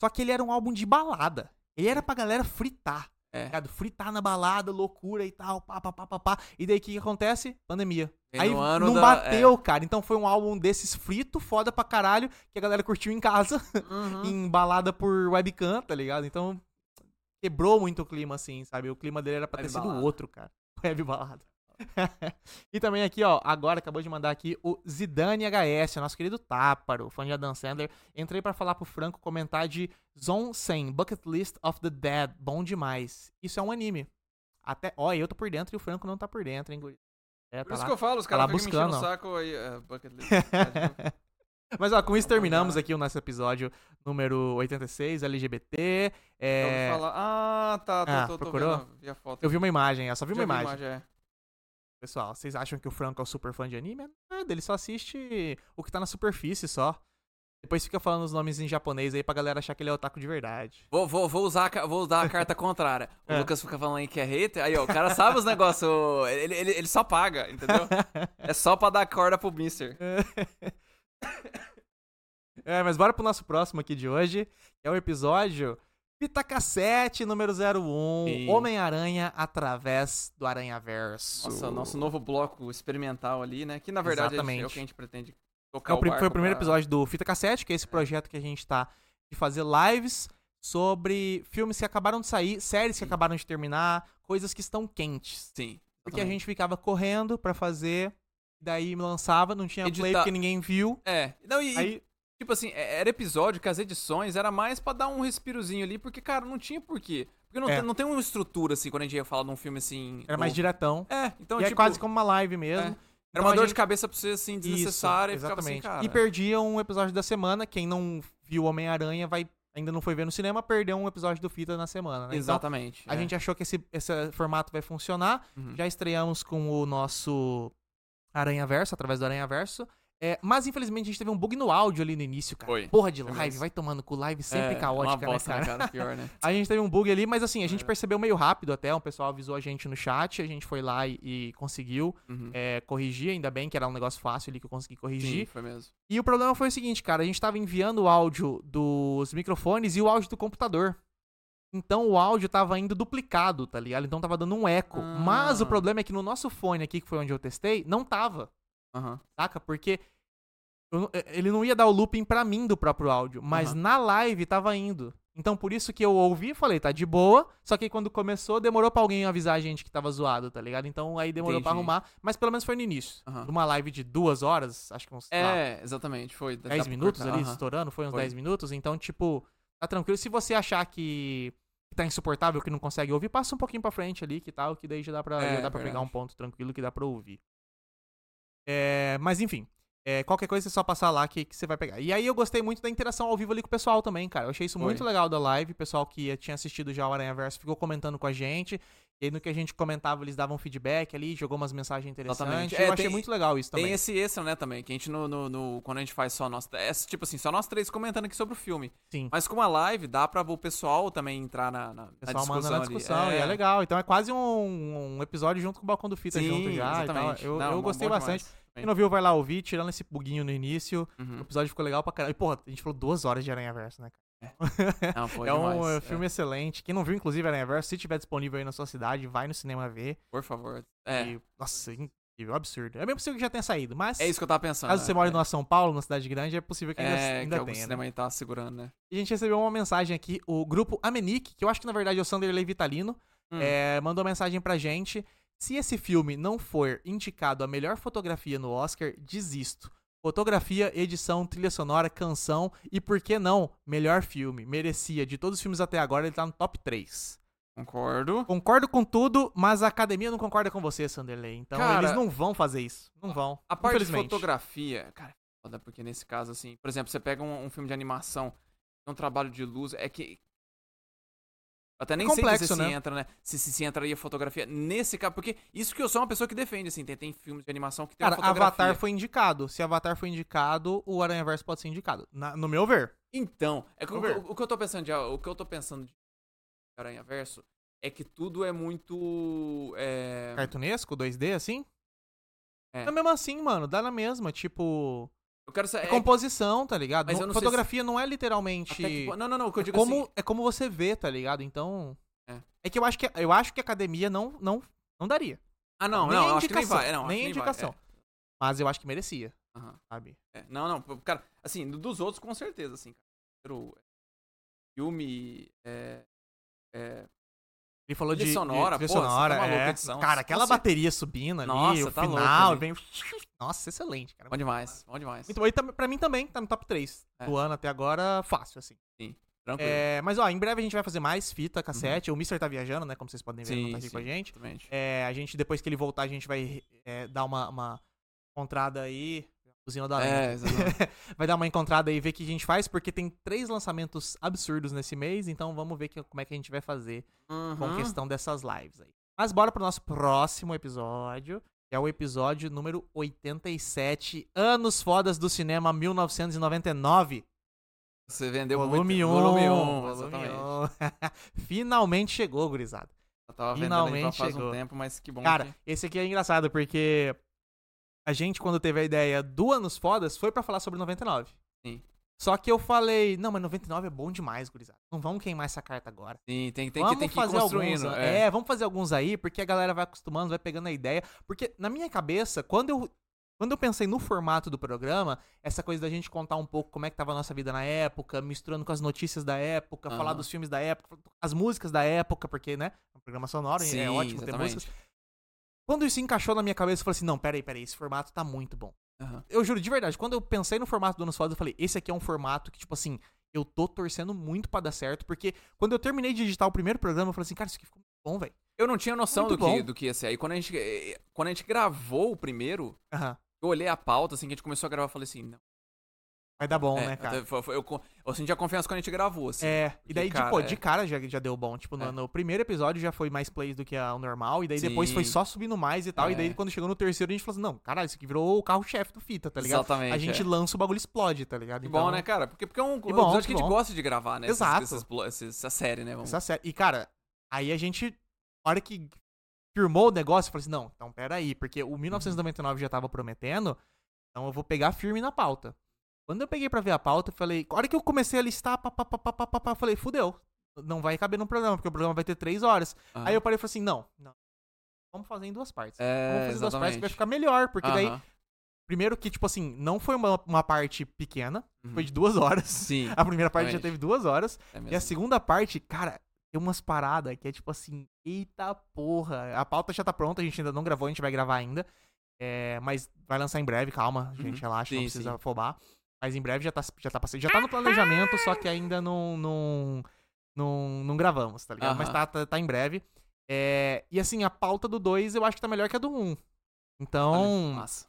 S2: Só que ele era um álbum de balada. Ele era pra galera fritar.
S3: É.
S2: ligado? Fritar na balada, loucura e tal, pá, pá, pá, pá, pá. E daí o que que acontece? Pandemia.
S3: Vem
S2: Aí
S3: no ano
S2: não
S3: da- é.
S2: bateu, cara. Então foi um álbum desses frito, foda pra caralho, que a galera curtiu em casa,
S3: é.
S2: *laughs*
S3: Uhum.
S2: embalada por webcam, tá ligado? Então quebrou muito o clima, assim, sabe? O clima dele era pra ter
S3: Web
S2: sido
S3: balada.
S2: outro, cara. *laughs* Web balada. e também aqui, ó, agora acabou de mandar aqui o Zidane HS, nosso querido Táparo, fã de Adam Sandler. Entrei pra falar pro Franco comentar de Zone 100, Bucket List of the Dead. Bom demais. Isso é um anime. Até, ó, eu tô por dentro e o Franco não tá por dentro, hein, guri? É,
S3: Por
S2: tá
S3: isso
S2: lá.
S3: que eu falo, os
S2: tá
S3: caras
S2: lá
S3: ficam me enchendo o
S2: buscando, ó.
S3: saco aí. É, bucket list. Tá,
S2: *laughs* Mas ó, com isso
S3: Vamos
S2: terminamos
S3: lá.
S2: aqui o nosso episódio número 86, LGBT.
S3: eu ouvi
S2: É,
S3: falar. Ah, tá, tô,
S2: Ah,
S3: tô, tô
S2: procurou?
S3: vendo. Vi a foto.
S2: eu vi uma imagem, eu só vi uma
S3: Já
S2: imagem.
S3: é.
S2: Pessoal, vocês acham que o Franco é um super fã de anime? É Nada, ele só assiste o que tá na superfície só. Depois fica falando os nomes em japonês aí pra galera achar que ele é otaku de verdade.
S3: Vou, vou, vou, usar, a ca- vou usar a carta contrária. O
S2: É.
S3: Lucas fica falando aí que é hater. Aí, ó, o cara sabe os negócios. Ele, ele, ele só paga, entendeu? É só pra dar corda pro Mister.
S2: É, mas bora pro nosso próximo aqui de hoje, que é o episódio Fita Cassete número 01,
S3: Sim.
S2: Homem-Aranha através do Aranhaverso.
S3: Nossa, nosso novo bloco experimental ali, né? Que na verdade é,
S2: Exatamente.
S3: é o que a gente pretende
S2: É
S3: tocar
S2: o prim-
S3: barco
S2: foi o primeiro
S3: pra-
S2: episódio do Fita Cassete, que é esse projeto que a gente tá de fazer lives sobre filmes que acabaram de sair, séries que
S3: Sim.
S2: acabaram de terminar, coisas que estão quentes.
S3: Sim.
S2: Porque a
S3: exatamente.
S2: gente ficava correndo pra fazer, daí me lançava, não tinha play
S3: Editar.
S2: porque ninguém viu.
S3: É. Não, e, e,
S2: Aí,
S3: tipo assim, é- era episódio que as edições era mais pra dar um respirozinho ali, porque, cara, não tinha porquê. Porque não,
S2: É.
S3: tem, não tem uma estrutura, assim, quando a gente ia falar de um filme assim.
S2: era mais
S3: novo.
S2: diretão.
S3: É, então,
S2: e
S3: tipo,
S2: é quase como uma live mesmo.
S3: é.
S2: Então
S3: era uma
S2: a
S3: dor
S2: gente-
S3: de cabeça pra você, assim,
S2: Isso,
S3: desnecessária. e ficava assim,
S2: exatamente.
S3: cara.
S2: E perdia um episódio da semana. Quem não viu Homem-Aranha vai ainda não foi ver no cinema, perdeu um episódio do Fita na semana, né? Então,
S3: Exatamente.
S2: a
S3: é.
S2: gente achou que esse, esse formato vai funcionar.
S3: Uhum.
S2: Já estreamos com o nosso Aranha Verso, através do Aranha Verso. É, mas infelizmente a gente teve um bug no áudio ali no início, cara.
S3: Foi.
S2: Porra de
S3: Foi
S2: live,
S3: mesmo.
S2: vai tomando com live sempre
S3: É,
S2: caótica,
S3: uma bosta,
S2: né, cara?
S3: Pior, né?
S2: *laughs* A gente teve um bug ali, mas assim, a gente
S3: É.
S2: percebeu meio rápido até, o pessoal avisou a gente no chat, a gente foi lá e, e conseguiu
S3: Uhum.
S2: é, corrigir, ainda bem que era um negócio fácil ali que eu consegui corrigir.
S3: Sim, foi mesmo.
S2: E o problema foi o seguinte, cara, a gente tava enviando o áudio dos microfones e o áudio do computador. Então o áudio tava indo duplicado, tá ligado? Então tava dando um eco.
S3: Ah.
S2: Mas o problema é que no nosso fone aqui, que foi onde eu testei, não tava,
S3: Aham.
S2: saca? Porque eu não- eh, ele não ia dar o looping pra mim do próprio áudio, mas
S3: Aham.
S2: na live tava indo. Então por isso que eu ouvi e falei, tá de boa, só que quando começou demorou pra alguém avisar a gente que tava zoado, tá ligado? Então aí demorou pra
S3: Entendi.
S2: arrumar, mas pelo menos foi no início.
S3: Aham.
S2: Numa live de duas horas, acho que uns sei lá,
S3: É, exatamente, foi. dá-
S2: 10
S3: dá pra
S2: minutos
S3: cortar,
S2: ali,
S3: aham.
S2: estourando, foi uns
S3: Foi.
S2: 10 minutos, então, tipo, tá tranquilo. Se você achar que que tá insuportável, que não consegue ouvir, passa um pouquinho pra frente ali, que tal, que daí já dá pra,
S3: É,
S2: já dá pra pegar
S3: verdade.
S2: um ponto tranquilo que dá pra ouvir. É, mas enfim, é, qualquer coisa é só passar lá que, que você vai pegar. E aí eu gostei muito da interação ao vivo ali com o pessoal também, cara. Eu achei isso
S3: Foi.
S2: muito legal da live, o pessoal que tinha assistido já o Aranha Verso ficou comentando com a gente, e aí no que a gente comentava eles davam feedback ali, jogou umas mensagens interessantes.
S3: Exatamente.
S2: Eu
S3: É,
S2: achei
S3: tem-
S2: muito legal isso também.
S3: Tem esse extra, né, também, que a gente, no, no- no- quando a gente faz só nós, é, tipo assim, só nós três comentando aqui sobre o filme.
S2: Sim.
S3: Mas com a live, dá pra o pessoal também entrar na, na, na
S2: O pessoal manda na
S3: ali.
S2: discussão e é legal. Então é quase um, um episódio junto com o Balcão do Fita
S3: Sim,
S2: junto já. e tal.
S3: exatamente.
S2: Eu,
S3: Não,
S2: eu
S3: bom-
S2: gostei
S3: bom
S2: bastante.
S3: demais.
S2: Quem não viu, vai lá ouvir, tirando esse buguinho no início. O *laughs*
S3: Uhum.
S2: episódio ficou legal pra caralho. E, porra, a gente falou duas horas de Aranha Verso, né?
S3: Não, foi
S2: é um
S3: demais,
S2: é, filme excelente. Quem não viu, inclusive, Aranha Verso, se tiver disponível aí na sua cidade, vai no cinema ver.
S3: Por favor. É,
S2: E, nossa, é incrível, absurdo. É bem possível que já tenha saído, mas.
S3: é isso que eu tava pensando.
S2: Caso você
S3: né?
S2: mora numa São Paulo, numa cidade grande, é possível que ainda,
S3: É,
S2: ainda
S3: que algum
S2: tenha. né?
S3: cinema aí tá segurando, né?
S2: E a gente recebeu uma mensagem aqui, o grupo Amenic, que eu acho que na verdade é o Sanderley Vitalino,
S3: Hum.
S2: é, mandou mensagem pra gente. Se esse filme não for indicado a melhor fotografia no Oscar, desisto. Fotografia, edição, trilha sonora, canção e, por que não, melhor filme. Merecia. De todos os filmes até agora, ele tá no top 3.
S3: Concordo.
S2: Concordo com tudo, mas a academia não concorda com você, Sanderley. Então,
S3: Cara,
S2: eles não vão fazer isso. Não vão.
S3: A parte de
S2: infelizmente.
S3: fotografia, cara, é foda, porque nesse caso, assim, por exemplo, você pega um, um filme de animação, um trabalho de luz, é que. Eu Até nem
S2: complexo,
S3: sei dizer se
S2: né?
S3: entra, né? Se, se, se entraria fotografia nesse caso, porque isso que eu sou uma pessoa que defende, assim, tem, tem filmes de animação que tem
S2: Cara,
S3: uma fotografia.
S2: Avatar foi indicado. Se Avatar foi indicado, o Aranha Verso pode ser indicado. Na- no meu ver.
S3: Então, é que o,
S2: Vamos ver.
S3: o- o que eu tô pensando de, o que eu tô pensando de Aranha Verso é que tudo é muito. é,
S2: Cartunesco, 2D, assim? É.
S3: É.
S2: mesmo assim, mano, dá na mesma. Tipo,
S3: eu quero
S2: é,
S3: saber.
S2: composição, tá ligado?
S3: Mas
S2: Não-
S3: eu não sei
S2: fotografia não é literalmente.
S3: até que po- não, não, não, o que eu
S2: é,
S3: digo
S2: como,
S3: assim,
S2: é como você vê, tá ligado? Então. É,
S3: É.
S2: que eu acho que eu acho que a academia não, não, não daria.
S3: Ah, não,
S2: nem
S3: não,
S2: a
S3: eu acho que nem
S2: indicação,
S3: vai. é, Não, acho
S2: nem
S3: que
S2: a
S3: vai,
S2: indicação.
S3: é.
S2: Mas eu acho que merecia,
S3: Aham.
S2: sabe?
S3: É, não, não, pô, cara, assim, do- dos outros com certeza, assim, cara. Primeiro, é, Filme, é, é,
S2: Ele falou
S3: Trilha
S2: de
S3: sonora,
S2: de, trilha
S3: pô, você tá
S2: sonora,
S3: maluco,
S2: é.
S3: edição,
S2: Cara, aquela
S3: com cer-
S2: bateria subindo ali, o
S3: Nossa,
S2: *laughs*
S3: tá louco
S2: final,
S3: ali.
S2: vem... Nossa, excelente, cara.
S3: é bom demais, bom demais.
S2: Muito bom. E tam- pra mim também, tá no top 3
S3: É.
S2: do ano até agora, fácil, assim.
S3: Tranquilo,
S2: É, mas, ó, em breve a gente vai fazer mais fita, cassete. O Mr. tá viajando, né? Como vocês podem ver, ele não
S3: Uhum. Sim,
S2: tá aqui
S3: sim.
S2: com a gente.
S3: exatamente.
S2: É, a gente, depois que ele voltar, a gente vai é, dar uma, uma encontrada aí. Usina da Aranha.
S3: É, exatamente.
S2: Vai dar uma encontrada aí, ver o que a gente faz, porque tem três lançamentos absurdos nesse mês, então vamos ver que- como é que a gente vai fazer com
S3: Uhum.
S2: questão dessas lives aí. Mas bora pro nosso próximo episódio, que é o episódio número 87, Anos Fodas do Cinema 1999.
S3: Você vendeu
S2: volume
S3: muito.
S2: 1. volume
S3: Volume 1, exatamente.
S2: 1. *laughs* Finalmente chegou, gurizada.
S3: Eu tava vendendo
S2: Finalmente
S3: ele faz
S2: chegou.
S3: um tempo, mas que bom
S2: Cara,
S3: que...
S2: esse aqui é engraçado, porque a gente, quando teve a ideia do Anos Fodas, foi pra falar sobre 99.
S3: Sim.
S2: Só que eu falei, não, mas 99 é bom demais, gurizada. Não vamos queimar essa carta agora.
S3: Sim, tem, tem, que,
S2: vamos
S3: tem que ir
S2: fazer alguns.
S3: construindo.
S2: É. vamos fazer alguns aí, porque a galera vai acostumando, vai pegando a ideia. Porque na minha cabeça, quando eu, quando eu pensei no formato do programa, essa coisa da gente contar um pouco como é que tava a nossa vida na época, misturando com as notícias da época, falar
S3: Aham.
S2: dos filmes da época, as músicas da época, porque, né? É um programa sonoro,
S3: Sim,
S2: é ótimo ter
S3: exatamente.
S2: músicas. Quando isso encaixou na minha cabeça, eu falei assim: não, peraí, peraí, esse formato tá muito bom.
S3: Aham.
S2: Eu juro, de verdade, quando eu pensei no formato do Anos Fodas, eu falei, esse aqui é um formato que, tipo assim, eu tô torcendo muito pra dar certo, porque quando eu terminei de digitar o primeiro programa, eu falei assim, cara, isso aqui ficou muito bom, velho.
S3: Eu não tinha noção do
S2: Muito
S3: que,
S2: bom.
S3: do que ia ser. Aí quando a, gente, eh, quando a gente gravou o primeiro,
S2: Aham.
S3: eu olhei a pauta, assim, que a gente começou a gravar, eu falei assim, não.
S2: Vai dar bom,
S3: é,
S2: né, cara?
S3: Eu, foi- foi- eu, co- eu senti a confiança quando a gente gravou, assim.
S2: É, e
S3: Porque,
S2: daí, de-
S3: cara,
S2: pô,
S3: é.
S2: de cara já, já deu bom. Tipo, no,
S3: É.
S2: no primeiro episódio já foi mais plays do que a- o normal, e daí depois foi
S3: Sim.
S2: só subindo mais e tal. E daí,
S3: É.
S2: quando chegou no terceiro, a gente falou assim, não, caralho, isso aqui virou o carro-chefe do fita, tá ligado?
S3: Exatamente.
S2: A gente
S3: é.
S2: lança o bagulho e explode, tá ligado?
S3: Que
S2: Então,
S3: bom, né, cara? Porque, porque é um
S2: Que
S3: um
S2: bom,
S3: episódio
S2: que
S3: que a gente
S2: bom.
S3: gosta de gravar, né? Esses-
S2: Exato.
S3: esses blo- esses- essa série, né? Vamos...
S2: Essa série. E, cara, aí a gente, na hora que firmou o negócio, eu falei assim, não, então peraí, porque
S3: Uhum.
S2: o 1999 já tava prometendo, então eu vou pegar firme na pauta. Quando eu peguei pra ver a pauta, eu falei, na hora que eu comecei a listar, pá, pá, pá, pá, pá, pá, pá, eu falei, fudeu, não vai caber no programa, porque o programa vai ter três horas.
S3: Aham.
S2: Aí eu parei e falei assim, não, não, vamos fazer em duas partes. Vamos
S3: Ah. É,
S2: fazer em duas partes que vai
S3: exatamente.
S2: ficar melhor, porque daí,
S3: Aham.
S2: primeiro que, tipo assim, não foi uma, uma parte pequena,
S3: Uhum.
S2: foi de duas horas. *laughs*
S3: Sim,
S2: A primeira parte já
S3: Exatamente.
S2: teve duas horas.
S3: é
S2: E assim, a
S3: mesmo.
S2: segunda parte, cara, tem umas paradas que é tipo assim, eita porra. A pauta já tá pronta, a gente ainda não gravou, a gente vai gravar ainda. É, mas vai lançar em breve, calma, gente, relaxa, não
S3: Uhum. Sim,
S2: precisa
S3: sim.
S2: afobar. Mas em breve já tá, já tá passando. Já tá no planejamento, só que ainda não. não, não, não gravamos, tá ligado? Mas
S3: Aham.
S2: tá, tá, tá em breve. É, e assim, a pauta do 2 eu acho que tá melhor que a do 1. Um. Então, o
S3: Massa.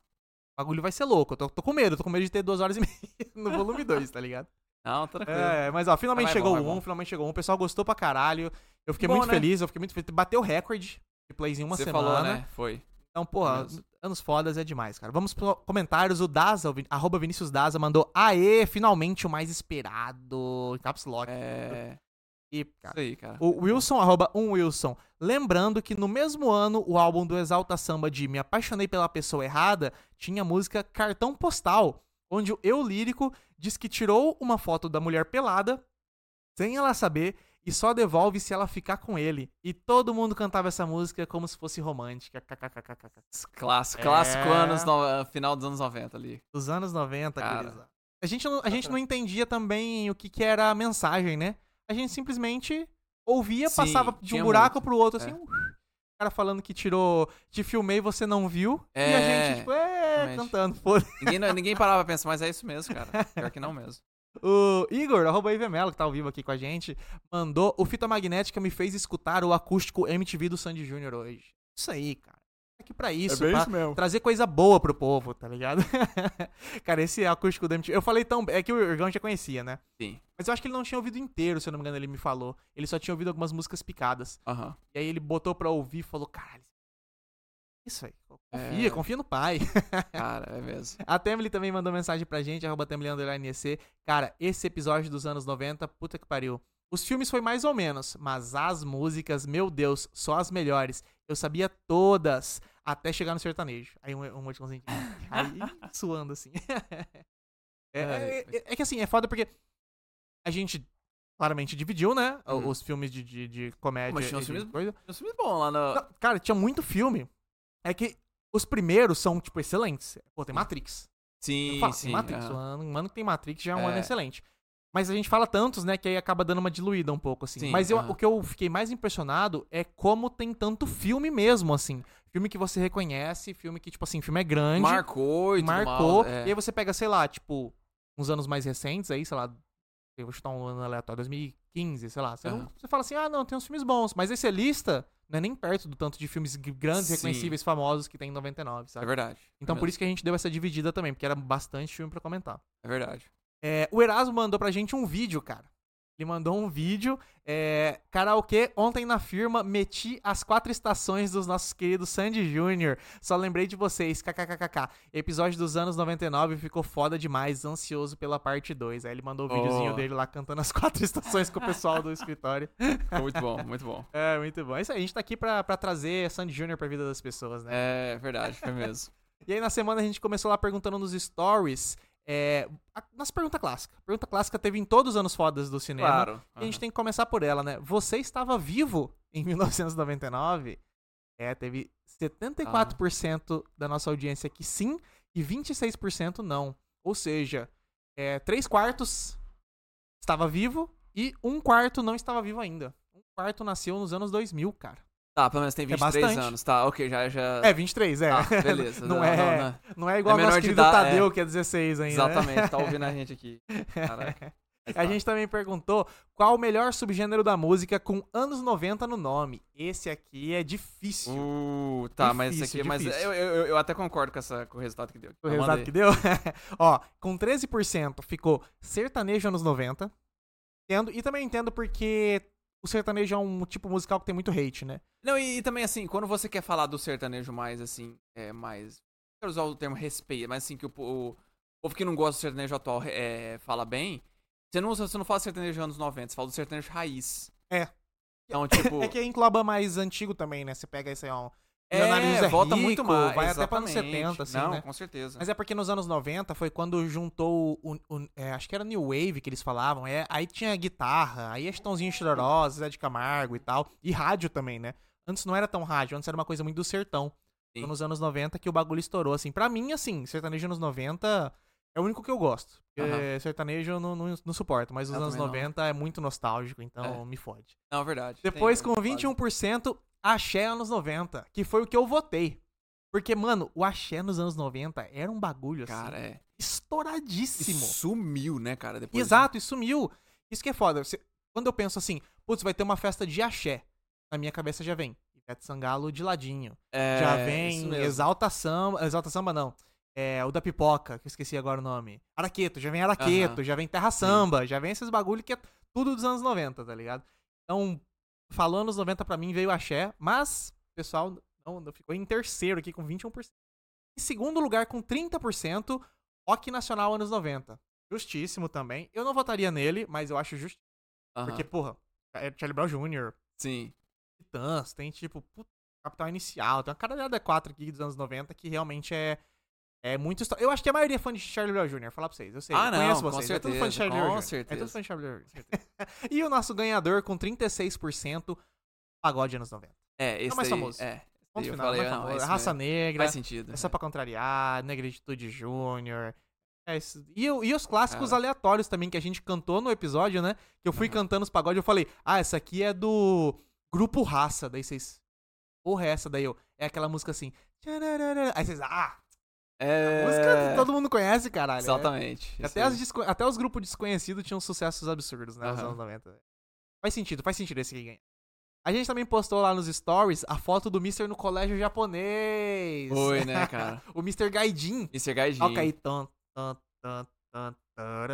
S2: bagulho vai ser louco. Eu tô, tô com medo, tô com medo de ter duas horas e meia *laughs* no volume 2, tá ligado?
S3: Não, tranquilo.
S2: É, mas ó, finalmente
S3: Vai
S2: chegou
S3: bom, vai
S2: o 1,
S3: bom.
S2: finalmente chegou um. o 1. O pessoal gostou pra caralho. Eu fiquei
S3: Bom,
S2: muito
S3: né?
S2: feliz, eu fiquei muito feliz. Bateu o recorde de plays em uma
S3: Você
S2: semana.
S3: falou, né? Foi.
S2: Então, porra,
S3: mesmo.
S2: anos fodas é demais, cara. Vamos pro comentários. O Daza, o Vin- arroba Vinícius Daza, mandou Aê, finalmente o mais esperado. Em Caps Lock.
S3: É.
S2: E, cara.
S3: Isso aí, cara.
S2: O Wilson, arroba um Wilson. Lembrando que no mesmo ano, o álbum do Exalta Samba de Me Apaixonei pela Pessoa Errada tinha a música Cartão Postal, onde o eu lírico diz que tirou uma foto da mulher pelada, sem ela saber, e só devolve se ela ficar com ele. E todo mundo cantava essa música como se fosse romântica. kkkkkk.
S3: Clássico,
S2: É.
S3: clássico anos, no- ah, final dos anos 90 ali.
S2: Dos anos 90,
S3: Cara.
S2: gurizada. A gente, não, a gente não entendia também o que, que era a mensagem, né? A gente simplesmente ouvia,
S3: Sim,
S2: passava de um
S3: tinha
S2: buraco
S3: muito.
S2: pro outro, assim,
S3: É.
S2: um cara falando que tirou, te filmei, você não viu. E a
S3: É,
S2: gente, tipo, é,
S3: exatamente.
S2: cantando, foda
S3: Ninguém, ninguém parava pra pensar, mas é isso mesmo, cara. Pior que não mesmo.
S2: O Igor, arroba Ivemelo, que tá ao vivo aqui com a gente, mandou, o Fita Magnética me fez escutar o acústico MTV do Sandy Júnior hoje. Isso aí, cara. Tá Aqui pra isso, pra
S3: mesmo.
S2: trazer coisa boa pro povo, tá ligado? *laughs* cara, esse acústico do MTV. Eu falei tão. É que o Irgão já conhecia, né?
S3: Sim.
S2: Mas eu acho que ele não tinha ouvido inteiro, se eu não me engano, ele me falou. Ele só tinha ouvido algumas músicas picadas.
S3: Aham.
S2: E aí ele botou pra ouvir e falou: caralho. Isso aí. Confia,
S3: É.
S2: confia no pai. *laughs*
S3: Cara, é mesmo.
S2: A Temily também mandou mensagem pra gente, arroba Temily underline EC. Cara, esse episódio dos anos 90, puta que pariu. Os filmes foi mais ou menos, mas as músicas, meu Deus, só as melhores. Eu sabia todas, até chegar no sertanejo. Aí um, um emoticonzinho.
S3: *laughs*
S2: Aí suando assim. *laughs* É, é- é- é que assim, é foda porque a gente claramente dividiu, né? o-
S3: Uhum.
S2: Os filmes de, de, de comédia.
S3: Mas tinha
S2: e
S3: uns
S2: de
S3: filmes-
S2: coisa.
S3: Os filmes bons lá é no.
S2: Não, cara, tinha muito filme. É que Os primeiros são, tipo, excelentes. Pô, tem Matrix. Eu
S3: Sim,
S2: falo, tem
S3: sim.
S2: Matrix.
S3: é.
S2: Um ano, um ano que tem Matrix já é um ano
S3: É.
S2: excelente. Mas a gente fala tantos, né, que aí acaba dando uma diluída um pouco, assim.
S3: Sim, é.
S2: Mas eu,
S3: aham.
S2: o que eu fiquei mais impressionado é como tem tanto filme mesmo, assim. Filme que você reconhece, filme que, tipo assim, filme é grande.
S3: Marcou e tudo
S2: marcou.
S3: mal, é.
S2: E aí você pega, sei lá, tipo, uns anos mais recentes aí, sei lá, eu vou chutar um ano aleatório, 2015, sei lá. Você, não-
S3: Aham.
S2: você fala assim, ah, não, tem uns filmes bons, mas esse lista não é nem perto do tanto de filmes g- grandes,
S3: Sim.
S2: reconhecíveis, famosos que tem em 99,
S3: É
S2: sabe?
S3: verdade.
S2: então
S3: é
S2: por
S3: mesmo,
S2: isso que a gente deu essa dividida também, porque era bastante filme pra comentar.
S3: É verdade.
S2: É, o Erasmo mandou pra gente um vídeo, cara. Ele mandou um vídeo, é, karaokê, ontem na firma, meti as quatro estações dos nossos queridos Sandy Júnior. Só lembrei de vocês, kkkk. Episódio dos anos 99 ficou foda demais, ansioso pela parte 2. Aí ele mandou o
S3: Oh.
S2: videozinho dele lá cantando as quatro estações com o pessoal do escritório.
S3: Ficou muito bom, muito bom.
S2: É, muito bom. É Isso aí, a gente tá aqui pra, pra trazer Sandy Júnior pra vida das pessoas, né?
S3: *laughs* É verdade,
S2: *laughs*
S3: foi mesmo.
S2: E aí na semana a gente começou lá perguntando nos stories, é, a nossa pergunta clássica. A pergunta clássica teve em todos os anos fodas do cinema.
S3: Claro.
S2: E a gente tem que começar por ela, né? Você estava vivo em *laughs* 1999? É, teve 74% da nossa audiência que sim e 26% não. Ou seja, é, 3 quartos estava vivo e um quarto não estava vivo ainda. Um quarto nasceu nos anos 2000, cara.
S3: Tá, pelo menos tem 23
S2: bastante.
S3: anos. Tá, ok, já. já...
S2: É, 23, é.
S3: Tá, beleza.
S2: *laughs* não,
S3: não,
S2: é,
S3: não,
S2: não,
S3: né?
S2: é igual
S3: É
S2: ao nosso
S3: menor de
S2: querido
S3: idade,
S2: Tadeu, que é 16 ainda. né?
S3: Exatamente, tá ouvindo a gente aqui.
S2: *laughs*
S3: Caraca.
S2: A gente também perguntou qual o melhor subgênero da música com anos 90 no nome. Esse aqui é difícil.
S3: Uh, tá, mas isso
S2: Difícil,
S3: aqui. Mas
S2: difícil.
S3: eu, eu, eu- eu até concordo com, essa, com o resultado que deu.
S2: O resultado que deu? *laughs* Ó, com 13% ficou sertanejo anos 90. Entendo, e também entendo porque o sertanejo é um tipo musical que tem muito hate, né?
S3: Não, e, e também assim, quando você quer falar do sertanejo mais assim, é mais. Não quero usar o termo respeito, mas assim, que o, po- o povo que não gosta do sertanejo atual é, fala bem. Você não, usa- você não fala sertanejo anos 90, você fala do sertanejo raiz.
S2: É.
S3: Então, tipo.
S2: *laughs* É que engloba mais antigo também, né? Você pega esse aí, ó. Leonardo
S3: é,
S2: José
S3: volta
S2: Rico,
S3: muito mais.
S2: Vai até pra nos
S3: exatamente.
S2: 70, assim,
S3: Não,
S2: né?
S3: com certeza.
S2: Mas é porque nos anos 90 foi quando juntou o. o- é, acho que era New Wave que eles falavam. É, aí tinha guitarra, aí Estãozinho Chororó, Zé de Camargo e tal. E rádio também, né? Antes não era tão rádio, antes era uma coisa muito do sertão.
S3: Sim.
S2: Foi nos anos 90 que o bagulho estourou, assim. Pra mim, assim, sertanejo anos 90 é o único que eu gosto. Porque
S3: Aham.
S2: sertanejo eu não, não, não suporto, mas os
S3: Eu
S2: anos
S3: também não.
S2: 90 é muito nostálgico, então me fode.
S3: Não, é verdade. tem
S2: Depois,
S3: mesmo,
S2: com 21%, axé anos 90, que foi o que eu votei. Porque, mano, o axé nos anos 90 era um bagulho,
S3: quase.
S2: assim,
S3: Cara, é. E
S2: estouradíssimo.
S3: sumiu, né, cara? Depois
S2: Exato, e sumiu. Isso que é foda. Você- quando eu penso assim, putz, vai ter uma festa de axé, na minha cabeça já vem. Ivete Sangalo de ladinho.
S3: É,
S2: já
S3: isso
S2: vem
S3: mesmo.
S2: Exalta Samba, Exalta Samba não. É, o da pipoca, que eu esqueci agora o nome. Araqueto, já vem Araqueto,
S3: Aham.
S2: já vem Terra Samba, já vem esses bagulho que é tudo dos anos 90, tá ligado? Então, falou anos 90 pra mim, veio axé, mas o pessoal não, não ficou em terceiro aqui com 21%. Em segundo lugar, com 30%, rock nacional anos 90. Justíssimo também. Eu não votaria nele, mas eu acho justo,
S3: Aham,
S2: porque, porra, é Charlie Brown Jr.,
S3: Sim.
S2: Titãs, tem tipo, puta, Capital Inicial, tem uma caralhada 4 aqui dos anos 90 que realmente é é muito histó- Eu acho que a maioria é fã de Charlie Brown Jr., falar pra vocês, eu sei,
S3: Ah,
S2: eu
S3: não,
S2: conheço
S3: com
S2: vocês, é tudo fã de
S3: certeza,
S2: Charlie
S3: com
S2: Brown Jr. É tudo
S3: certeza.
S2: fã de Charlie Brown Jr. *laughs* e o nosso ganhador com 36%, pagode anos 90.
S3: É, esse
S2: mais
S3: daí-
S2: famoso.
S3: É.
S2: Ponto
S3: Eu
S2: final,
S3: falei,
S2: mais
S3: não,
S2: famoso.
S3: esse
S2: Raça Negra,
S3: Faz sentido.
S2: é só pra contrariar, Negritude Júnior. É isso. E, o- e os clássicos
S3: Cara.
S2: aleatórios também que a gente cantou no episódio, né? Que eu fui
S3: É. Aham.
S2: cantando os pagodes, eu falei, ah, essa aqui é do Grupo Raça. Daí vocês. Porra, é essa daí eu. É aquela música assim. tchararara. Aí vocês, ah,
S3: É.
S2: música que todo mundo conhece, caralho.
S3: Exatamente.
S2: É.
S3: isso
S2: Até, as
S3: aí.
S2: desco- até os grupos desconhecidos tinham sucessos absurdos, né? Nos
S3: Aham.
S2: anos 90. Faz sentido, faz sentido esse que ganha. A gente também postou lá nos stories a foto do Mr. no colégio japonês.
S3: Foi, né, *laughs* cara?
S2: o Mr. Gaidin.
S3: Mr. Gaijin.
S2: Toca aí. Tan, tan, tan, tan,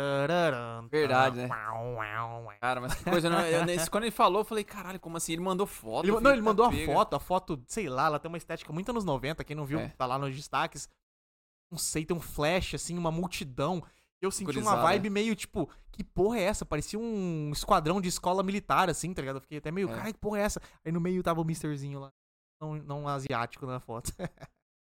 S2: tarararam,
S3: Verdade,
S2: tan,
S3: né?
S2: uau, uau, uau.
S3: Cara, mas que coisa. Não, eu, nem- quando ele falou, eu falei, caralho, como assim? Ele mandou foto.
S2: Ele,
S3: eu
S2: não,
S3: falei,
S2: ele mandou a
S3: tá pega.
S2: foto, a foto, sei lá, ela tem uma estética muito anos 90, quem não viu,
S3: É.
S2: tá lá nos destaques. Não sei, tem um flash, assim, uma multidão. Eu senti uma
S3: Gurizada.
S2: vibe meio tipo, que porra é essa? Parecia um esquadrão de escola militar, assim, tá ligado? Eu fiquei até meio,
S3: É.
S2: cara, que porra é essa? Aí no meio tava o Misterzinho lá, não, não asiático na foto.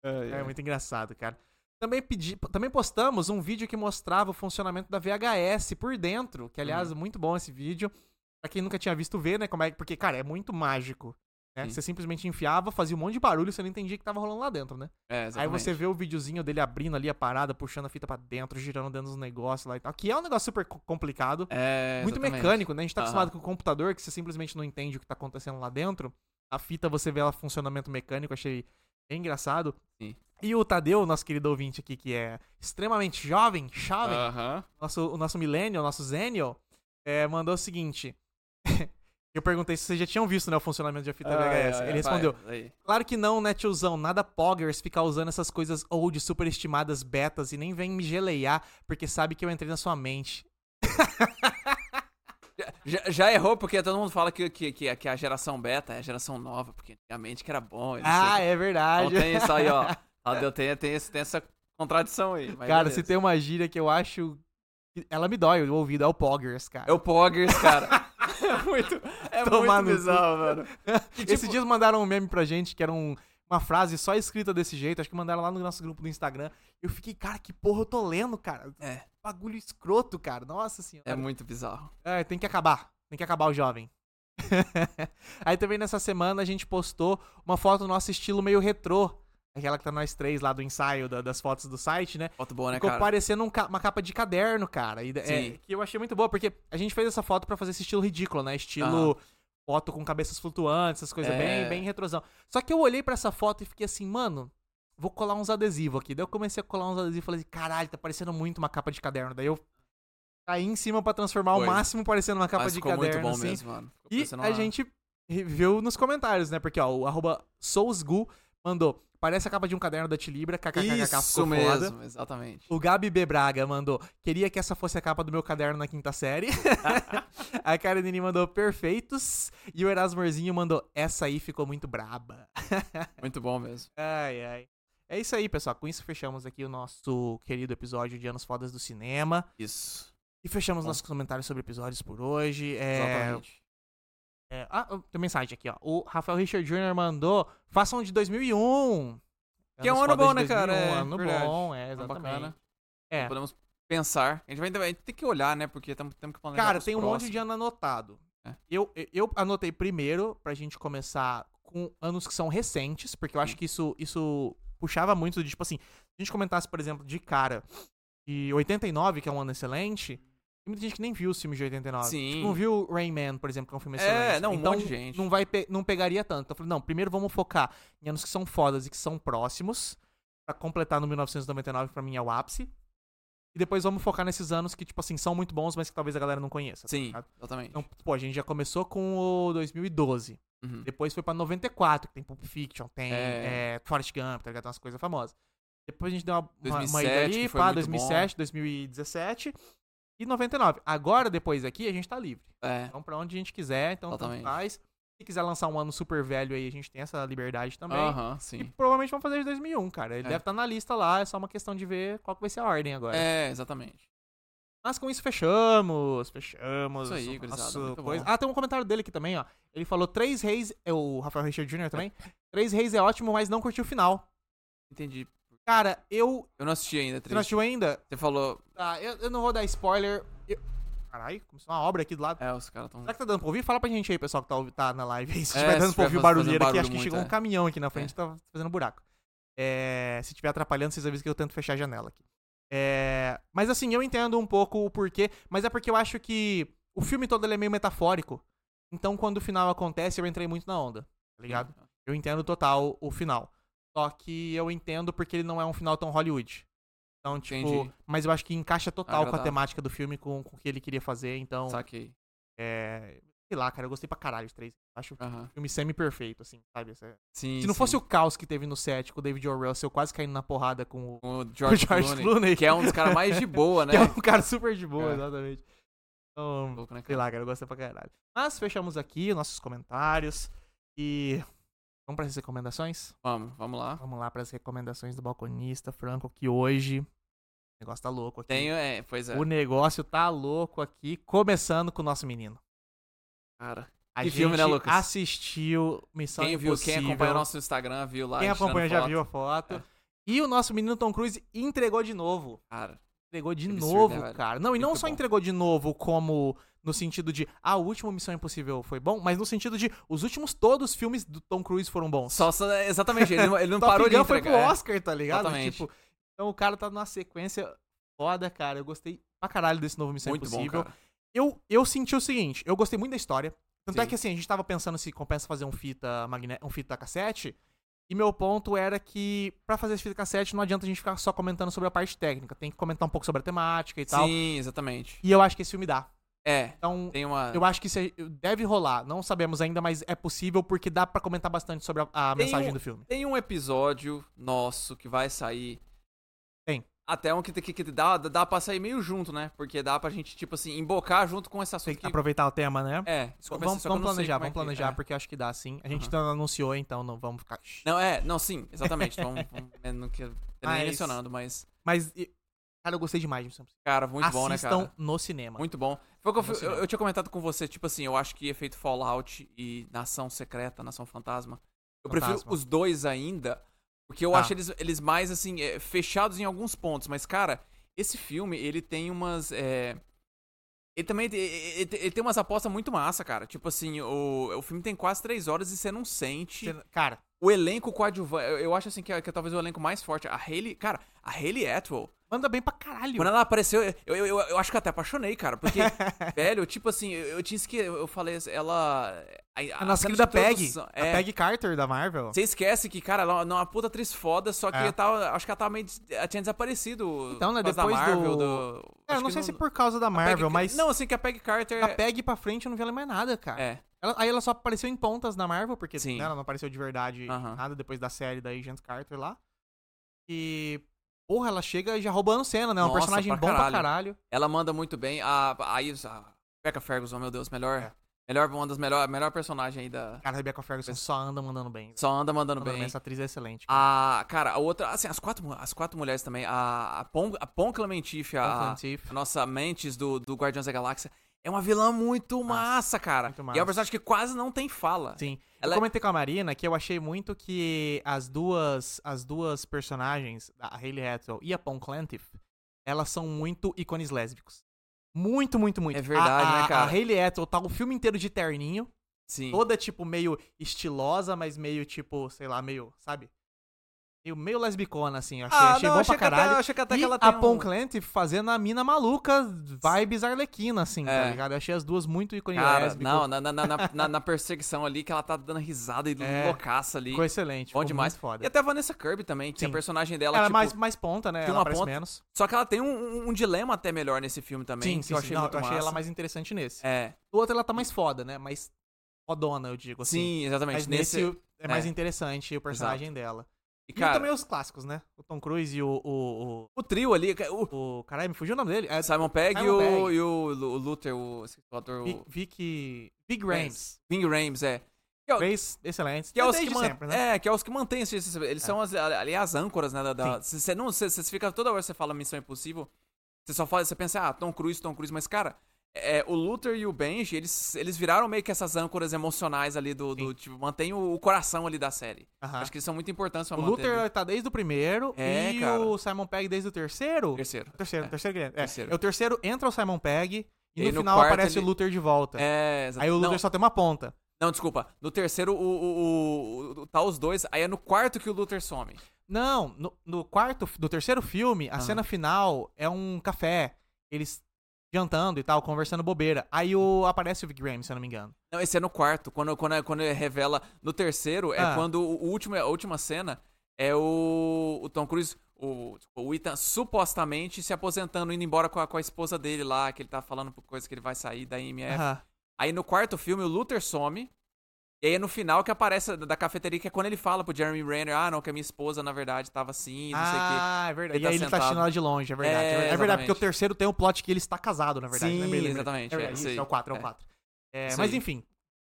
S2: É muito engraçado, cara. Também, pedi, também postamos um vídeo que mostrava o funcionamento da VHS por
S3: Uhum.
S2: dentro, que aliás, muito bom esse vídeo. Pra quem nunca tinha visto ver, né, como é, porque cara, é muito mágico. né?
S3: Sim.
S2: Você simplesmente enfiava, fazia um monte de barulho, você não entendia o que tava rolando lá dentro, né?
S3: É,
S2: Aí
S3: exatamente.
S2: você vê o videozinho dele abrindo ali a parada, puxando a fita pra dentro, girando dentro dos negócios lá e tal. Que é um negócio super co- complicado.
S3: É,
S2: muito
S3: exatamente.
S2: mecânico, né? A gente tá
S3: Aham.
S2: acostumado com o computador que você simplesmente não entende o que tá acontecendo lá dentro. A fita, você vê ela funcionamento mecânico, achei bem engraçado.
S3: Sim.
S2: E o Tadeu, nosso querido ouvinte aqui, que é extremamente jovem, jovem,
S3: Aham.
S2: nosso, o nosso millennial, nosso zennial, é, mandou o seguinte. *laughs* Eu perguntei se vocês já tinham visto né, o funcionamento de fita
S3: Ah,
S2: VHS. Ele respondeu:
S3: é, Vai, aí.
S2: Claro que não, né, tiozão? Nada poggers ficar usando essas coisas old, superestimadas, betas e nem vem me geleiar porque sabe que eu entrei na sua mente.
S3: Já, já errou porque todo mundo fala que, que, que, que a geração beta é a geração nova, porque antigamente que era bom. e não sei o
S2: Ah,
S3: quê.
S2: é verdade.
S3: Então tem isso aí,
S2: *laughs*
S3: ó. Tadeu tem, tem, esse- tem essa contradição aí. mas
S2: Cara,
S3: beleza.
S2: se tem uma gíria que eu acho. que Ela me dói o ouvido, é o poggers, cara.
S3: É o Poggers,
S2: *laughs*
S3: cara. é muito, é
S2: Tomar no
S3: muito
S2: cu.
S3: bizarro, mano. Que, tipo,
S2: Esses dias mandaram um meme pra gente que era um- uma frase só escrita desse jeito. Acho que mandaram lá no nosso grupo do Instagram. Eu fiquei, cara, que porra eu tô lendo, cara.
S3: É.
S2: Bagulho escroto, cara. Nossa senhora.
S3: É muito bizarro.
S2: É, tem que acabar. Tem que acabar o jovem. *laughs* Aí também nessa semana a gente postou uma foto do nosso estilo meio retrô. Aquela que tá nós três lá do ensaio da- das fotos do site, né?
S3: Foto boa, né,
S2: Ficou
S3: cara?
S2: parecendo um ca- uma capa de caderno, cara. E, é,
S3: Sim.
S2: que eu achei muito boa, porque a gente fez essa foto pra fazer esse estilo ridículo, né? Estilo foto com cabeças flutuantes, essas coisas
S3: É.
S2: bem, bem retrosão. Só que eu olhei pra essa foto e fiquei assim, mano, vou colar uns adesivos aqui. Daí eu comecei a colar uns adesivos e falei assim, caralho, tá parecendo muito uma capa de caderno. Daí eu caí em cima pra transformar
S3: Foi.
S2: o máximo parecendo uma capa
S3: Mas
S2: de
S3: ficou
S2: caderno.
S3: muito bom
S2: assim.
S3: mesmo, mano. Ficou
S2: E
S3: parecendo
S2: a
S3: uma-
S2: gente viu nos comentários, né? Porque, ó, o arroba soulsgu mandou, parece a capa de um caderno da Tilibra, kkkk,
S3: Isso
S2: ficou foda.
S3: mesmo, exatamente.
S2: O Gabi B. Braga mandou, queria que essa fosse a capa do meu caderno na quinta série. *laughs* a Karenine mandou, perfeitos. E o Erasmorzinho mandou, essa aí ficou muito braba. *laughs*
S3: Muito bom mesmo.
S2: Ai, ai. É isso aí, pessoal. Com isso fechamos aqui o nosso querido episódio de Anos Fodas do Cinema.
S3: Isso.
S2: E fechamos
S3: Bom.
S2: nossos comentários sobre episódios por hoje. É,
S3: Exatamente.
S2: é, ah, tem mensagem aqui, ó. O Rafael Richard Jr. mandou, façam de 2001.
S3: Que é um
S2: Anos
S3: ano
S2: Fodas
S3: bom,
S2: de
S3: né, cara?
S2: 2001,
S3: É,
S2: ano
S3: verdade.
S2: bom, é,
S3: Então,
S2: exatamente.
S3: bacana. Então
S2: É.
S3: Podemos pensar. A gente vai, vai ter que olhar, né? Porque temos temos que planejar.
S2: Cara,
S3: pros
S2: tem um monte
S3: próximos.
S2: de ano anotado.
S3: É.
S2: Eu, eu anotei primeiro pra gente começar com anos que são recentes, porque eu acho
S3: Sim.
S2: que isso, isso puxava muito de, tipo assim, se a gente comentasse, por exemplo, de cara, e 89, que é um ano excelente, tem muita gente que nem viu os filmes de 89.
S3: Sim.
S2: Tipo, não viu Rain Man, por exemplo, que é um filme
S3: É,
S2: excelente.
S3: não, um
S2: então,
S3: monte de gente.
S2: Não, vai pe- não pegaria tanto. Então, eu falei, não, primeiro vamos focar em anos que são fodas e que são próximos, pra completar no 1999, pra mim é o ápice. E depois vamos focar nesses anos que, tipo assim, são muito bons, mas que talvez a galera não conheça. tá
S3: Sim,
S2: ligado?
S3: exatamente.
S2: Então, pô, a gente já começou com o 2012.
S3: Uhum.
S2: Depois foi pra 94, que tem Pulp Fiction, tem
S3: É.
S2: é, Forrest Gump, tá ligado? Tem umas coisas famosas. Depois a gente deu uma, uma, uma
S3: 2007,
S2: ida ali,
S3: que foi
S2: pá,
S3: muito
S2: 2007, 2017 e 99. Agora, depois aqui, a gente tá livre.
S3: É,
S2: Então, pra onde a gente quiser, então tanto
S3: Exatamente.
S2: faz. Se quiser lançar um ano super velho aí, a gente tem essa liberdade também.
S3: aham,
S2: E
S3: sim.
S2: provavelmente vão fazer de 2001, cara. Ele
S3: É.
S2: deve estar na lista lá, é só uma questão de ver qual que vai ser a ordem agora.
S3: É, exatamente.
S2: Mas com isso fechamos, fechamos.
S3: Isso aí,
S2: o
S3: gurizada,
S2: nosso
S3: muito
S2: coisa.
S3: bom.
S2: Ah, tem um comentário dele aqui também, ó. Ele falou: Três Reis, é o Rafael Richard Jr.
S3: *laughs*
S2: também. Três Reis é ótimo, mas não curtiu o final.
S3: Entendi.
S2: Cara, eu.
S3: Eu não assisti
S2: Você
S3: ainda,
S2: não
S3: triste.
S2: assistiu ainda?
S3: Você falou.
S2: Tá, eu, eu não vou dar spoiler. Eu... Caralho, começou uma obra aqui do lado.
S3: É, os caras estão.
S2: Será que tá dando pra ouvir? Fala pra gente aí, pessoal, que tá, ouvi- tá na live aí. *laughs* Se
S3: É,
S2: tiver
S3: se
S2: dando pra
S3: tiver
S2: ouvir o
S3: fazendo
S2: barulho aqui,
S3: barulho
S2: acho que
S3: muito,
S2: chegou
S3: é.
S2: um caminhão aqui na frente,
S3: É.
S2: tá fazendo buraco. É, se tiver atrapalhando, vocês avisam que eu tento fechar a janela aqui. É, mas assim, eu entendo um pouco o porquê, mas é porque eu acho que o filme todo ele é meio metafórico. Então, quando o final acontece, eu entrei muito na onda, tá ligado? Eu entendo total o final. Só que eu entendo porque ele não é um final tão Hollywood. Então, tipo,
S3: Entendi.
S2: mas eu acho que encaixa total com a
S3: Agradável.
S2: temática do filme, com, com o que ele queria fazer, então.
S3: Saquei.
S2: É. Sei lá, cara, eu gostei pra caralho de três. Acho um
S3: Aham.
S2: filme semi-perfeito, assim, sabe? Se
S3: Sim.
S2: se não
S3: sim.
S2: fosse o caos que teve no set com o David O. Russell quase caindo na porrada com o, *laughs*
S3: o
S2: com o George,
S3: George,
S2: Clooney,
S3: Clooney, que é um dos caras mais de boa,
S2: *laughs*
S3: né?
S2: que é um cara super de boa,
S3: É.
S2: exatamente. Então,
S3: Louco, né,
S2: sei
S3: cara?
S2: lá, cara, eu gostei pra caralho. Mas fechamos aqui nossos comentários e. Vamos pras recomendações?
S3: Vamos, vamos lá.
S2: Vamos lá pras recomendações do balconista, Franco, que hoje. O negócio tá louco aqui.
S3: Tenho, é, pois é.
S2: O negócio tá louco aqui, começando com o nosso menino.
S3: Cara.
S2: A
S3: Que
S2: gente
S3: filme, né, Lucas?
S2: assistiu Missão
S3: Quem viu,
S2: Impossível.
S3: quem acompanha o nosso Instagram, viu lá.
S2: Quem
S3: a gente tirando
S2: acompanha já
S3: foto.
S2: viu a foto.
S3: É.
S2: E o nosso menino Tom Cruise entregou de novo.
S3: Cara,
S2: entregou de
S3: Absurdo,
S2: novo,
S3: né, velho?
S2: cara. Não, e não
S3: Muito
S2: só
S3: bom.
S2: entregou de novo como no sentido de, ah, o último Missão Impossível foi bom, mas no sentido de, os últimos todos os filmes do Tom Cruise foram bons.
S3: Só, só- exatamente, ele não, ele
S2: *laughs*
S3: não
S2: Top
S3: parou de
S2: Gun foi pro
S3: entregar. é.
S2: Oscar, tá ligado?
S3: Exatamente.
S2: Tipo, então o cara tá numa sequência foda, cara. Eu gostei pra caralho desse novo Missão
S3: Muito bom,
S2: é Impossível.
S3: cara.
S2: eu, eu senti o seguinte, eu gostei muito da história. Tanto é
S3: Sim.
S2: que assim, a gente tava pensando se compensa fazer um fita magne... um fita cassete. E meu ponto era que pra fazer esse fita cassete não adianta a gente ficar só comentando sobre a parte técnica, tem que comentar um pouco sobre a temática e tal.
S3: Sim, exatamente.
S2: E eu acho que esse filme dá.
S3: É,
S2: Então,
S3: tem uma...
S2: eu acho que isso é- deve rolar. Não sabemos ainda, mas é possível porque dá pra comentar bastante sobre a, a
S3: Tem
S2: mensagem
S3: um-
S2: do filme.
S3: Tem um episódio nosso que vai sair.
S2: Tem.
S3: Até um que, que, que dá, dá pra sair meio junto, né? Porque dá pra gente, tipo assim, embocar junto com esse
S2: Tem
S3: assunto
S2: que
S3: que-
S2: aproveitar o tema, né?
S3: É,
S2: Vamos,
S3: desculpa,
S2: vamos
S3: só que eu não sei
S2: planejar,
S3: como é
S2: vamos
S3: que-
S2: planejar,
S3: é.
S2: porque acho que dá sim. A gente
S3: Aham.
S2: não anunciou, então não vamos ficar.
S3: Não, é, não, sim, exatamente. vamos, vamos, *laughs* é, não quero
S2: Mas-
S3: nem mencionando, mas.
S2: Mas, e- cara, eu gostei demais de Missão Impossível.
S3: Cara, muito bom, né,
S2: Assistam
S3: cara?
S2: no cinema.
S3: Muito bom. Foi o que
S2: No
S3: eu, fui- eu-
S2: cinema.
S3: eu tinha comentado com você, tipo assim, eu acho que efeito Fallout e Nação Secreta, Nação Fantasma. Eu prefiro
S2: Fantasma.
S3: os dois ainda, porque eu
S2: Tá.
S3: acho eles, eles mais, assim, é, fechados em alguns pontos. Mas, cara, esse filme, ele tem umas. é, Ele também tem- ele, tem- ele tem umas apostas muito massa, cara. Tipo assim, o, o filme tem quase três horas e você não sente.
S2: Você- Cara,
S3: O elenco coadjuvante, eu, eu acho assim que é, que é talvez o elenco mais forte. A Hayley, cara, a Hayley Atwell,
S2: manda bem pra caralho.
S3: quando ela apareceu, eu, eu, eu, eu acho que eu até apaixonei, cara,
S2: *laughs*
S3: porque, velho, tipo assim, eu, eu tinha esquecido, eu falei, assim, ela... A,
S2: A nossa
S3: cena
S2: querida
S3: de
S2: Peg.
S3: introdução-
S2: A
S3: é,
S2: Peg Carter da Marvel.
S3: Você esquece que, cara, ela é uma puta atriz foda, só que
S2: É.
S3: ela tava, acho que ela tava meio... des- Ela tinha desaparecido.
S2: Então, né,
S3: por causa
S2: depois
S3: da Marvel,
S2: do-
S3: do...
S2: É, eu
S3: acho
S2: não
S3: que
S2: sei se por causa da Marvel,
S3: Peggy-
S2: mas
S3: Não, assim, que a Peg Carter...
S2: da Peg pra frente eu não vi ela em mais nada, cara.
S3: É,
S2: Ela- aí ela só apareceu em pontas na Marvel, porque
S3: Sim.
S2: né, ela não apareceu de verdade em
S3: Aham.
S2: nada depois da série da Agent Carter lá. E, porra, ela chega já roubando cena, né? É um
S3: Nossa,
S2: personagem
S3: pra
S2: bom
S3: caralho.
S2: pra caralho.
S3: ela manda muito bem. A, a, Isa- a Rebecca Ferguson, meu Deus, melhor...
S2: É.
S3: Melhor, uma das melhor, melhor personagem aí da...
S2: Cara, a Rebecca Ferguson só anda mandando bem.
S3: Só anda mandando
S2: Mandando
S3: bem.
S2: bem, Essa atriz é excelente. cara.
S3: A, cara, a outra, assim, as quatro, mu- as quatro mulheres também, a, a, Pon, a Pon Clementif, a,
S2: Tom Clancy.
S3: a nossa Mantis do, do Guardiões da Galáxia, é uma vilã muito massa, cara.
S2: muito
S3: E é
S2: massa.
S3: uma personagem que quase não tem fala.
S2: Sim.
S3: Ela- é
S2: Eu comentei com a Marina que eu achei muito que as duas as duas personagens, a Hayley Atwell e a Pon Clantiff, elas são muito ícones lésbicos. Muito, muito, muito.
S3: É verdade,
S2: A- a-
S3: né,
S2: A
S3: cara?
S2: Hayley Atwell tá o filme inteiro de terninho,
S3: Sim.
S2: toda, tipo, meio estilosa, mas meio, tipo, sei lá, meio, sabe? Meio, meio lesbicona, assim. eu Achei, achei bom pra
S3: que até-
S2: caralho.
S3: Ah, achei que até
S2: e
S3: que ela tem
S2: a Pon
S3: um...
S2: Clantiff fazendo a mina maluca, vibes arlequina, assim, tá
S3: É.
S2: ligado? Eu achei as duas muito ícones
S3: Cara,
S2: lésbicas.
S3: não, na, na, na, na- na- na perseguição ali, que ela tá dando risada e
S2: É.
S3: loucaça ali.
S2: Ficou excelente.
S3: Bom
S2: ficou
S3: demais.
S2: Muito foda.
S3: E até a Vanessa Kirby também, que a
S2: Sim.
S3: personagem dela,
S2: Ela, é
S3: tipo...
S2: mais, mais ponta, né?
S3: tem
S2: Ela
S3: uma
S2: aparece
S3: ponta
S2: menos.
S3: Só que ela tem um, um- um dilema até melhor nesse filme também, que eu achei
S2: Não,
S3: muito
S2: eu achei
S3: massa.
S2: ela mais interessante nesse.
S3: É,
S2: No outro ela tá mais foda, né? Mais fodona, eu digo, assim.
S3: sim, exatamente.
S2: Mas nesse, é mais
S3: é.
S2: interessante o personagem dela.
S3: E,
S2: E,
S3: cara,
S2: também os clássicos, né? O Tom Cruise e o... o,
S3: o trio ali, é o
S2: o, o- Caralho, me fugiu o nome dele. É,
S3: Simon Pegg e
S2: Simon
S3: o,
S2: Pegg.
S3: e o Lu- o Luther, o o ator,
S2: Vi-
S3: o
S2: Vicky... Big
S3: Rames.
S2: Rames.
S3: Ving Rames, é.
S2: Três excelentes.
S3: Que é, os
S2: Desde
S3: que man-
S2: sempre, né? É.
S3: é, que é os que mantêm esse- esse- Eles são as, ali as âncoras, né? da- da- se Você não. Você fica toda hora que você fala Missão Impossível. Você só fala, você pensa, ah, Tom Cruise, Tom Cruise, mas, cara, é, o Luther e o Benji, eles, eles viraram meio que essas âncoras emocionais ali do. do,
S2: Sim.
S3: tipo, mantém o, o coração ali da série.
S2: Aham.
S3: Acho que eles são muito importantes pra
S2: O
S3: manter ali.
S2: Luther tá desde o primeiro
S3: É,
S2: e
S3: cara.
S2: o Simon Pegg desde o terceiro.
S3: terceiro.
S2: Terceiro,
S3: É.
S2: terceiro, grande. é.
S3: Terceiro.
S2: É o terceiro, entra o Simon Pegg e,
S3: E
S2: no,
S3: no
S2: final
S3: quarto
S2: aparece
S3: ele-
S2: o Luther de volta.
S3: É, exato.
S2: Aí o
S3: Não,
S2: Luther só tem uma ponta.
S3: Não, desculpa. No terceiro, o, o, o- o- tá os dois. Aí é no quarto que o Luther some.
S2: Não, no, no quarto, do terceiro filme, a
S3: Ah.
S2: cena final é um café. Eles jantando e tal, conversando bobeira. Aí o, aparece o Vic Graham, se eu não me engano.
S3: Não, esse é no quarto. Quando, quando, é- quando ele revela. No terceiro, é
S2: Ah.
S3: quando o o último, a última cena é o, o Tom Cruise, o, desculpa, o Ethan, supostamente se aposentando, indo embora com a, com a esposa dele lá, que ele tá falando por coisa que ele vai sair da MF.
S2: Aham.
S3: Aí no quarto filme, o Luther some. E aí é no final que aparece da da cafeteria, que é quando ele fala pro Jeremy Renner, ah, não, que a minha esposa, na verdade, tava assim, não sei o quê.
S2: Ah, é verdade. e
S3: Ele tá
S2: aí ele tá
S3: sentado.
S2: assistindo ela de longe, é verdade.
S3: É,
S2: É, verdade,
S3: exatamente.
S2: porque o terceiro tem o plot que ele está casado, na verdade.
S3: Sim,
S2: lembrei, lembrei.
S3: exatamente,
S2: É,
S3: é,
S2: verdade,
S3: isso
S2: isso,
S3: aí.
S2: é o 4, é
S3: É.
S2: o 4.
S3: Isso
S2: mas
S3: aí.
S2: enfim,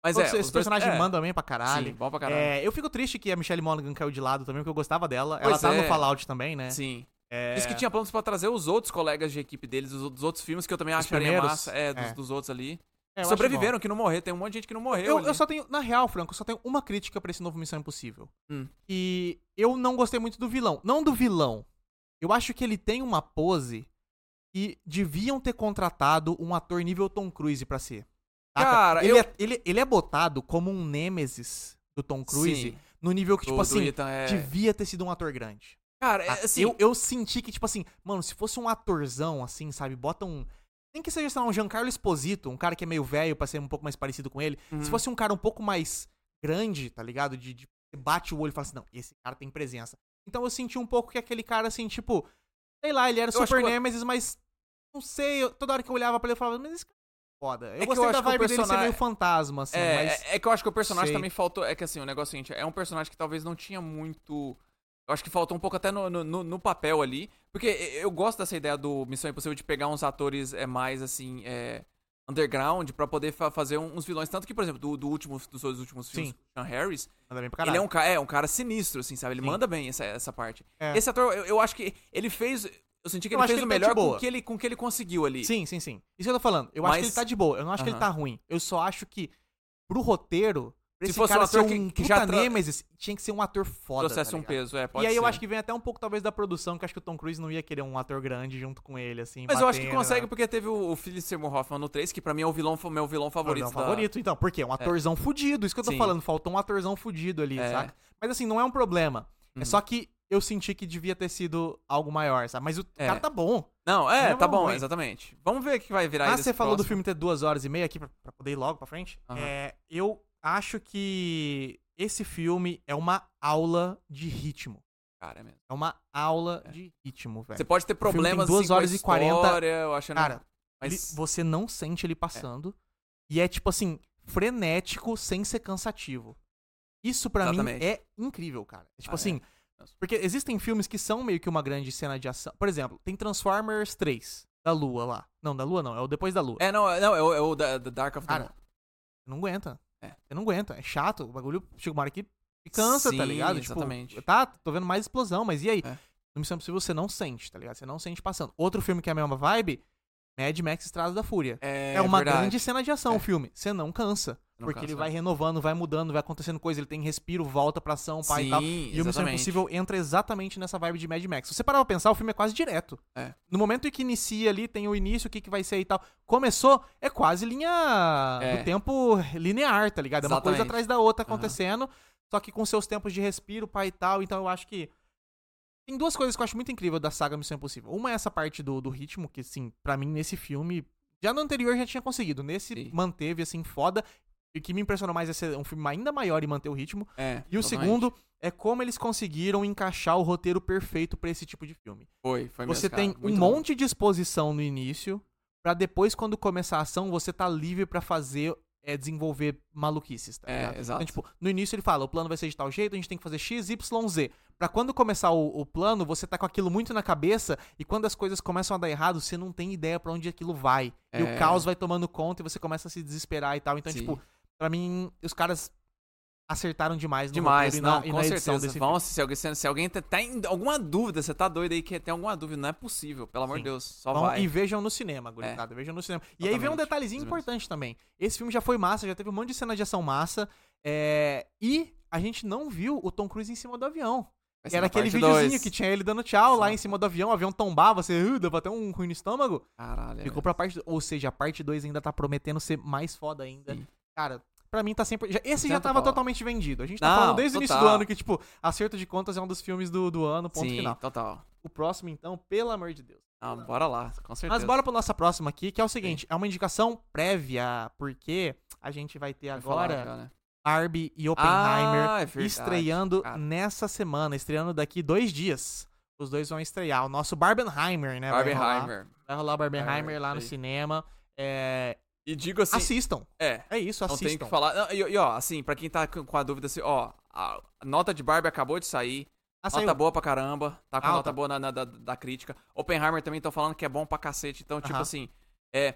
S3: Mas
S2: todos
S3: é,
S2: esses
S3: os dois-
S2: personagens
S3: é,
S2: mandam bem pra caralho.
S3: Sim, bom pra caralho.
S2: É, eu fico triste que a Michelle Monaghan caiu de lado também, porque eu gostava dela.
S3: Pois
S2: ela tá
S3: é.
S2: no Fallout também, né?
S3: Sim.
S2: É...
S3: Diz que tinha planos pra trazer os outros colegas de equipe deles, os, dos outros filmes que eu também
S2: Os
S3: acharia
S2: primeiros?
S3: massa. É, dos,
S2: É.
S3: dos outros ali.
S2: É, eu acho bom.
S3: Sobreviveram, que não morreram. Tem um monte de gente que não morreu.
S2: Eu,
S3: ali.
S2: eu só tenho, na real, Franco, eu só tenho uma crítica pra esse novo Missão Impossível.
S3: Hum.
S2: E eu não gostei muito do vilão. Não do vilão. Eu acho que ele tem uma pose que deviam ter contratado um ator nível Tom Cruise pra ser. saca?
S3: Cara,
S2: ele,
S3: eu-
S2: é, ele, ele é botado como um nêmesis do Tom Cruise
S3: Sim,
S2: no nível que,
S3: do-
S2: tipo
S3: do
S2: assim,
S3: Ethan, é.
S2: devia ter sido um ator grande.
S3: Cara, é,
S2: Ah,
S3: assim,
S2: eu, eu senti que, tipo assim, mano, se fosse um atorzão, assim, sabe, bota um. Nem que seja, sei lá, um Giancarlo Esposito, um cara que é meio velho pra ser um pouco mais parecido com ele.
S3: Uhum.
S2: Se fosse um cara um pouco mais grande, tá ligado? De, de- você bate o olho e fala assim, não, esse cara tem presença. Então eu senti um pouco que aquele cara, assim, tipo, sei lá, ele era
S3: Eu acho
S2: super
S3: que eu-
S2: Nemesis, mas. Não sei, eu- toda hora que eu olhava pra ele, eu falava, mas esse cara é foda. Eu
S3: que eu
S2: gostei
S3: acho
S2: da
S3: que o
S2: vibe dele ser
S3: personagem-
S2: meio fantasma, assim,
S3: é,
S2: mas.
S3: é- é que eu acho que o personagem
S2: sei.
S3: também faltou. É que assim, o negócio é o seguinte: é um personagem que talvez não tinha muito. Eu acho que faltou um pouco até no, no- no- no papel ali. Porque e- eu gosto dessa ideia do Missão Impossível de pegar uns atores é, mais assim. é, underground pra poder fa- fazer um- uns vilões. Tanto que, por exemplo, do, do último, dos dois últimos filmes,
S2: Sim.
S3: Sean Harris,
S2: Manda bem pra
S3: Ele é
S2: caralho.
S3: um, ca- é um cara sinistro, assim, sabe? Ele
S2: Sim.
S3: manda bem essa, essa parte.
S2: É.
S3: Esse ator, eu, eu acho que ele fez. Eu senti que
S2: Eu
S3: ele
S2: acho
S3: fez
S2: que
S3: o
S2: ele tá de
S3: melhor com o
S2: boa.
S3: que ele, com o que ele conseguiu ali.
S2: Sim, sim, sim. Isso que eu tô falando. Eu acho que
S3: Mas-
S2: ele tá de boa. Eu não acho que ele
S3: Aham.
S2: tá ruim. Eu só acho que, pro roteiro, pra
S3: Se
S2: esse
S3: fosse um
S2: cara ser
S3: ator que-
S2: um
S3: que já
S2: puta
S3: tra-
S2: Nemesis, tinha que ser um ator foda.
S3: Trouxesse
S2: tá
S3: um
S2: ligado?
S3: peso, é, pode
S2: E aí eu
S3: ser.
S2: acho que vem até um pouco, talvez, da produção, que eu acho que o Tom Cruise não ia querer um ator grande junto com ele, assim.
S3: Mas eu acho que
S2: batendo,
S3: consegue,
S2: né?
S3: porque teve o, o Philip Seymour Hoffman no 3, que pra mim é o vilão, fa- meu vilão favorito.
S2: Favorito,
S3: da- É.
S2: favorito, então. Por quê? Um atorzão fudido. Isso que eu tô
S3: Sim.
S2: falando. Faltou um atorzão fudido ali,
S3: É.
S2: saca? Mas assim, não é um problema.
S3: Uhum.
S2: É só que eu senti que devia ter sido algo maior, sabe? Mas o
S3: É.
S2: cara tá bom.
S3: Não, é,
S2: Não,
S3: tá bom,
S2: ruim.
S3: exatamente. Vamos ver o que vai virar aí
S2: Ah,
S3: desse
S2: você falou do
S3: Tá, próximo.
S2: filme ter duas horas e meia aqui, pra, pra poder ir logo pra frente.
S3: Aham.
S2: É, eu acho que esse filme é uma aula de ritmo.
S3: Cara, mesmo.
S2: É uma aula
S3: É.
S2: de ritmo, velho.
S3: Você pode ter
S2: filme tem
S3: problemas
S2: duas
S3: assim, com a
S2: horas e 40.
S3: história, eu achando.
S2: Cara, ele-
S3: mas
S2: você não sente ele passando. E é, tipo assim, frenético sem ser cansativo. Isso pra mim
S3: Exatamente.
S2: é incrível, cara. É tipo
S3: Ah, é.
S2: assim,
S3: Nossa.
S2: porque existem filmes que são meio que uma grande cena de ação. Por exemplo, tem Transformers 3, da Lua lá. Não, da Lua não, é o depois da Lua.
S3: É, não, é- não, é o, é o da, da Dark of the
S2: Cara,
S3: Moon.
S2: Você não aguenta.
S3: É.
S2: Você não aguenta. É chato. O bagulho chega uma hora que te cansa, tá
S3: Sim,
S2: ligado?
S3: exatamente.
S2: Tipo, tá, tô vendo mais explosão, mas e aí?
S3: É.
S2: No Missão Impossível você não sente, tá ligado? Você não sente passando. Outro filme que é a mesma vibe, Mad Max Estrada da Fúria. É, uma
S3: verdade.
S2: grande cena de ação
S3: É.
S2: o filme. Você não cansa.
S3: Não
S2: porque ele
S3: cansa.
S2: vai renovando, vai mudando, vai acontecendo coisa, ele tem respiro, volta pra ação, pai e tal.
S3: Sim,
S2: E o Missão
S3: exatamente.
S2: Impossível entra exatamente nessa vibe de Mad Max. Se você parar pra pensar, o filme é quase direto.
S3: É.
S2: No momento em que inicia ali, tem o início, o que, que vai ser e tal. Começou, é quase linha
S3: É.
S2: do tempo linear, tá ligado? É uma coisa
S3: Exatamente.
S2: atrás da outra
S3: Aham.
S2: acontecendo, só que com seus tempos de respiro, pai e tal. Então eu acho que. Tem duas coisas que eu acho muito incrível da saga Missão Impossível. Uma é essa parte do, do ritmo, que, assim, pra mim, nesse filme. Já no anterior já tinha conseguido. Nesse
S3: Sim.
S2: manteve, assim, foda. E o que me impressionou mais é ser um filme ainda maior e manter o ritmo.
S3: É,
S2: E o
S3: exatamente.
S2: segundo é como eles conseguiram encaixar o roteiro perfeito pra esse tipo de filme.
S3: Foi, foi mesmo,
S2: você
S3: cara,
S2: tem um
S3: muito bom.
S2: monte de exposição no início, pra depois, quando começar a ação, você tá livre pra fazer, é, desenvolver maluquices, tá
S3: É,
S2: ligado?
S3: exato.
S2: Então, tipo, no início ele fala, o plano vai ser de tal jeito, a gente tem que fazer X, Y, Z. Pra quando começar o, o plano, você tá com aquilo muito na cabeça, e quando as coisas começam a dar errado, você não tem ideia pra onde aquilo vai. E
S3: É.
S2: o caos vai tomando conta, e você começa a se desesperar e tal. Então,
S3: Sim.
S2: tipo, pra mim, os caras acertaram demais no
S3: Demais,
S2: roteiro e
S3: não,
S2: na, e
S3: com
S2: na edição
S3: certeza.
S2: desse filme.
S3: Nossa, se alguém, se se alguém tem, tem alguma dúvida, você tá doido aí que tem alguma dúvida, não é possível, pelo amor de
S2: Sim.
S3: Deus, só
S2: Vão
S3: vai. É.
S2: e vejam no cinema, gurizada. Vejam no cinema. E aí vem um
S3: Exatamente,
S2: detalhezinho
S3: mais ou menos.
S2: importante também. Esse filme já foi massa, já teve um monte de cena de ação massa. é, E a gente não viu o Tom Cruise em cima do avião.
S3: Vai ser
S2: Era
S3: na
S2: aquele
S3: é parte
S2: videozinho
S3: dois.
S2: que tinha ele dando tchau lá em
S3: Exato.
S2: cima do avião, o avião tombava, você uh, dava até um ruim no estômago.
S3: Caralho,
S2: Ficou pra parte. Ou seja, a parte 2 ainda tá prometendo ser mais foda ainda.
S3: Sim.
S2: Cara. Pra mim tá sempre. já- Esse já
S3: Senta
S2: tava
S3: pra lá.
S2: totalmente vendido. A gente tá
S3: Não,
S2: falando desde o início do
S3: total.
S2: ano que, tipo, Acerto de Contas é um dos filmes do, do ano, ponto
S3: Sim, então
S2: final.
S3: total.
S2: O próximo, então, pelo amor de Deus.
S3: Ah, bora lá, com certeza.
S2: Mas bora pra nossa próxima aqui, que é o seguinte: é uma indicação prévia, porque a gente vai ter
S3: Vai falar,
S2: agora
S3: cara.
S2: Barbie e Oppenheimer
S3: ah, é verdade,
S2: estreando
S3: cara.
S2: nessa semana, estreando daqui dois dias. Os dois vão estrear. O nosso Barbenheimer, né? vai rolar.
S3: Barbenheimer.
S2: Vai rolar o Barbenheimer
S3: Barbenheimer,
S2: lá no
S3: sei.
S2: cinema. É,
S3: E digo assim,
S2: assistam.
S3: é,
S2: É isso,
S3: não
S2: assistam.
S3: tem o que falar. Não, E, e ó, assim, pra quem tá com com a dúvida, assim, ó, a nota de Barbie acabou de sair,
S2: Ah, saiu.
S3: Nota boa pra caramba. Tá com
S2: Ah,
S3: nota
S2: tá.
S3: boa na, na- da, da crítica. Oppenheimer também estão falando que é bom pra cacete. Então, tipo
S2: Aham.
S3: assim, é.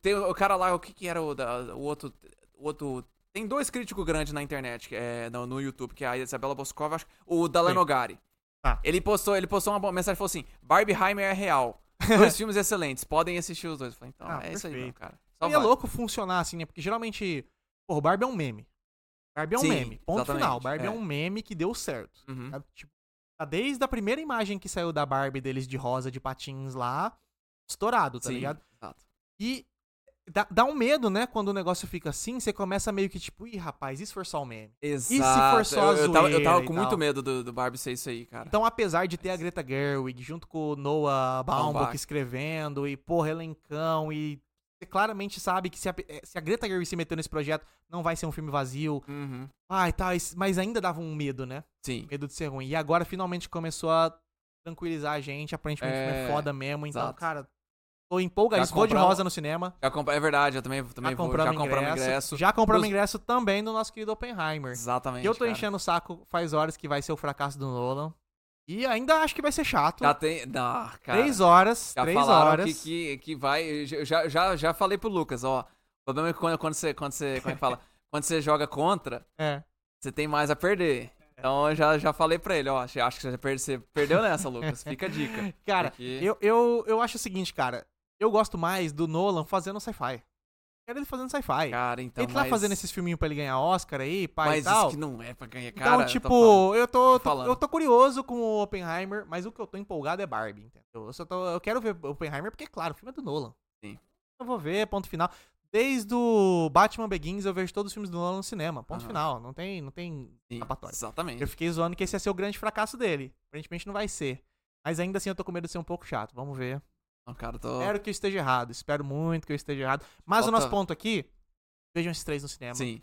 S3: Tem o cara lá, o que que era o, da- o outro. O outro. Tem dois críticos grandes na internet, que é, no, no YouTube, que é a Isabela Boscova, acho, que- o Dalan
S2: Sim.
S3: Nogari.
S2: Tá.
S3: Ele postou, ele postou uma boa mensagem e falou assim: Barbieheimer é real.
S2: *laughs*
S3: Dois filmes excelentes, podem assistir os dois. Eu falei, então,
S2: Ah,
S3: é isso aí, mesmo,
S2: perfeito.
S3: cara. Só
S2: E é
S3: vai.
S2: louco funcionar assim, né? Porque geralmente. Porra, o Barbie é um meme. Barbie é um
S3: Sim,
S2: meme. Ponto final.
S3: exatamente,
S2: Barbie é.
S3: é.
S2: um meme que deu certo.
S3: Uhum.
S2: Tá? Tipo, tá desde a primeira imagem que saiu da Barbie deles de rosa de patins lá, estourado, tá
S3: Sim,
S2: ligado?
S3: exato.
S2: E dá, dá um medo, né? Quando o negócio fica assim, você começa meio que tipo, ih, rapaz, isso for só um meme.
S3: Exato.
S2: for só
S3: eu, eu tava, eu
S2: zoeira
S3: tava
S2: e
S3: com
S2: tal?
S3: muito medo do, do Barbie ser isso aí, cara.
S2: Então, apesar de ter a Greta Gerwig junto com o Noah Baumbach
S3: Baumbach.
S2: escrevendo e, porra, elencão e... Você claramente sabe que se a, eh, se a Greta Gerwig se meteu nesse projeto, não vai ser um filme vazio.
S3: Uhum.
S2: Ai, tá, es- mas ainda dava um medo, né?
S3: Sim.
S2: Medo de ser ruim. E agora finalmente começou a tranquilizar a gente. Aparentemente o filme é
S3: É,
S2: foda mesmo. Então,
S3: exato.
S2: cara, tô empolgadíssimo.
S3: Já
S2: Vou de
S3: compramos-
S2: rosa no cinema.
S3: Já compa- É verdade, eu também, também
S2: já
S3: vou.
S2: compramos,
S3: já compramos
S2: ingresso,
S3: ingresso.
S2: Já compramos
S3: Dos-
S2: ingresso também do nosso querido Oppenheimer.
S3: Exatamente.
S2: Que eu tô
S3: cara.
S2: enchendo o saco faz horas que vai ser o fracasso do Nolan. E ainda acho que vai ser chato.
S3: Já tem. Não, cara.
S2: três horas,
S3: Já
S2: três
S3: falaram
S2: horas.
S3: Que, que, que vai. eu Já, já, já falei pro Lucas, ó. O problema é que quando, quando você. Quando você como é que
S2: *laughs*
S3: fala? quando você joga contra,
S2: É.
S3: você tem mais a perder. Então eu já, já falei pra ele, ó. Acho acho que você, per- você perdeu nessa, Lucas. Fica a dica.
S2: *laughs* Cara,
S3: Porque-
S2: eu, eu, eu acho o seguinte, cara. Eu gosto mais do Nolan fazendo sci-fi. Quero ele fazendo sci-fi.
S3: Cara, então.
S2: ele tá
S3: mas-
S2: fazendo esses filminhos pra ele ganhar Oscar aí, pai
S3: Mas
S2: e tal.
S3: isso que não é pra ganhar
S2: Então,
S3: cara. eu tô falando.
S2: tipo, eu tô, eu tô-
S3: falando.
S2: eu tô curioso com o Oppenheimer, mas o que eu tô empolgado é Barbie, entendeu? Eu, só tô, eu quero ver Oppenheimer porque, claro, o filme é do Nolan.
S3: Sim.
S2: Eu vou ver, ponto final. Desde o Batman Begins eu vejo todos os filmes do Nolan no cinema, ponto
S3: Aham.
S2: final. Não tem, não tem
S3: Sim,
S2: escapatória.
S3: Exatamente.
S2: Eu fiquei zoando que esse ia ser o grande fracasso dele. Aparentemente não vai ser. Mas ainda assim eu tô com medo de ser um pouco chato. Vamos ver.
S3: Não, cara, eu tô.
S2: Espero que eu esteja errado. Espero muito que eu esteja errado. Mas o
S3: Falta-
S2: nosso ponto aqui, vejam esses três no cinema.
S3: Sim.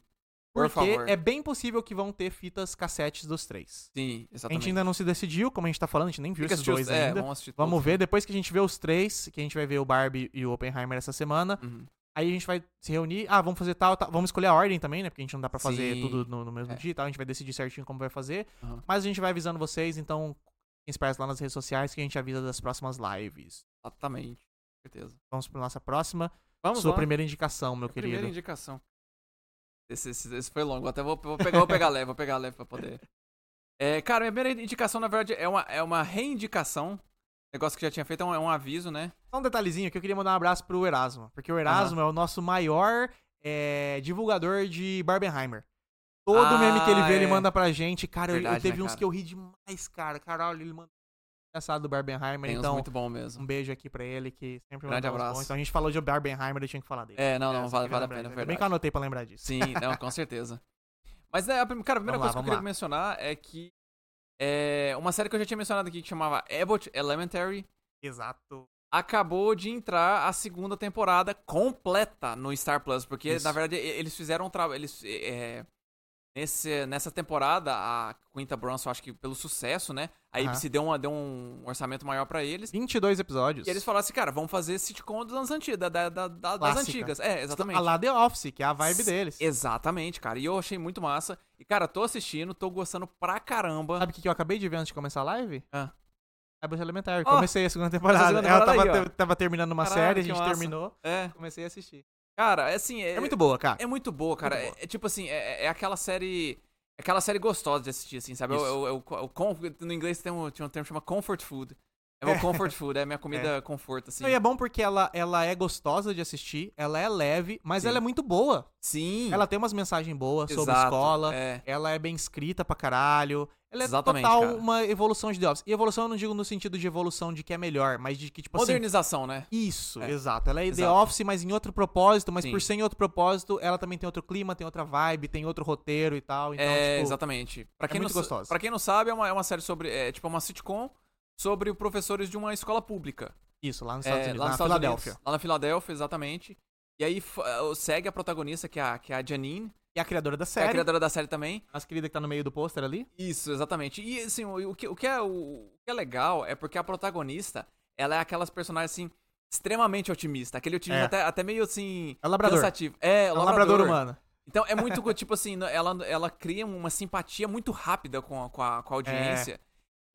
S3: Por
S2: Porque
S3: favor.
S2: é bem possível que vão ter fitas cassetes dos três.
S3: Sim,
S2: A gente
S3: exatamente.
S2: ainda não se decidiu, como a gente tá falando, a gente nem viu
S3: Fica
S2: esses
S3: assistindo
S2: dois
S3: os- é,
S2: ainda.
S3: vamos assistir
S2: Vamos
S3: todos.
S2: ver, depois que a gente vê os três, que a gente vai ver o Barbie e o Oppenheimer essa semana,
S3: Uhum.
S2: aí a gente vai se reunir, ah, vamos fazer tal, tal. vamos escolher a ordem também, né, porque a gente não dá pra fazer
S3: Sim.
S2: tudo no, no mesmo
S3: É.
S2: dia e tal, a gente vai decidir certinho como vai fazer,
S3: Aham.
S2: mas a gente vai avisando vocês, então fiquem espertos lá nas redes sociais que a gente avisa das próximas lives.
S3: Exatamente. Com certeza.
S2: Vamos pra nossa próxima,
S3: Vamos
S2: sua
S3: lá.
S2: primeira indicação, meu
S3: É a
S2: querido.
S3: Primeira indicação. Esse, esse- esse foi longo, até vou, vou pegar, vou pegar leve, vou pegar leve pra poder. É, cara, a primeira indicação, na verdade, é uma, é uma reindicação. Negócio que já tinha feito é um, é um aviso, né?
S2: Só um detalhezinho que eu queria mandar um abraço pro Erasmo, porque o Erasmo é o nosso maior eh, divulgador de Barbenheimer. Todo
S3: Ah,
S2: meme que ele vê, ele
S3: é.
S2: manda pra gente. Cara, eu- eu,
S3: Verdade,
S2: teve
S3: né,
S2: uns
S3: cara?
S2: que eu ri demais, cara. Caralho, ele mandou engraçado do Barbenheimer.
S3: Tem uns
S2: então,
S3: muito bom mesmo.
S2: um beijo aqui pra ele, que sempre
S3: Grande
S2: mandou uns
S3: abraço.
S2: bons. Então, a gente falou de Barbenheimer, eu tinha que falar dele.
S3: É,
S2: É,
S3: não, não,
S2: só
S3: vale,
S2: queria
S3: vale a
S2: lembrar
S3: pena,
S2: disso.
S3: é
S2: Ainda Bem
S3: verdade.
S2: que eu anotei pra lembrar disso.
S3: Sim, não, com certeza. Mas, né, a prim- cara, a primeira
S2: Vamos lá,
S3: coisa que eu
S2: vamos
S3: queria
S2: lá.
S3: mencionar é que é, uma série que eu já tinha mencionado aqui que chamava Abbott Elementary
S2: Exato.
S3: acabou de entrar a segunda temporada completa no Star Plus, porque
S2: Isso.
S3: na verdade e- eles fizeram um trabalho, eles é, nesse, nessa temporada a Quinta Bronson, acho que pelo sucesso, né? A
S2: Aham.
S3: ABC deu, uma, deu um orçamento maior pra eles.
S2: 22 episódios.
S3: E eles falaram assim, cara, vamos fazer sitcom dos anos antigos, da, da- da- da- das
S2: Clássica.
S3: antigas. É, exatamente.
S2: A lá The Office, que é a vibe deles.
S3: Exatamente, cara. E eu achei muito massa. E, cara, tô assistindo, tô gostando pra caramba.
S2: Sabe o que que eu acabei de ver antes de começar a live?
S3: Ah.
S2: Abbott Elementary.
S3: Ó,
S2: Comecei a segunda temporada. *laughs*
S3: segunda
S2: Ela
S3: temporada
S2: tava,
S3: aí,
S2: te-
S3: ó.
S2: tava terminando uma
S3: Caralho,
S2: série, a
S3: que
S2: gente
S3: massa.
S2: terminou.
S3: É,
S2: Comecei a assistir.
S3: cara, é assim.
S2: É muito boa, cara.
S3: É muito boa, cara.
S2: Muito boa.
S3: É, é tipo assim, é, é aquela série. é aquela série gostosa de assistir, assim, sabe? Eu,
S2: Isso.
S3: eu, eu- eu com- no inglês tem um, tinha um termo que chama comfort food. É meu comfort
S2: *laughs*
S3: food, é minha comida conforto, assim.
S2: Não, e é bom porque ela, ela é gostosa de assistir, ela é leve, mas
S3: Sim.
S2: ela é muito boa.
S3: Sim.
S2: Ela tem umas mensagens boas sobre
S3: Exato,
S2: escola,
S3: É.
S2: ela é bem escrita pra caralho. Ela é
S3: Exatamente,
S2: total
S3: cara.
S2: uma evolução de The Office. E evolução eu não digo no sentido de evolução de que é melhor, mas de que, tipo assim.
S3: Modernização, né?
S2: Isso,
S3: É.
S2: exato. Ela é The
S3: Exato.
S2: Office, mas em outro propósito, mas
S3: Sim.
S2: por ser em outro propósito, ela também tem outro clima, tem outra vibe, tem outro roteiro e tal. Então,
S3: é,
S2: tipo,
S3: exatamente. Pra
S2: é
S3: quem não,
S2: muito
S3: sa-
S2: gostosa.
S3: Pra quem não sabe, é uma, é uma série sobre. É tipo uma sitcom sobre professores de uma escola pública.
S2: isso, lá nos
S3: É,
S2: Estados Unidos,
S3: lá
S2: lá
S3: nos
S2: na
S3: Estados
S2: Filadélfia.
S3: Unidos, lá na Filadélfia, exatamente. E aí f- eh, segue a protagonista, que é a, que é a Janine,
S2: E a criadora da
S3: que é a
S2: série,
S3: criadora da série também.
S2: as queridas que tá no meio do pôster ali.
S3: Isso, exatamente. E assim, o, o que, o, que é, o, o que é legal é porque a protagonista, ela é aquelas personagens assim, extremamente otimista. Aquele otimismo
S2: É.
S3: até, até meio assim.
S2: É o labrador.
S3: Cansativo. É,
S2: É
S3: o
S2: um
S3: labrador.
S2: labrador humano.
S3: Então
S2: *laughs*
S3: é muito, co- tipo assim, ela, ela cria uma simpatia muito rápida com a, com a, com a
S2: É.
S3: audiência.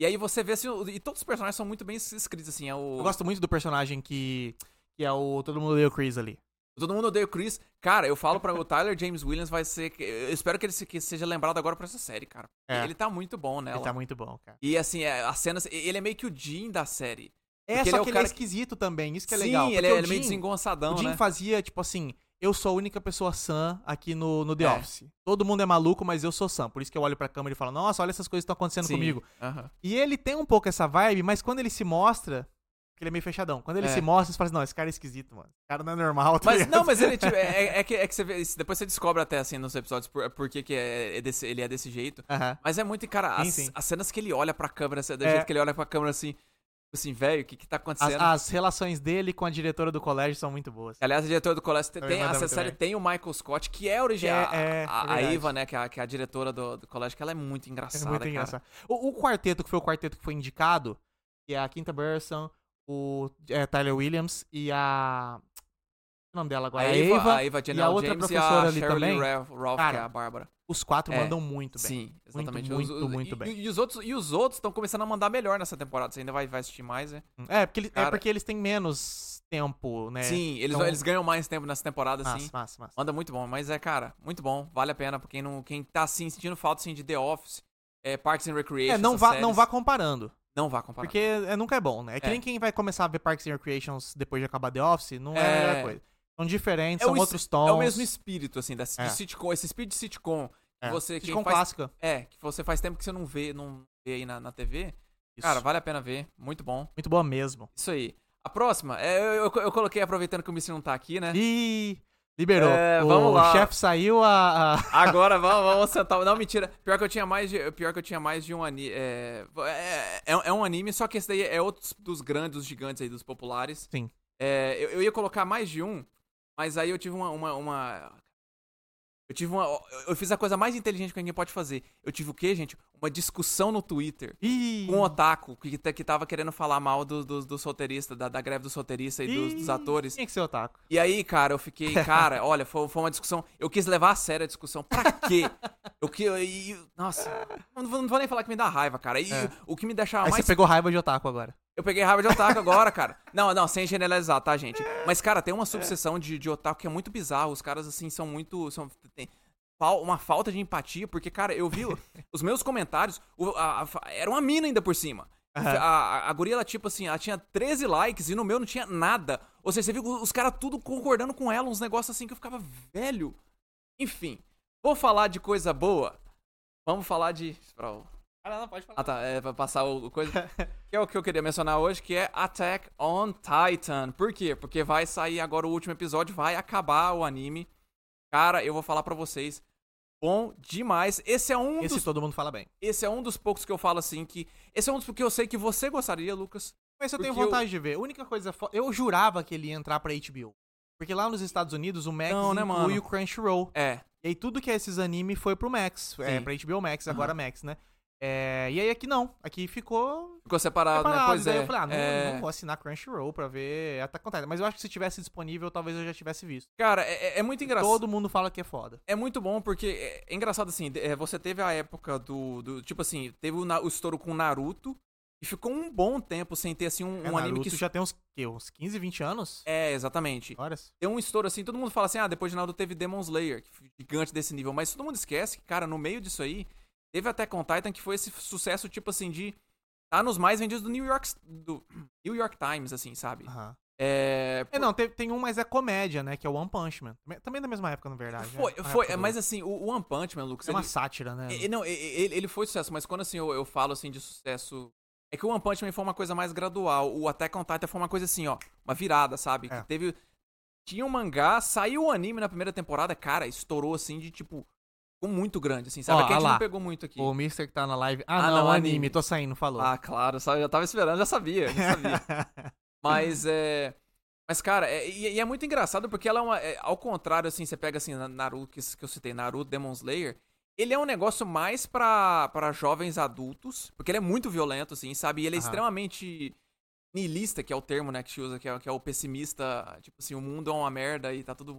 S3: E aí você vê assim, o- e todos os personagens são muito bem escritos, assim. É o...
S2: Eu gosto muito do personagem que, que é o Todo Mundo Odeia o Chris ali.
S3: Todo mundo odeia o Chris. Cara, eu falo pra o Tyler James Williams vai ser. Eu espero que ele se- que seja lembrado agora pra essa série, cara.
S2: É.
S3: Ele tá muito bom nela.
S2: Ele tá muito bom, cara.
S3: E assim, é, as cenas. Ele é meio que o Jim da série.
S2: É,
S3: Porque ele
S2: só
S3: é o
S2: que ele é
S3: cara que-
S2: esquisito também, isso que é
S3: Sim,
S2: legal.
S3: ele
S2: porque
S3: é,
S2: o
S3: ele é meio
S2: Jim-
S3: desengonçadão,
S2: O Jim
S3: né?
S2: fazia, tipo assim, eu sou a única pessoa sã aqui no, no The
S3: É.
S2: Office. Todo mundo é maluco, mas eu sou sã. Por isso que eu olho pra câmera e falo, nossa, olha essas coisas que estão acontecendo
S3: Sim,
S2: comigo.
S3: aham.
S2: E ele tem um pouco essa vibe, mas quando ele se mostra, Porque ele é meio fechadão. Quando ele
S3: É.
S2: se mostra, você fala assim, não, esse cara é esquisito, mano. Esse cara não é normal, tá
S3: Mas
S2: *laughs* ligado?
S3: não, mas ele tipo, é, é que, é que você vê, depois você descobre até assim nos episódios por, por que, que é, é desse- ele é desse jeito.
S2: Aham.
S3: Mas é muito, cara, as,
S2: Sim, sim.
S3: as cenas que ele olha pra câmera, assim, do
S2: É.
S3: jeito que ele olha pra câmera assim, tipo assim, velho, o que que tá
S2: As,
S3: acontecendo?
S2: as relações dele com a diretora do colégio são muito boas.
S3: Aliás, a diretora do colégio tem,
S2: Também
S3: tem-
S2: manda
S3: essa
S2: muito
S3: série
S2: bem.
S3: tem o Michael Scott, que é original.
S2: É, é,
S3: a,
S2: é
S3: a
S2: verdade.
S3: Iva, né, que é a, que é a diretora do, do colégio, que ela é muito
S2: É
S3: engraçada.
S2: muito
S3: cara.
S2: engraçado. O, o quarteto, que foi o quarteto que foi indicado, que é a Quinta Burson, o é, Tyler Williams e a. O nome dela agora?
S3: A
S2: é
S3: Eva,
S2: Ava.
S3: a Eva Janelle
S2: e a outra
S3: James e
S2: professora
S3: a
S2: ali
S3: Shirley
S2: também.
S3: Ra- Ralph, que é
S2: Cara,
S3: a Bárbara.
S2: Os quatro
S3: É,
S2: mandam muito bem.
S3: Sim, exatamente.
S2: muito,
S3: Os- os-
S2: muito
S3: e,
S2: bem.
S3: E, os outros e os outros estão começando a mandar melhor nessa temporada. Você ainda vai, vai assistir mais, né?
S2: É, porque eles, é
S3: Cara.
S2: porque eles têm menos tempo, né?
S3: Sim, eles,
S2: então-
S3: eles ganham mais tempo nessa temporada,
S2: Massa,
S3: assim.
S2: massa, massa.
S3: Manda muito bom, mas é, cara, muito bom. Vale a pena pra quem, não, quem tá, assim, sentindo falta, assim, de The Office, é, Parks and Recreation,
S2: É, não
S3: essas
S2: vá, não
S3: séries.
S2: vá comparando.
S3: Não vá comparar.
S2: Porque é, nunca é bom, né? É que
S3: É.
S2: nem quem vai começar a ver Parks and Recreations depois de acabar The Office, não é, a melhor
S3: É.
S2: coisa. São diferentes,
S3: É
S2: são
S3: o es-
S2: outros tons.
S3: É o mesmo espírito, assim, da, de
S2: É.
S3: sitcom, esse espírito de sitcom.
S2: É.
S3: Que você, quem
S2: Sitcom
S3: faz,
S2: clássica.
S3: é, que você faz tempo que você não vê, não vê aí na, na TV.
S2: Isso.
S3: Cara, vale a pena ver. Muito bom.
S2: Muito boa mesmo.
S3: Isso aí. A próxima, é, eu, eu, eu coloquei, aproveitando que o Missy não tá aqui, né?
S2: Ih, liberou.
S3: É,
S2: o
S3: vamos lá.
S2: chefe saiu, a, a-
S3: Agora vamos, vamos sentar. Não, mentira. Pior que eu tinha mais de, pior que eu tinha mais de um anime. É, é, é um anime, só que esse daí é outro dos grandes, dos gigantes aí, dos populares.
S2: Sim.
S3: É, eu, eu ia colocar mais de um, mas aí eu tive uma. uma, uma- eu tive uma. eu- Eu fiz a coisa mais inteligente que alguém pode fazer. Eu tive o quê, gente? Uma discussão no Twitter.
S2: Ih,
S3: com Um otaku que, ta- que tava querendo falar mal dos do, do solteirista, da, da greve do solteirista e dos, dos
S2: Ih,
S3: atores.
S2: Tinha que ser otaku.
S3: E aí, cara,
S2: *laughs*
S3: eu fiquei, cara, olha, foi, foi uma discussão. Eu quis levar a sério a discussão. Pra quê? Eu que. eu- e- e- nossa, não, vou- não vou nem falar que me dá raiva, cara. E
S2: É.
S3: o que me deixava
S2: Aí
S3: mais.
S2: você pegou raiva de otaku agora.
S3: Eu peguei raiva de
S2: *laughs*
S3: otaku agora, cara. Não, não, sem generalizar, tá, gente?
S2: É.
S3: Mas, cara, tem uma subseção de, de otaku que é muito bizarro. Os caras, assim, são muito. São, tem fal- uma falta de empatia, porque, cara, eu vi
S2: *laughs*
S3: o- os meus comentários. o- a- a fa- era uma mina ainda por cima.
S2: Aham.
S3: A, a, a guria, ela, tipo assim, ela tinha 13 likes e no meu não tinha nada. Ou seja, você viu os caras tudo concordando com ela, uns negócios assim que eu ficava velho. Enfim, vou falar de coisa boa. Vamos falar de. Espera, o- ah tá, é pra passar o, o coisa. que é o que eu queria mencionar hoje, que é Attack on Titan. Por quê? Porque vai sair agora o último episódio, vai acabar o anime. Cara, eu vou falar pra vocês. Bom demais. Esse é um
S2: Esse
S3: dos.
S2: todo mundo fala bem.
S3: Esse é um dos poucos que eu falo assim que. Esse é um dos que eu sei que você gostaria, Lucas.
S2: Mas eu tenho
S3: Porque eu-
S2: vontade de ver. A única coisa. fo- Eu jurava que ele ia entrar pra HBO. Porque lá nos Estados Unidos o Max
S3: Não, né,
S2: inclui
S3: mano?
S2: o Crunchyroll.
S3: É.
S2: E aí tudo que é esses anime foi pro Max. É,
S3: Sim.
S2: pra HBO Max,
S3: Aham.
S2: agora Max, né? É, e aí aqui não. Aqui ficou
S3: Ficou separado, né?
S2: separado.
S3: Pois
S2: Daí
S3: é.
S2: eu falei, ah, não,
S3: é...
S2: não vou assinar Crunchyroll pra ver Attack on Titan. Mas eu acho que se tivesse disponível, talvez eu já tivesse visto.
S3: Cara, é, é- é muito engraçado.
S2: Todo mundo fala que é foda.
S3: É muito bom porque é, é engraçado assim, de- é, você teve a época do, do- tipo assim, teve o, na- o estouro com Naruto e ficou um bom tempo sem ter assim um,
S2: É,
S3: um anime
S2: Naruto
S3: que
S2: já tem uns, quê, uns 15, 20 anos?
S3: é exatamente.
S2: Horas?
S3: Tem um estouro assim, todo mundo fala assim, ah, depois de Naruto teve Demon Slayer, que foi gigante desse nível, mas todo mundo esquece que, cara, no meio disso aí, teve Attack on Titan que foi esse sucesso tipo assim de tá nos mais vendidos do New York do New York Times assim, sabe?
S2: Aham.
S3: É,
S2: É, não, tem, tem um, mas é comédia, né? Que é o One Punch Man. Também- Também da mesma época, na verdade.
S3: foi,
S2: né? Uma
S3: foi,
S2: época
S3: é,
S2: do-
S3: mas assim, o, o One Punch Man, Lucas,
S2: É uma
S3: ele-
S2: sátira, né?
S3: E- e não, e- e- ele, ele foi sucesso, mas quando assim eu, eu falo assim de sucesso. É que o One Punch Man foi uma coisa mais gradual. O Attack on Titan foi uma coisa assim, ó. Uma virada, sabe?
S2: É.
S3: Que teve. Tinha um mangá, saiu o anime na primeira temporada, cara, estourou assim de tipo. Ficou muito grande, assim, sabe?
S2: Ó,
S3: É que a
S2: ah
S3: gente
S2: lá.
S3: não pegou muito aqui.
S2: O Mister que tá na live. Ah,
S3: Ah,
S2: não,
S3: não,
S2: anime.
S3: anime.
S2: tô saindo, falou.
S3: Ah, claro, sabe? Eu já tava esperando, já sabia, já sabia.
S2: *laughs*
S3: Mas é. Mas, cara, é- e, e é muito engraçado porque ela é uma. é, ao contrário, assim, você pega assim, na- Naruto, que, que eu citei, Naruto, Demon Slayer. Ele é um negócio mais pra, pra jovens adultos, porque ele é muito violento, assim, sabe? E ele é
S2: Aham.
S3: extremamente niilista, que é o termo, né, que se usa, que é, que é o pessimista, tipo assim, o mundo é uma merda e tá tudo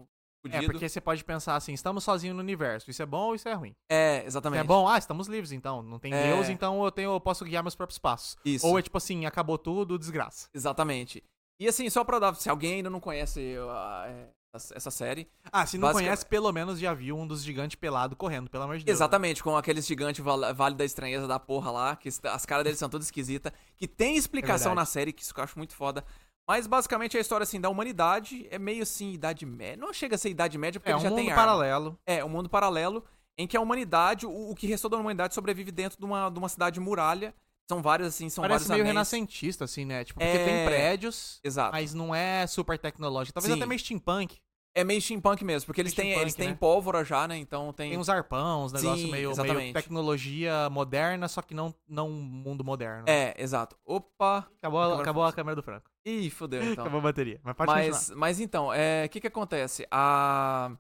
S2: é,
S3: fudido.
S2: porque você pode pensar assim, estamos sozinhos no universo, isso é bom ou isso é ruim?
S3: É,
S2: Se
S3: exatamente.
S2: é bom, ah, estamos livres então, não tem
S3: É.
S2: Deus, então eu, tenho, eu posso guiar meus próprios passos.
S3: Isso.
S2: Ou é tipo assim, acabou tudo, desgraça.
S3: Exatamente. E assim, só pra dar, se alguém ainda não conhece ah, é, essa- essa série,
S2: Ah, se não
S3: Basicamente-
S2: conhece, pelo menos já viu um dos gigantes pelado correndo, pelo amor de Deus.
S3: Exatamente, com aqueles gigantes val- Vale da Estranheza da porra lá, que est- as caras deles são todas esquisitas, que tem explicação
S2: É verdade.
S3: na série, que isso que eu acho muito foda. Mas basicamente é a história assim da humanidade, é meio assim, idade média. Não chega a ser idade média, porque
S2: É
S3: ele
S2: um
S3: já
S2: mundo
S3: tem arma.
S2: paralelo.
S3: É, um mundo paralelo em que a humanidade, o, o que restou da humanidade sobrevive dentro de uma, de uma cidade muralha, São vários, assim, são
S2: Parece
S3: vários
S2: meio
S3: anéis.
S2: renascentista, assim, né? Tipo, porque
S3: É.
S2: tem prédios,
S3: Exato.
S2: mas não é super tecnológico. Talvez
S3: Sim.
S2: até meio steampunk.
S3: É meio steampunk mesmo, porque eles têm,
S2: Steampunk,
S3: eles têm
S2: né?
S3: pólvora já, né? Então tem.
S2: Tem uns arpão, uns negócios
S3: Sim,
S2: meio, meio
S3: exatamente.
S2: tecnologia moderna, só que não, não um mundo moderno.
S3: É, exato. Opa!
S2: Acabou, a-
S3: Agora-
S2: acabou a câmera do Franco.
S3: Ih,
S2: *laughs*
S3: fodeu então.
S2: Acabou a bateria. Mas pode continuar.
S3: Mas, mas então, é, o que que acontece? A...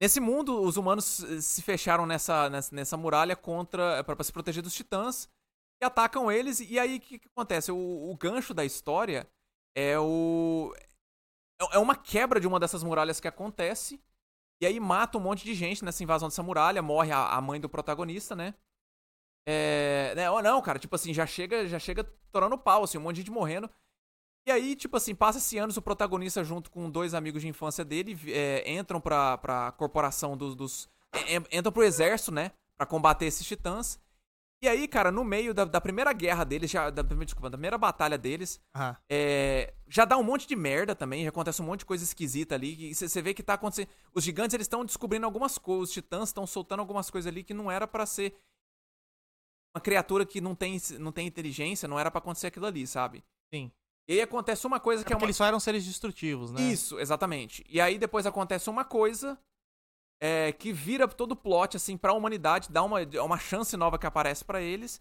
S3: Nesse mundo, os humanos eh, se fecharam nessa, nessa, nessa muralha contra para se proteger dos titãs e atacam eles. E aí, o que, que acontece? O, o gancho da história é o... é- É uma quebra de uma dessas muralhas que acontece. E aí mata um monte de gente nessa invasão dessa muralha. Morre a, a mãe do protagonista, né? É... né, Ou não, cara. Tipo assim, já chega, já chega torando pau, assim. Um monte de gente morrendo. E aí, tipo assim, passa-se anos, o protagonista, junto com dois amigos de infância dele, vi- é, entram pra, pra corporação dos. dos é, é, entram pro exército, né? Pra combater esses titãs. E aí, cara, no meio da, da primeira guerra deles, já, da, primeira- desculpa, da primeira batalha deles,
S2: Ah,
S3: é, já dá um monte de merda também, já acontece um monte de coisa esquisita ali. Você vê que tá acontecendo. Os gigantes eles estão descobrindo algumas coisas, os titãs estão soltando algumas coisas ali que não era pra ser uma criatura que não tem, não tem inteligência, não era pra acontecer aquilo ali, sabe?
S2: Sim.
S3: E aí acontece uma coisa
S2: é
S3: que é
S2: porque
S3: uma.
S2: eles só eram seres destrutivos, né?
S3: Isso, exatamente. E aí depois acontece uma coisa é, que vira todo o plot, assim, pra humanidade, dá uma, é uma chance nova que aparece pra eles.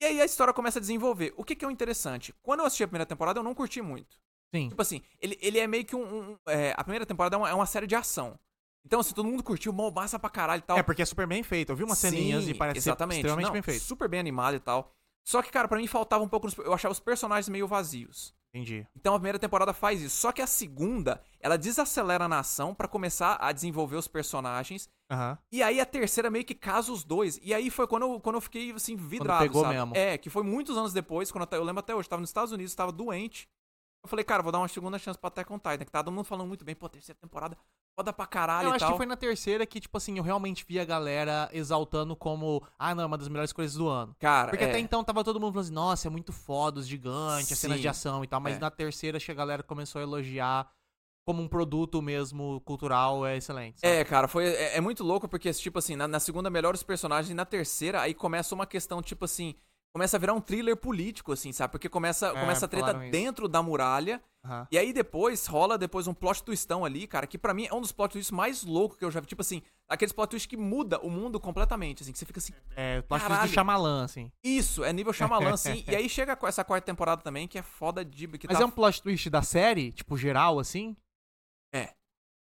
S3: E aí a história começa a desenvolver. O que, que é o interessante? Quando eu assisti a primeira temporada, eu não curti muito.
S2: Sim.
S3: Tipo assim, ele, ele é meio que um. um- é, a primeira temporada é uma, é uma série de ação. Então, assim, todo mundo curtiu, mó massa pra caralho e tal.
S2: É porque é super bem feito. Eu vi umas ceninhas e parece ser
S3: exatamente.
S2: extremamente
S3: Não,
S2: bem feito.
S3: Super bem animado e tal. Só que, cara, pra mim faltava um pouco. nos- Eu achava os personagens meio vazios.
S2: Entendi.
S3: Então a primeira temporada faz isso. Só que a segunda, ela desacelera na ação pra começar a desenvolver os personagens.
S2: Aham.
S3: E aí a terceira meio que casa os dois. E aí foi quando eu, quando eu fiquei, assim, vidrado,
S2: pegou
S3: sabe?
S2: mesmo.
S3: É, que foi muitos anos depois, quando eu, ta- eu lembro até hoje, eu tava nos Estados Unidos, tava doente. Eu falei, cara, vou dar uma segunda chance pra Attack on Titan, que tá todo mundo falando muito bem, pô, terceira temporada, foda pra caralho
S2: Eu
S3: e
S2: acho
S3: tal.
S2: que foi na terceira que, tipo assim, eu realmente vi a galera exaltando como, ah, não, é uma das melhores coisas do ano.
S3: Cara,
S2: Porque
S3: é,
S2: até então tava todo mundo falando assim, nossa, é muito foda, os gigantes, as cenas
S3: Sim,
S2: de ação e tal. Mas
S3: é.
S2: na terceira acho que a galera começou a elogiar como um produto mesmo cultural, é excelente. sabe?
S3: É, cara, foi, é, é muito louco porque, tipo assim, na, na segunda melhora os personagens, e na terceira aí começa uma questão, tipo assim, começa a virar um thriller político, assim, sabe? Porque começa,
S2: É,
S3: começa a treta
S2: falaram isso.
S3: dentro da muralha,
S2: Aham.
S3: e aí depois rola depois um plot twistão ali, cara, que pra mim é um dos plot twists mais loucos que eu já vi, tipo assim, aqueles plot twists que muda o mundo completamente, assim, que você fica assim,
S2: É, plástico do
S3: Caralho.
S2: Shyamalan, assim.
S3: isso, é nível
S2: *laughs*
S3: Shyamalan, assim, e aí chega com essa quarta temporada também, que é foda de... Que
S2: Mas
S3: tá,
S2: é um plot twist da série, tipo, geral, assim?
S3: É.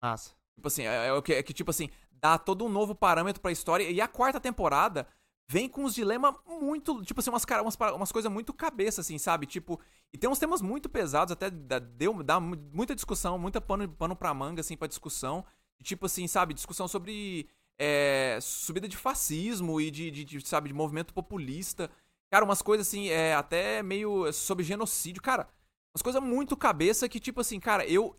S2: Nossa.
S3: Tipo assim, é, é o que, é que, tipo assim, dá todo um novo parâmetro pra história. E a quarta temporada vem com uns dilemas muito. Tipo assim, umas, cara- umas, para- umas coisas muito cabeça, assim, sabe? Tipo. E tem uns temas muito pesados, até dá, deu, dá mu- muita discussão, muita pano, pano pra manga, assim, pra discussão. E, tipo assim, sabe? Discussão sobre. é, subida de fascismo e de, de- de, sabe, de movimento populista. Cara, umas coisas assim, é, até meio sobre genocídio. Cara, umas coisas muito cabeça que, tipo assim, cara, eu,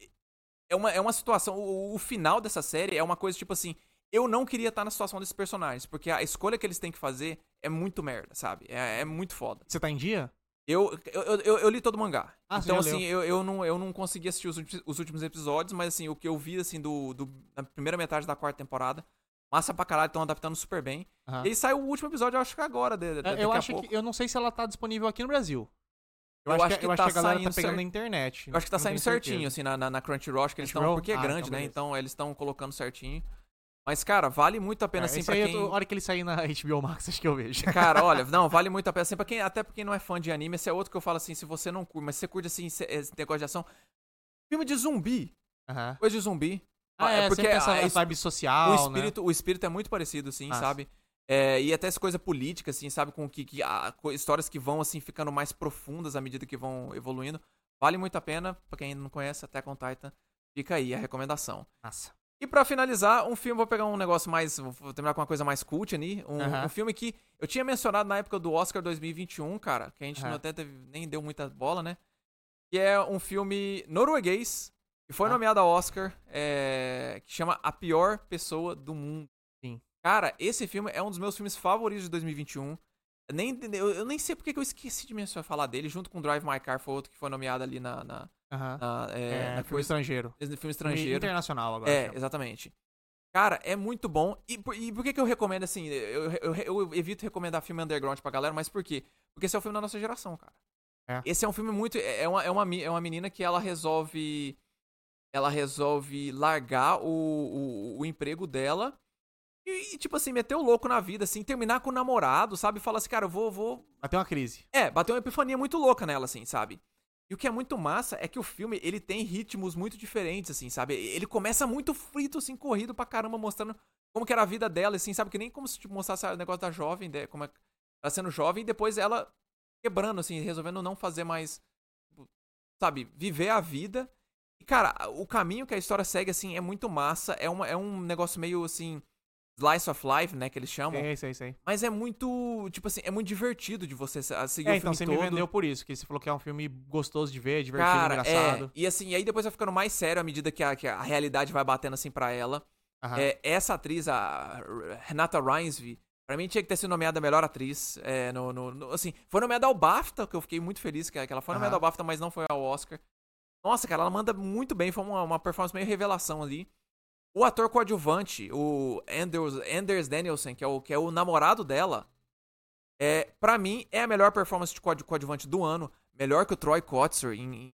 S3: é uma, é uma situação. O, o final dessa série é uma coisa tipo assim. Eu não queria estar na situação desses personagens, porque a escolha que eles têm que fazer é muito merda, sabe? É, é muito foda.
S2: Você tá em dia?
S3: Eu, eu, eu, eu li todo o mangá.
S2: Ah, você
S3: então,
S2: já leu.
S3: assim, eu, eu, não, eu não consegui assistir os, últimos- os últimos episódios, mas, assim, o que eu vi, assim, do, do, da primeira metade da quarta temporada, massa pra caralho, estão adaptando super bem.
S2: Aham.
S3: E aí sai o último episódio, eu acho que agora, de, de,
S2: Ah. É,
S3: daqui
S2: eu
S3: a
S2: acho
S3: pouco.
S2: que. Eu não sei se ela tá disponível aqui no Brasil. Eu, acho, que, eu acho
S3: tá
S2: que a galera tá
S3: saindo
S2: pegando
S3: cer-
S2: na internet.
S3: Eu acho que tá
S2: não tenho
S3: saindo certinho,
S2: certeza. É,
S3: assim, na, na, na Crunchyroll, acho que eles estão.
S2: Crunchyroll?
S3: Porque é
S2: Ah,
S3: grande,
S2: então
S3: né?
S2: beleza.
S3: Então eles estão colocando certinho. Mas, cara, vale muito a
S2: É,
S3: pena, assim,
S2: esse
S3: pra
S2: aí eu
S3: quem.
S2: tô- *laughs* a hora que ele sair na HBO Max, acho que eu
S3: *laughs*
S2: vejo.
S3: Cara, olha, não, vale muito a pena. Assim, pra quem, até pra quem não é fã de anime, esse é outro que eu falo assim, se você não curte, mas se você curte assim, esse- esse negócio de ação. Filme de zumbi.
S2: Aham.
S3: Coisa de zumbi.
S2: Ah, é, porque essa
S3: a-
S2: essa
S3: es-
S2: vibe social,
S3: o,
S2: né?
S3: espírito, o espírito é muito parecido, assim,
S2: Massa.
S3: sabe? É, e até essa coisa política, assim, sabe? Com que, que a- co- histórias que vão, assim, ficando mais profundas à medida que vão evoluindo. Vale muito a pena, pra quem ainda não conhece, até com Titan, fica aí a recomendação.
S2: Massa.
S3: E pra finalizar, um filme, vou pegar um negócio mais. Vou terminar com uma coisa mais cult ali. Um,
S2: Aham.
S3: um filme que eu tinha mencionado na época do Oscar 2021, cara, que a gente
S2: Aham.
S3: não até teve- nem deu muita bola, né? Que é um filme norueguês, que foi
S2: Ah.
S3: nomeado a Oscar, é, que chama A Pior Pessoa do Mundo.
S2: Sim.
S3: Cara, esse filme é um dos meus filmes favoritos de 2021. Nem, eu, eu nem sei porque que eu esqueci de mencionar falar dele, junto com Drive My Car, foi outro que foi nomeado ali na, na,
S2: Aham.
S3: na, é,
S2: É,
S3: na
S2: filme
S3: coisa,
S2: estrangeiro.
S3: filme
S2: Filme
S3: estrangeiro.
S2: Internacional agora.
S3: É,
S2: chama.
S3: exatamente. Cara, é muito bom. E por, e por que, que eu recomendo, assim, eu, eu, eu evito recomendar filme underground pra galera, mas por quê? Porque esse é o filme da nossa geração, cara.
S2: É.
S3: Esse é um filme muito. É uma, é, uma, me- é uma menina que ela resolve. Ela resolve largar o, o, o emprego dela e, e, tipo assim, meter o louco na vida, assim, terminar com o namorado, sabe? Fala assim, cara, eu vou, vou.
S2: Mas tem uma crise.
S3: É, bateu uma epifania muito louca nela, assim, sabe? E o que é muito massa é que o filme, ele tem ritmos muito diferentes, assim, sabe? Ele começa muito frito, assim, corrido pra caramba, mostrando como que era a vida dela, assim, sabe? Que nem como se tipo, mostrasse o negócio da jovem, de- como é, ela sendo jovem, e depois ela quebrando, assim, resolvendo não fazer mais, tipo, sabe? Viver a vida. E, cara, o caminho que a história segue, assim, é muito massa. É, uma, é um negócio meio, assim, slice of life, né, que eles chamam.
S2: É isso, é isso aí.
S3: Mas é muito, tipo assim, é muito divertido de você se- seguir
S2: É,
S3: o
S2: então
S3: filme
S2: você
S3: todo.
S2: me vendeu por isso, que você falou que é um filme gostoso de ver, divertido,
S3: Cara,
S2: engraçado.
S3: é. E assim, aí depois vai ficando mais sério à medida que a, que a realidade vai batendo assim pra ela.
S2: Aham.
S3: É, essa atriz, a R- Renata Rinsby, pra mim tinha que ter sido nomeada a melhor atriz. é, no, no- no- assim, foi nomeada ao BAFTA, que eu fiquei muito feliz que que ela foi
S2: Aham.
S3: nomeada ao BAFTA, mas não foi ao Oscar. Nossa, cara, ela manda muito bem, foi uma, uma performance meio revelação ali. O ator coadjuvante, o Anders, Anders Danielson, que é o, que é o namorado dela, é, pra mim é a melhor performance de coad- coadjuvante do ano. Melhor que o Troy Kotzer em, em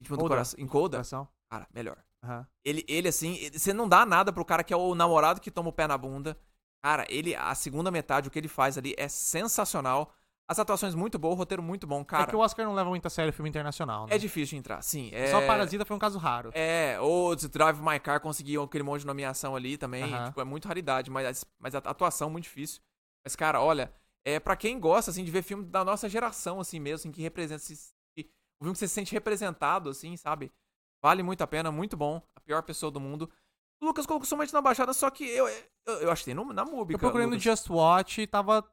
S3: Ritmo do
S2: Coda.
S3: Coração. Em Coda.
S2: Coração.
S3: Cara, melhor.
S2: Aham. É
S3: Ele, ele assim, ele- você não dá nada pro cara que é o namorado que toma o pé na bunda. Cara, ele, a segunda metade, o que ele faz ali é sensacional. As atuações muito boas, o roteiro muito bom,
S2: é
S3: cara.
S2: que o Oscar não leva muito a sério o filme internacional, né?
S3: É difícil de entrar, sim. É...
S2: Só Parasita foi um caso raro.
S3: É, ou se Drive My Car conseguiu aquele monte de nomeação ali também.
S2: Aham.
S3: Tipo, é muito raridade, mas, mas a atuação é muito difícil. Mas, cara, olha, é para quem gosta, assim, de ver filme da nossa geração, assim mesmo, assim, que representa. Se, se- o filme que você se sente representado, assim, sabe? Vale muito a pena, muito bom. A pior pessoa do mundo. O Lucas colocou somente na baixada, só que eu, eu, eu achei no, na Mubi,
S2: Eu
S3: cara.
S2: procurei no
S3: Lucas.
S2: Just Watch e tava.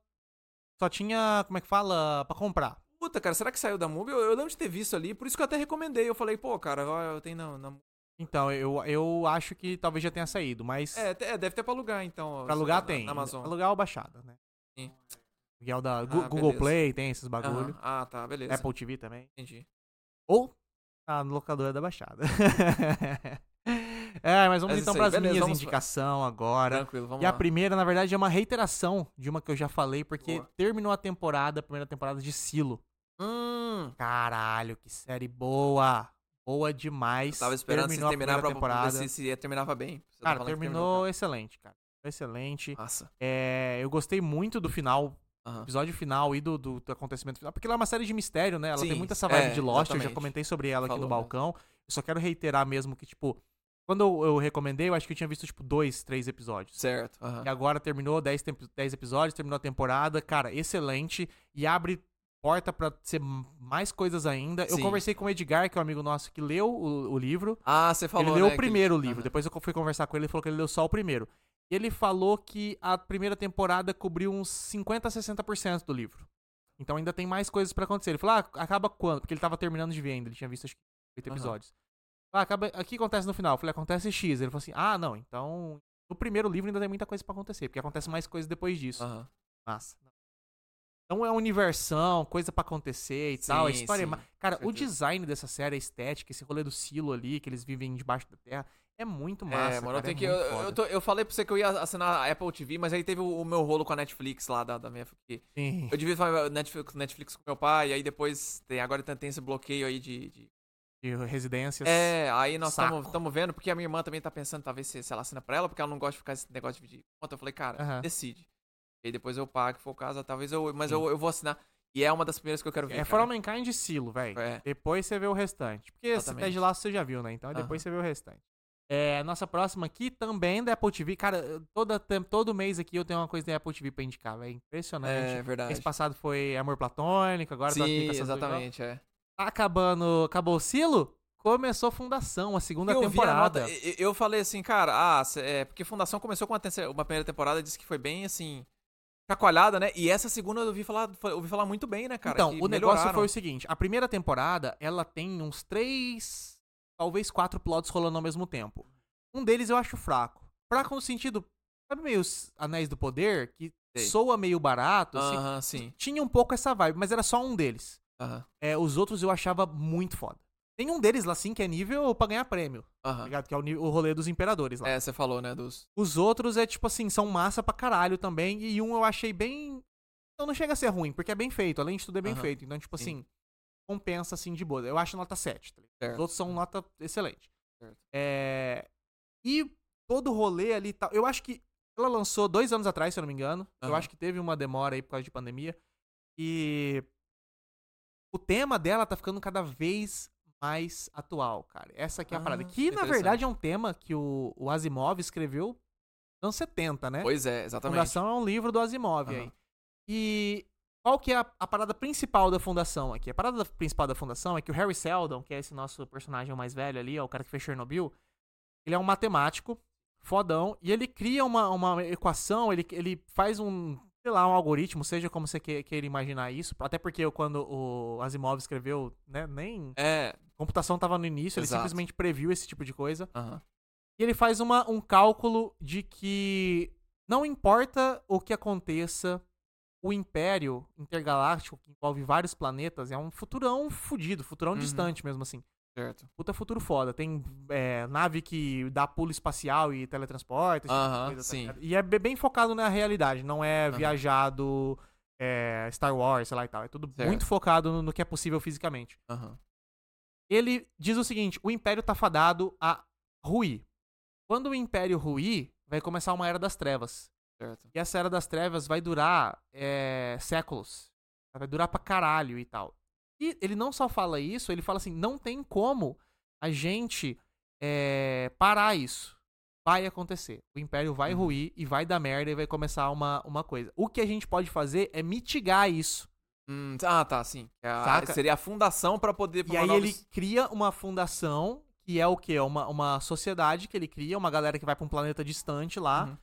S2: Só tinha, como é que fala? Pra comprar.
S3: Puta, cara, será que saiu da Mubi? Eu, eu lembro de ter visto ali, por isso que eu até recomendei. Eu falei, pô, cara, ó, eu tenho na, na Mubi.
S2: Então, eu, eu acho que talvez já tenha saído, mas.
S3: É, te- é, deve ter pra alugar, então.
S2: pra alugar tem.
S3: Na Amazon.
S2: Alugar ou baixada, né?
S3: Sim. Ah,
S2: Aluguel da Gu- Google
S3: beleza.
S2: Play, tem esses
S3: Aham.
S2: bagulho. É
S3: Ah, tá, beleza.
S2: Apple TV também.
S3: Entendi.
S2: Ou na locadora da Baixada. *laughs* é, mas vamos
S3: Mas
S2: então
S3: isso aí,
S2: para as
S3: beleza,
S2: minhas
S3: vamos pra-
S2: indicação agora.
S3: Tranquilo, vamos
S2: E a
S3: lá.
S2: primeira, na verdade, é uma reiteração de uma que eu já falei, porque
S3: Boa.
S2: terminou a temporada, a primeira temporada de Silo.
S3: Hum,
S2: Caralho, que série boa! Boa demais.
S3: eu tava esperando
S2: terminou a
S3: se terminar
S2: primeira
S3: pra
S2: temporada.
S3: ver se, se terminava bem. Você tá
S2: Cara,
S3: falando que
S2: terminou excelente, cara. Excelente.
S3: cara. Massa.
S2: É, eu gostei muito do final,
S3: Aham.
S2: episódio final e do, do- do acontecimento final, porque ela é uma série de mistério, né? Ela
S3: Sim,
S2: tem muito essa vibe
S3: é,
S2: de Lost, eu já
S3: exatamente.
S2: comentei sobre ela aqui
S3: Falou,
S2: no
S3: né?
S2: balcão. Eu só quero reiterar mesmo que, tipo, quando eu, eu recomendei, eu acho que eu tinha visto, tipo, dois, três episódios.
S3: Certo. aham.
S2: E agora terminou 10 temp- 10 episódios, terminou a temporada, cara, excelente. E abre porta pra ser mais coisas ainda. Eu
S3: Sim.
S2: conversei com o Edgar, que é um amigo nosso que leu o, o livro.
S3: Ah, você falou,
S2: ele leu
S3: né,
S2: o
S3: que ele-
S2: primeiro livro,
S3: Aham.
S2: depois eu fui conversar com ele, ele falou que ele leu só o primeiro. E ele falou que a primeira temporada cobriu uns 50 a 60% do livro. Então ainda tem mais coisas pra acontecer. Ele falou: "Ah, acaba quando?" Porque ele tava terminando de ver ainda, ele tinha visto acho que oito
S3: Aham.
S2: episódios. Ah, acaba, o que acontece no final? Eu falei: "Acontece X". Ele falou assim: "Ah, não, então no primeiro livro ainda tem muita coisa pra acontecer, porque acontece mais coisas depois disso".
S3: Aham.
S2: Massa. Então é um universão, coisa pra acontecer e
S3: Sim,
S2: tal. A história é
S3: sim,
S2: ma... Cara,
S3: com
S2: o
S3: certeza.
S2: design dessa série, a estética, esse rolê do silo ali, que eles vivem debaixo da terra, é muito massa.
S3: É, mano,
S2: cara,
S3: eu tenho que.
S2: é
S3: Eu,
S2: muito
S3: eu
S2: foda.
S3: tô- eu falei pra você que eu ia assinar a Apple TV, mas aí teve o, o meu rolo com a Netflix lá da, da minha. porque
S2: Sim.
S3: Eu devia falar Netflix, Netflix com meu pai, e aí depois. Tem, agora tem, tem esse bloqueio aí de- de
S2: De residências.
S3: É, aí nós
S2: Saco.
S3: estamos vendo, porque a minha irmã também tá pensando, talvez, se, se ela assina pra ela, porque ela não gosta de ficar esse negócio de dividir conta. Eu falei, cara,
S2: Aham.
S3: decide. E aí depois eu pago, se for o caso, talvez eu. Mas
S2: Sim.
S3: eu, eu vou assinar. E é uma das primeiras que eu quero ver.
S2: É
S3: cara.
S2: Formenkind de silo, velho.
S3: É.
S2: Depois você vê o restante. Porque esse
S3: Exatamente.
S2: pé de laço você já viu, né? Então
S3: Aham.
S2: depois você vê o restante. É, nossa próxima aqui também é da Apple TV. Cara, eu- toda, tem- todo mês aqui eu tenho uma coisa da Apple TV pra indicar, velho. Impressionante.
S3: É verdade.
S2: Mês passado foi Amor Platônico, agora tô aqui
S3: Sim,
S2: com essa do Igual.
S3: exatamente, é.
S2: Tá acabando. Acabou o silo? Começou Fundação, a segunda
S3: eu vi a
S2: temporada.
S3: nota, e- e- eu falei assim, cara, ah, cê- é, porque Fundação começou com uma, terceira- uma primeira temporada, disse que foi bem assim. Chacoalhada, né? E essa segunda eu ouvi falar, fa- ouvi falar muito bem, né, cara?
S2: então,
S3: que
S2: o negócio
S3: melhoraram.
S2: foi o seguinte: a primeira temporada, ela tem uns três, talvez quatro plots rolando ao mesmo tempo. Um deles eu acho fraco. Fraco no sentido. Sabe meio os Anéis do Poder? Que
S3: Sei.
S2: soa meio barato. assim?
S3: Aham, sim.
S2: Tinha um pouco essa vibe, mas era só um deles.
S3: Aham.
S2: É, os outros eu achava muito foda. Tem um deles lá sim que é nível pra ganhar prêmio, tá
S3: Aham.
S2: ligado? Que é o, ni- o rolê dos imperadores lá.
S3: É, você falou, né, dos...
S2: Os outros é tipo assim, são massa pra caralho também. E um eu achei bem. Então não chega a ser ruim, porque é bem feito. Além de tudo, é bem
S3: Aham.
S2: feito. Então, tipo
S3: Sim.
S2: assim, compensa assim de boa. Eu acho nota 7. Tá ligado? Os
S3: Certo.
S2: outros são nota excelente.
S3: Certo.
S2: É... E todo o rolê ali e tal. Eu acho que ela lançou dois anos atrás, se eu não me engano. Eu
S3: Aham.
S2: acho que teve uma demora aí por causa de pandemia. E. O tema dela tá ficando cada vez mais atual, cara. Essa aqui é a
S3: Ah,
S2: parada. Que, na
S3: interessante.
S2: verdade, é um tema que o, o Asimov escreveu nos anos 70, né?
S3: Pois é, exatamente.
S2: Fundação é um livro do Asimov
S3: Aham.
S2: aí. E qual que é a, a parada principal da Fundação aqui? A parada da- principal da Fundação é que o Harry Seldon, que é esse nosso personagem mais velho ali, ó, o cara que fez Chernobyl, ele é um matemático fodão e ele cria uma, uma equação, ele, ele faz um, sei lá, um algoritmo, seja como você que- queira imaginar isso. Até porque eu, quando o Asimov escreveu, né, nem
S3: É,
S2: computação tava no início, ele
S3: Exato.
S2: simplesmente previu esse tipo de coisa.
S3: aham.
S2: E ele faz uma, um cálculo de que não importa o que aconteça, o Império Intergaláctico, que envolve vários planetas, é um futurão fudido, futurão
S3: Uhum.
S2: distante mesmo assim.
S3: certo.
S2: Puta futuro foda. Tem é, nave que dá pulo espacial e teletransporta, esse tipo de
S3: Aham,
S2: coisa, tá
S3: sim.
S2: ligado? E é be- bem focado na realidade, não é
S3: Aham.
S2: viajado é, Star Wars, sei lá e tal. É tudo
S3: Certo.
S2: muito focado no- no que é possível fisicamente
S3: Aham.
S2: ele diz o seguinte: o império tá fadado a ruir. Quando o império ruir, vai começar uma era das trevas.
S3: Certo.
S2: E essa era das trevas vai durar é, séculos. Vai durar pra caralho e tal. E ele não só fala isso, ele fala assim: não tem como a gente é, parar isso. Vai acontecer. O império vai
S3: Uhum.
S2: ruir e vai dar merda e vai começar uma, uma coisa. O que a gente pode fazer é mitigar isso.
S3: Hum, ah, tá, sim. É a-
S2: Saca?
S3: Seria a fundação pra poder...
S2: E
S3: formar
S2: aí ele
S3: novos-
S2: cria uma fundação, que é o quê? Uma, uma sociedade que ele cria, uma galera que vai pra um planeta distante lá,
S3: Uhum.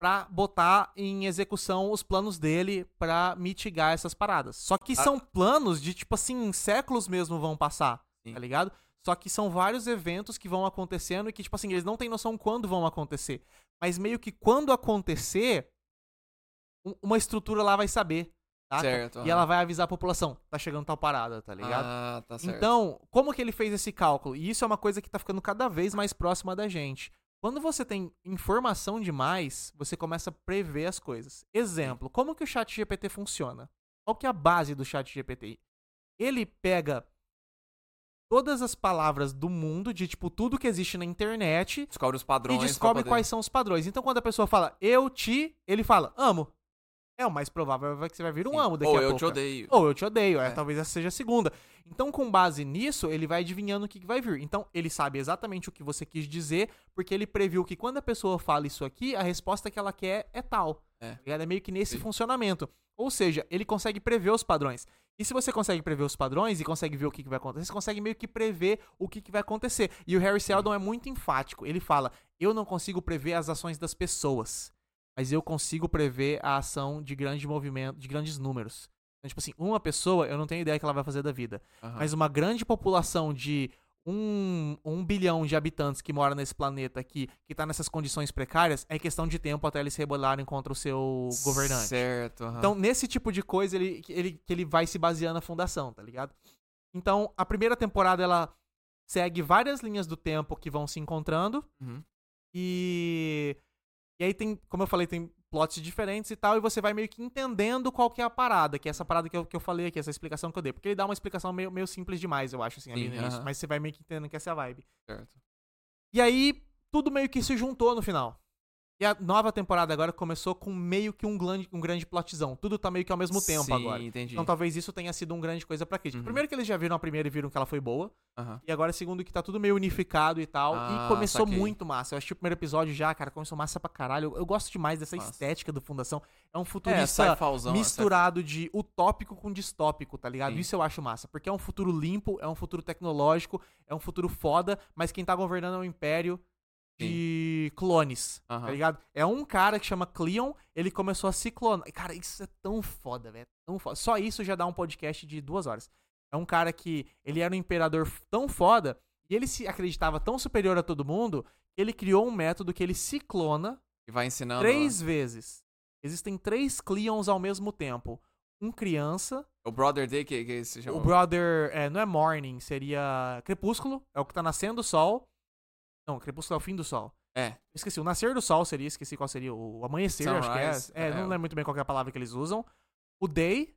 S2: pra botar em execução os planos dele pra mitigar essas paradas. Só
S3: Ah.
S2: que são planos de, tipo assim, séculos mesmo vão passar,
S3: Sim.
S2: tá ligado? Só que são vários eventos que vão acontecendo e que, tipo assim, eles não têm noção quando vão acontecer. Mas meio que quando acontecer, um- uma estrutura lá vai saber, tá?
S3: Certo,
S2: E
S3: aham.
S2: ela vai avisar a população, tá chegando tal parada, tá ligado?
S3: Ah, tá certo.
S2: Então, como que ele fez esse cálculo? E isso é uma coisa que tá ficando cada vez mais próxima da gente. Quando você tem informação demais, você começa a prever as coisas. Exemplo, como que o chat GPT funciona? Qual que é a base do chat GPT? Ele pega todas as palavras do mundo, de tipo tudo que existe na internet,
S3: Descobre os padrões.
S2: e
S3: pra
S2: descobre
S3: poder-
S2: quais são os padrões. Então, quando a pessoa fala eu te, ele fala amo. É o mais provável que você vai vir um
S3: Sim.
S2: amo daqui
S3: Ou
S2: a pouco.
S3: eu te odeio.
S2: Ou eu te odeio, é,
S3: É.
S2: talvez essa seja a segunda. Então, com base nisso, ele vai adivinhando o que que vai vir. Então, ele sabe exatamente o que você quis dizer, porque ele previu que quando a pessoa fala isso aqui, a resposta que ela quer é tal.
S3: É.
S2: Tá ligado? É meio que nesse
S3: Sim.
S2: funcionamento. Ou seja, ele consegue prever os padrões. E se você consegue prever os padrões e consegue ver o que, que vai acontecer, você consegue meio que prever o que, que vai acontecer. E o Harry Seldon é muito enfático. Ele fala: Eu não consigo prever as ações das pessoas, mas eu consigo prever a ação de grande movimento, de grandes números. Então, tipo assim, uma pessoa, eu não tenho ideia o que ela vai fazer da vida.
S3: Aham.
S2: Mas uma grande população de um, um bilhão de habitantes que mora nesse planeta aqui, que tá nessas condições precárias, é questão de tempo até eles se rebelarem contra o seu governante.
S3: Certo, aham.
S2: Então, nesse tipo de coisa ele, que ele, que ele vai se baseando na fundação, tá ligado? Então, a primeira temporada ela segue várias linhas do tempo que vão se encontrando.
S3: Uhum.
S2: E. E aí tem, como eu falei, tem plots diferentes e tal, e você vai meio que entendendo qual que é a parada, que é essa parada que eu, que eu falei aqui, essa explicação que eu dei. Porque ele dá uma explicação meio, meio simples demais, eu acho, assim, ali
S3: Sim,
S2: no início.
S3: aham.
S2: Mas você vai meio que entendendo que essa é a vibe.
S3: certo.
S2: E aí, tudo meio que se juntou no final. E a nova temporada agora começou com meio que um grande, um grande plotzão. Tudo tá meio que ao mesmo tempo
S3: Sim,
S2: agora.
S3: entendi.
S2: Então talvez isso tenha sido uma grande coisa pra crítica.
S3: Uhum.
S2: Primeiro que eles já viram a primeira e viram que ela foi boa.
S3: Aham.
S2: E agora, segundo, que tá tudo meio unificado e tal. e
S3: Ah,
S2: começou
S3: saquei.
S2: muito massa. Eu achei o primeiro episódio já, cara, começou massa pra caralho. Eu, eu gosto demais dessa
S3: Massa.
S2: estética do Fundação. É um
S3: É,
S2: futurista
S3: sci-fizão,
S2: misturado de utópico com distópico, tá ligado?
S3: Sim.
S2: Isso eu acho massa. Porque é um futuro limpo, é um futuro tecnológico, é um futuro foda, mas quem tá governando é um império de clones.
S3: Aham.
S2: Tá ligado? É um cara que chama Cleon, ele começou a se clonar. Cara, isso é tão foda, velho. é Tão foda. Só isso já dá um podcast de duas horas. É um cara que ele era um imperador f- tão foda e ele se acreditava tão superior a todo mundo que ele criou um método que ele se clona
S3: E vai ensinando.
S2: três vezes. Existem três Cleons ao mesmo tempo. um criança.
S3: O Brother Day, que, que se chama.
S2: O Brother. é, não é Morning, seria Crepúsculo. É o que tá nascendo o sol. Não, Crepúsculo é o fim do sol.
S3: É.
S2: Esqueci, o nascer do sol seria, esqueci qual seria, o amanhecer, acho
S3: Sunrise,
S2: que é. é.
S3: é,
S2: não
S3: o-
S2: lembro muito bem qual que é a palavra que eles usam. O day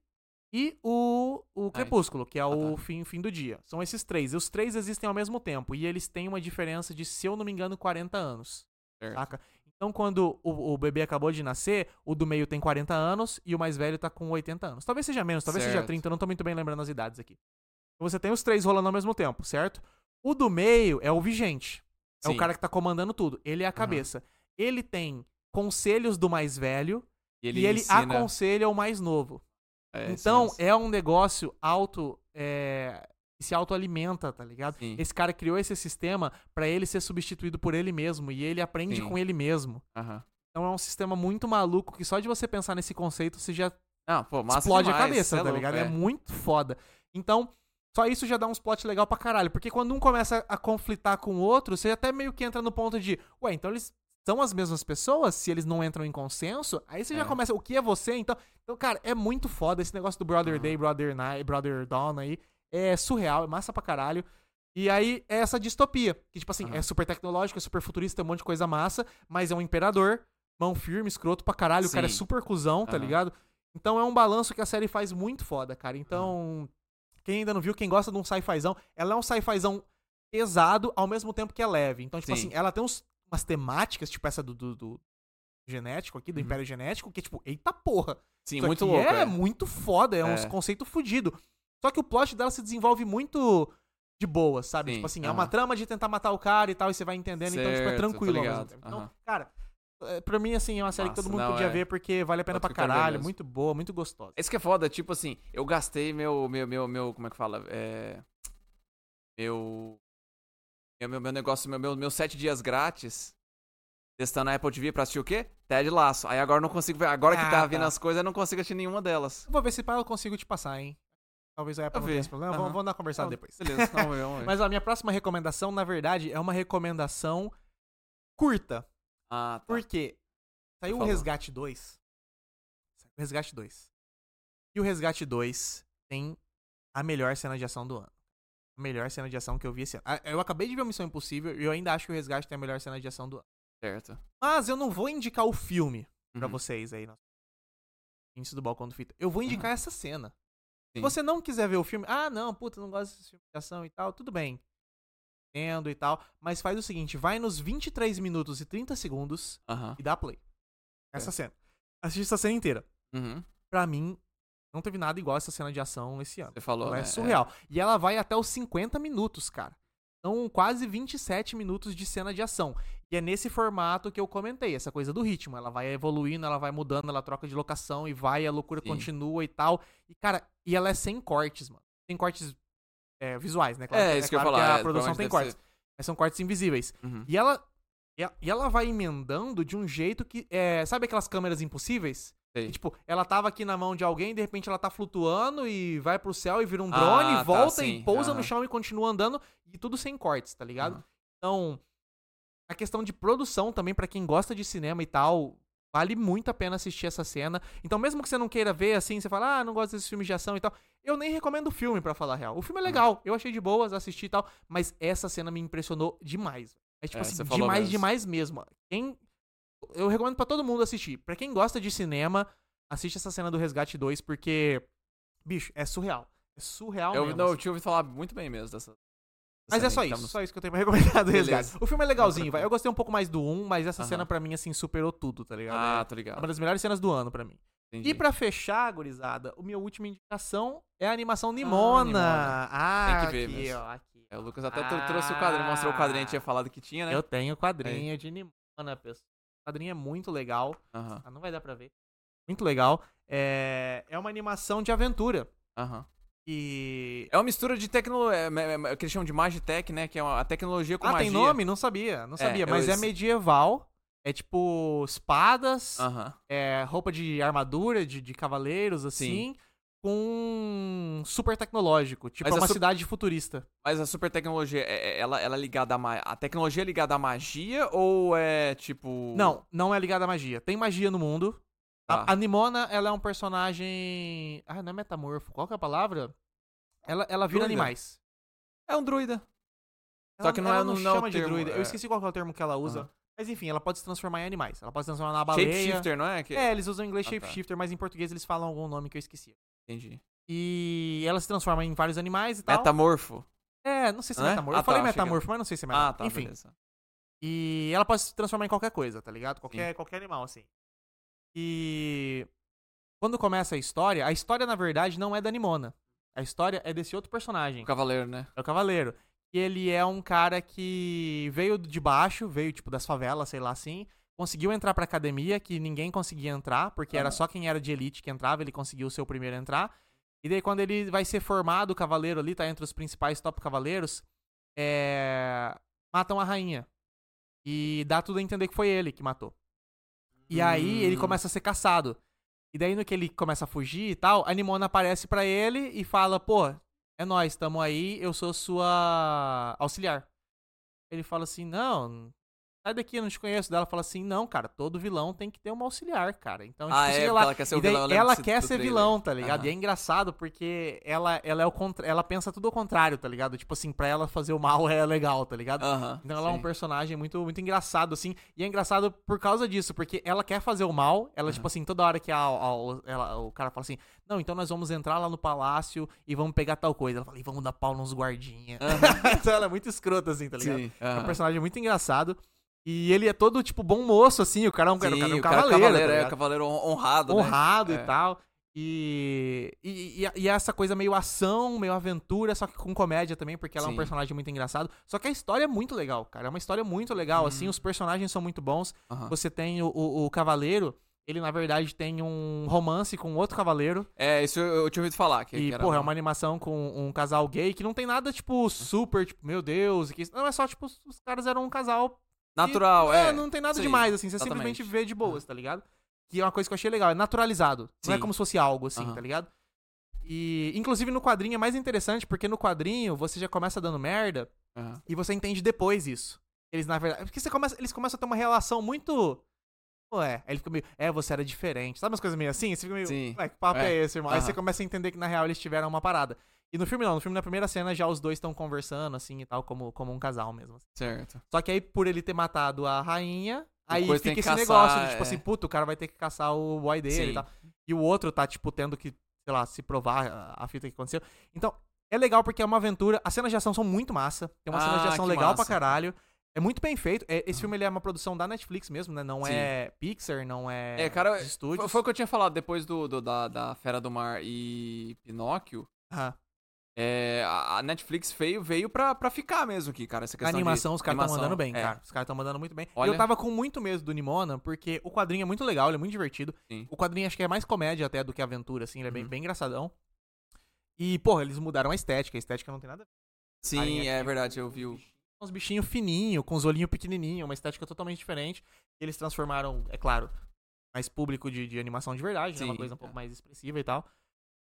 S2: e o, o crepúsculo, que é
S3: Ah,
S2: o
S3: tá.
S2: fim, fim do dia. São esses três. E os três existem ao mesmo tempo. E eles têm uma diferença de, se eu não me engano, 40 anos.
S3: Certo.
S2: Saca? Então, quando o, o bebê acabou de nascer, o do meio tem 40 anos e o mais velho tá com 80 anos. Talvez seja menos, talvez seja
S3: Certo.
S2: 30, eu não tô muito bem lembrando as idades aqui. Então, você tem os três rolando ao mesmo tempo, certo? O do meio é o vigente. É o
S3: Sim.
S2: cara que tá comandando tudo. Ele é a
S3: Aham.
S2: cabeça. Ele tem conselhos do mais velho
S3: E ele,
S2: e ele
S3: ensina-
S2: aconselha o mais novo.
S3: é, isso
S2: então,
S3: mesmo.
S2: é um negócio auto. É... que Se autoalimenta, tá ligado?
S3: Sim.
S2: Esse cara criou esse sistema pra ele ser substituído por ele mesmo e ele aprende
S3: Sim.
S2: com ele mesmo.
S3: Aham.
S2: Então é um sistema muito maluco que só de você pensar nesse conceito você já
S3: Não, pô, massa
S2: explode a
S3: demais,
S2: cabeça,
S3: cê é
S2: tá
S3: louco,
S2: ligado? É.
S3: é.
S2: muito foda. Então, só isso já dá uns plot legal pra caralho. Porque quando um começa a conflitar com o outro, você até meio que entra no ponto de, ué, então eles são as mesmas pessoas? Se eles não entram em consenso, aí você já
S3: É.
S2: começa, o que é você? Então, então, cara, é muito foda esse negócio do Brother
S3: Uhum.
S2: Day, Brother Night, Brother Dawn aí. É surreal, é massa pra caralho. E aí é essa distopia, que tipo assim,
S3: Aham.
S2: é super tecnológico, é super futurista, é um monte de coisa massa, mas é um imperador, mão firme, escroto pra caralho, o cara é
S3: Sim.
S2: super cuzão, tá
S3: Aham.
S2: ligado? Então é um balanço que a série faz muito foda, cara. Então, quem ainda não viu, quem gosta de um sci-fizão, ela é um sci-fizão pesado, ao mesmo tempo que é leve. Então, tipo
S3: Sim.
S2: assim, ela tem uns- umas temáticas, tipo essa do, do- do genético aqui, do
S3: Uhum.
S2: Império Genético, que é tipo, eita porra,
S3: Sim,
S2: isso
S3: muito
S2: aqui
S3: louco.
S2: É,
S3: é.
S2: muito foda, é, uns
S3: É.
S2: conceito fudido. Só que o plot dela se desenvolve muito de boa, sabe?
S3: Sim,
S2: tipo assim, é
S3: aham.
S2: uma trama de tentar matar o cara e tal, e você vai entendendo, então, tipo, é
S3: Certo, tô
S2: tranquilo ao mesmo
S3: ligado,
S2: tempo. Então,
S3: aham.
S2: cara, é, pra mim, assim, é uma série que
S3: Massa,
S2: todo mundo
S3: não,
S2: podia
S3: é.
S2: ver, porque vale a pena
S3: Outro
S2: pra
S3: que eu quero ver
S2: caralho,
S3: mesmo.
S2: muito boa, muito gostosa.
S3: Esse que é foda, tipo assim, eu gastei meu, meu, meu, meu como é que fala? É, meu, meu, meu, meu negócio, meu, meu, meus sete dias grátis testando a Apple TV pra assistir o quê? Ted Laço. Aí agora eu não consigo ver, agora que
S2: Ah,
S3: tá
S2: tá.
S3: vindo as coisas, eu não consigo assistir nenhuma delas.
S2: Eu vou ver se pá, eu consigo te passar, hein? Talvez a Apple
S3: Eu
S2: não tenha
S3: vi,
S2: esse problema,
S3: aham.
S2: vamos, vamos dar uma conversada
S3: Não,
S2: depois. *laughs*
S3: Beleza, vamos ver, *laughs* vamos ver.
S2: Mas a minha próxima recomendação, na verdade, é uma recomendação curta.
S3: Ah, tá.
S2: Por quê? Saiu o
S3: favor.
S2: Resgate 2. Saiu o Resgate 2. E o Resgate 2 tem a melhor cena de ação do ano. A melhor cena de ação que eu vi esse ano. Ah, Eu acabei de ver o Missão Impossível e eu ainda acho que o Resgate tem a melhor cena de ação do ano.
S3: Certo.
S2: Mas eu não vou indicar o filme pra
S3: Uhum.
S2: vocês aí. no Índice do balcão do fita. Eu vou indicar essa cena. Se
S3: Uhum. Sim.
S2: você não quiser ver o filme, ah, não, puta, não gosto desse filme de ação e tal, tudo bem. Entendo e tal. Mas faz o seguinte, vai nos 23 minutos e 30 segundos
S3: Aham.
S2: e dá play.
S3: É.
S2: Essa cena. Assisti essa cena inteira.
S3: Uhum.
S2: Pra mim, não teve nada igual essa cena de ação esse ano.
S3: Você falou,
S2: Ela
S3: né?
S2: é surreal. E ela vai até os 50 minutos, cara. São quase 27 minutos de cena de ação. E é nesse formato que eu comentei, essa coisa do ritmo. Ela vai evoluindo, ela vai mudando, ela troca de locação e vai, a loucura
S3: Sim.
S2: continua e tal. E, cara, e ela é sem cortes, mano. Sem cortes é, visuais, né?
S3: É, isso que eu ia
S2: claro
S3: falar,
S2: a
S3: é,
S2: produção
S3: provavelmente
S2: tem
S3: deve
S2: cortes.
S3: ser.
S2: Mas são cortes invisíveis.
S3: Uhum.
S2: E ela, e a- e ela vai emendando de um jeito que. é, sabe aquelas câmeras impossíveis?
S3: Sei.
S2: Que, tipo, ela tava aqui na mão de alguém, de repente ela tá flutuando e vai pro céu e vira um
S3: Ah,
S2: drone,
S3: tá,
S2: volta e
S3: sim,
S2: pousa no
S3: aham.
S2: chão e continua andando, e tudo sem cortes, tá ligado?
S3: Aham.
S2: Então, a questão de produção também, pra quem gosta de cinema e tal, vale muito a pena assistir essa cena. Então, mesmo que você não queira ver assim, você fala, ah, não gosto desses filmes de ação e tal. Eu nem recomendo o filme, pra falar a real. O
S3: Hum.
S2: filme é legal, eu achei de boas, assisti e tal, mas essa cena me impressionou demais. É tipo
S3: É,
S2: assim,
S3: você falou
S2: demais,
S3: mesmo.
S2: demais mesmo. Quem. Eu recomendo pra todo mundo assistir. Pra quem gosta de cinema, assiste essa cena do Resgate 2, porque. Bicho, é surreal. É surreal
S3: Eu,
S2: mesmo.
S3: não,
S2: assim.
S3: eu tinha ouvido falar muito bem mesmo dessa.
S2: Mas
S3: dessa
S2: é só
S3: aí que
S2: isso,
S3: tá no-
S2: só isso que eu tenho pra *laughs* recomendar do
S3: Beleza.
S2: Resgate. O filme é legalzinho,
S3: Não,
S2: vai. Eu gostei um pouco mais do 1, mas essa
S3: Aham.
S2: cena pra mim, assim, superou tudo, tá ligado?
S3: Ah,
S2: É
S3: tô
S2: uma
S3: ligado.
S2: das melhores cenas do ano pra mim.
S3: Entendi.
S2: E pra fechar, gurizada, o meu última indicação é a animação Nimona.
S3: Ah, Nimona.
S2: Ah,
S3: Tem que ver
S2: aqui,
S3: mesmo.
S2: ó, aqui.
S3: É, o Lucas até trou- trouxe o quadrinho, mostrou o quadrinho, tinha falado que tinha, né?
S2: Eu tenho quadrinho de Nimona, pessoal. O quadrinho é muito legal.
S3: Aham,
S2: Ah, não vai dar pra ver. Muito legal. É, é uma animação de aventura.
S3: aham.
S2: E.
S3: É uma mistura de é, tecnologia, que eles chamam de Magitech, né? Que é uma, a tecnologia com
S2: ah,
S3: magia.
S2: tem nome? Não sabia, não sabia.
S3: eu-
S2: mas é
S3: esse-
S2: medieval. É tipo espadas,
S3: Aham,
S2: é, roupa de armadura, de, de cavaleiros, assim. Com super tecnológico. Tipo,
S3: Mas
S2: é
S3: é
S2: uma
S3: su-
S2: cidade futurista.
S3: Mas a super tecnologia, é- é- ela, ela é ligada à ma... A tecnologia é ligada à magia ou é tipo...
S2: Não, não é ligada à magia. Tem magia no mundo. A-
S3: Tá.
S2: A Nimona, ela é um personagem. Ah, não é metamorfo. Qual que é a palavra? Ela, ela vira
S3: Druida.
S2: animais.
S3: É um druida. Só
S2: Ela-
S3: que não
S2: ela
S3: é-
S2: não
S3: não é o
S2: chama de
S3: termo,
S2: druida.
S3: é.
S2: Eu esqueci qual que é o termo que ela usa.
S3: Aham.
S2: Mas enfim, ela pode se transformar em animais. Ela pode se transformar na baleia.
S3: Shapeshifter, não é? Que...
S2: É, eles usam em inglês
S3: Ah, tá.
S2: shapeshifter, mas em português eles falam algum nome que eu esqueci.
S3: Entendi.
S2: E ela se transforma em vários animais e tal.
S3: Metamorfo.
S2: É, não sei se é
S3: Né?
S2: metamorfo.
S3: Ah,
S2: eu falei
S3: tá, achei que era.
S2: metamorfo, mas não sei se é metamorfo.
S3: Ah, tá,
S2: Enfim.
S3: beleza.
S2: E ela pode se transformar em qualquer coisa, tá ligado? Qualquer, qualquer animal, assim. E quando começa a história, a história, na verdade, não é da Nimona. A história é desse outro personagem.
S3: O cavaleiro, né?
S2: É o Cavaleiro. E ele é um cara que veio de baixo, veio, tipo, das favelas, sei lá assim. Conseguiu entrar pra academia, que ninguém conseguia entrar, porque era
S3: Ah.
S2: só quem era de elite que entrava, ele conseguiu ser o primeiro a entrar. E daí, quando ele vai ser formado, o cavaleiro ali, tá entre os principais top cavaleiros, é... matam a rainha. E dá tudo a entender que foi ele que matou. E aí, ele
S3: Hum.
S2: começa a ser caçado. E daí, no que ele começa a fugir e tal, a Nimona aparece pra ele e fala, pô, é nós, tamo aí, eu sou sua auxiliar. Ele fala assim, não, sai daqui, eu não te conheço. Daí Ela fala assim, não, cara, todo vilão tem que ter uma auxiliar, cara. Então,
S3: Ah,
S2: tipo,
S3: é,
S2: sei
S3: porque
S2: lá.
S3: ela quer ser
S2: e
S3: o
S2: daí
S3: vilão. eu lembro
S2: ela
S3: desse-
S2: quer
S3: do
S2: ser
S3: trailer.
S2: vilão, tá ligado?
S3: Aham.
S2: E é engraçado porque ela, ela é o contra... ela pensa tudo ao contrário, tá ligado? Tipo assim, pra ela fazer o mal é legal, tá ligado?
S3: Aham.
S2: Então ela é um
S3: sim.
S2: personagem muito, muito engraçado, assim. E é engraçado por causa disso, porque ela quer fazer o mal. Ela, tipo assim, toda hora que a- a- o- ela- o cara fala assim: Não, então nós vamos entrar lá no palácio e vamos pegar tal coisa. Ela fala: E vamos dar pau nos guardinha. *laughs* então ela é muito escrota, assim, tá ligado?
S3: Sim.
S2: É um
S3: aham.
S2: personagem muito engraçado. E ele é todo, tipo, bom moço, assim. O cara é um, cara- o cara é
S3: Sim,
S2: um
S3: o cara é
S2: cavaleiro. tá
S3: é,
S2: ligado?
S3: cavaleiro hon- honrado, né?
S2: honrado
S3: É.
S2: e tal. E, e, e- e essa coisa meio ação, meio aventura, só que com comédia também, porque ela é um
S3: Sim.
S2: personagem muito engraçado. Só que a história é muito legal, cara. É uma história muito legal, assim, os personagens são muito bons.
S3: Uhum. Aham.
S2: Você tem o, o- o cavaleiro, ele na verdade tem um romance com outro cavaleiro.
S3: É, isso eu, eu tinha ouvido falar. Que,
S2: e,
S3: que era um
S2: porra, é uma animação com um casal gay que não tem nada, tipo, super, tipo, meu Deus. Que... isso- Não, é só, tipo, os- os caras eram um casal
S3: Natural,
S2: é,
S3: é.
S2: não tem nada
S3: sim,
S2: demais, assim. Você
S3: exatamente.
S2: simplesmente vê de boas, tá ligado? Que é uma coisa que eu achei legal. É naturalizado. Não é
S3: Sim.
S2: como se fosse algo, assim,
S3: Aham.
S2: tá ligado? E, inclusive, no quadrinho é mais interessante, porque no quadrinho você já começa dando merda
S3: Aham.
S2: e você entende depois isso. Eles, na verdade. é Porque você começa, eles começam a ter uma relação muito. Ué, aí ele fica meio. É, você era diferente. Sabe umas coisas meio assim? Você fica meio.
S3: Sim.
S2: Ué, que papo é,
S3: É.
S2: esse, irmão? Aí você
S3: Aham.
S2: começa a entender que na real eles tiveram uma parada. E no filme não, no filme na primeira cena já os dois estão conversando, assim e tal, como, como um casal mesmo.
S3: Certo.
S2: Só que aí, por ele ter matado a rainha, aí
S3: coisa
S2: fica
S3: tem
S2: esse
S3: que caçar,
S2: negócio de, tipo
S3: é.
S2: assim, puto, o cara vai ter que caçar o boy dele
S3: Sim.
S2: e tal. E o outro tá, tipo, tendo que, sei lá, se provar a- a fita que aconteceu. Então, é legal porque é uma aventura. As cenas de ação são muito massa. Tem uma cena de
S3: Ah,
S2: ação
S3: que
S2: legal pra
S3: massa. Ah.
S2: caralho. É muito bem feito. É, esse filme ele é uma produção da Netflix mesmo, né? Não
S3: Sim.
S2: é Pixar, não é,
S3: É, cara,
S2: de estúdios.
S3: Foi, foi o que eu tinha falado depois do, do- da, da Fera do Mar e Pinóquio.
S2: Ah,
S3: É, a a Netflix veio, veio pra, pra ficar mesmo aqui, cara. Essa
S2: a
S3: questão
S2: animação,
S3: de,
S2: os caras estão
S3: animação,
S2: mandando bem,
S3: é.
S2: cara. Os caras estão mandando muito bem. E
S3: Olha-
S2: Eu tava com muito medo do Nimona, porque o quadrinho é muito legal, ele é muito divertido.
S3: Sim.
S2: O quadrinho acho que é mais comédia até do que aventura, assim, ele é bem,
S3: Uhum.
S2: bem engraçadão. E, porra, eles mudaram a estética, a estética não tem nada a ver.
S3: Sim, é verdade, eu vi. o-
S2: Com Uns bichinhos fininhos, com os olhinhos pequenininhos, uma estética totalmente diferente. Eles transformaram, é claro, mais público de, de animação de verdade, né? Uma
S3: Sim,
S2: coisa um
S3: é.
S2: pouco mais expressiva e tal.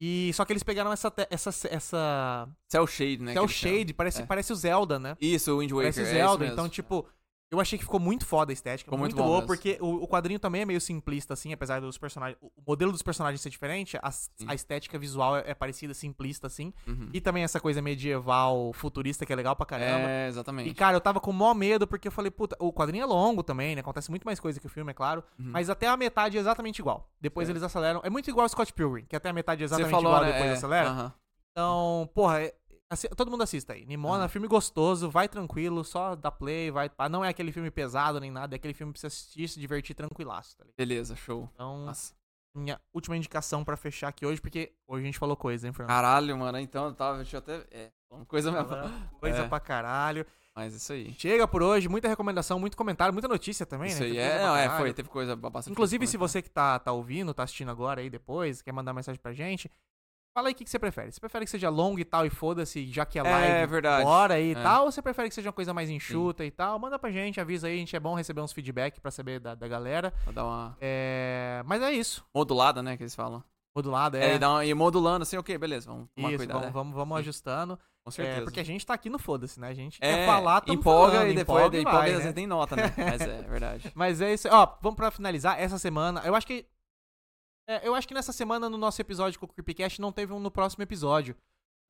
S2: E só que eles pegaram essa, te- essa, essa
S3: Cell Shade, né?
S2: que é o
S3: que eles
S2: shade, parece,
S3: É.
S2: parece o Zelda, né?
S3: chamam. Isso, o Wind Waker.
S2: Parece
S3: é isso
S2: Zelda,
S3: mesmo.
S2: então, tipo, eu achei que ficou muito foda a estética.
S3: Ficou
S2: muito,
S3: muito bom
S2: boa,
S3: mesmo.
S2: porque o, o quadrinho também é meio simplista, assim, apesar dos personagens. O o modelo dos personagens ser diferente, a, a estética visual é, é parecida, simplista, assim.
S3: Uhum.
S2: E também essa coisa medieval, futurista, que é legal pra caramba.
S3: É,
S2: E,
S3: exatamente.
S2: cara, eu tava com mó medo, porque eu falei, puta, o quadrinho é longo também, né? Acontece muito mais coisa que o filme, é claro.
S3: Uhum.
S2: Mas até a metade é exatamente igual. Depois
S3: Certo.
S2: eles aceleram. É muito igual ao Scott Pilgrim, que até a metade é exatamente
S3: Você falou,
S2: igual,
S3: né?
S2: depois
S3: é,
S2: acelera.
S3: aham.
S2: Então, porra, é- assi- todo mundo assista aí. Nimona,
S3: Aham.
S2: filme gostoso, vai tranquilo, só dá play, vai. pá. Não é aquele filme pesado nem nada, é aquele filme pra você assistir, se divertir tranquilaço, tá ligado?
S3: Beleza, show.
S2: Então,
S3: Nossa.
S2: minha última indicação pra fechar aqui hoje, porque hoje a gente falou coisa, hein, Fernando?
S3: Caralho, mano, então eu tava. Deixa eu até. É, uma coisa mesmo.
S2: Falamos coisa
S3: *laughs* É.
S2: pra caralho.
S3: Mas isso aí.
S2: Chega por hoje, muita recomendação, muito comentário, muita notícia também,
S3: Isso
S2: né?
S3: aí
S2: Tem coisa
S3: é,
S2: pra
S3: não, é,
S2: caralho.
S3: foi, teve coisa ba- bastante.
S2: Inclusive, se
S3: coisa
S2: você que tá, tá ouvindo, tá assistindo agora aí depois, quer mandar mensagem pra gente, fala aí o que, que você prefere. Você prefere que seja longo e tal e foda-se, já que é
S3: pra comentar.
S2: live?
S3: É verdade.
S2: hora aí e
S3: É.
S2: tal, ou você prefere que seja uma coisa mais enxuta e tal? Manda pra gente, avisa aí, a gente é bom receber uns feedback pra saber da, da galera.
S3: Pra dar uma
S2: É, Mas é isso.
S3: modulada, né? Que eles falam.
S2: Modulado,
S3: É,
S2: é.
S3: e, dá uma- e modulando assim, ok, beleza, vamos tomar
S2: isso,
S3: cuidado.
S2: vamos,
S3: né?
S2: vamos, vamos ajustando.
S3: Com
S2: É,
S3: certeza.
S2: porque a gente tá aqui no foda-se, né? A gente
S3: É,
S2: quer falar, tamo
S3: empolga
S2: falando,
S3: e depois
S2: empolga
S3: empolga,
S2: e
S3: empolga
S2: vai,
S3: e às
S2: né? *laughs*
S3: vezes nem nota, né? Mas é, é verdade.
S2: Mas é isso. Ó, vamos pra finalizar essa semana. Eu acho que É, eu acho que nessa semana, no nosso episódio com o Creepcast, não teve um no próximo episódio.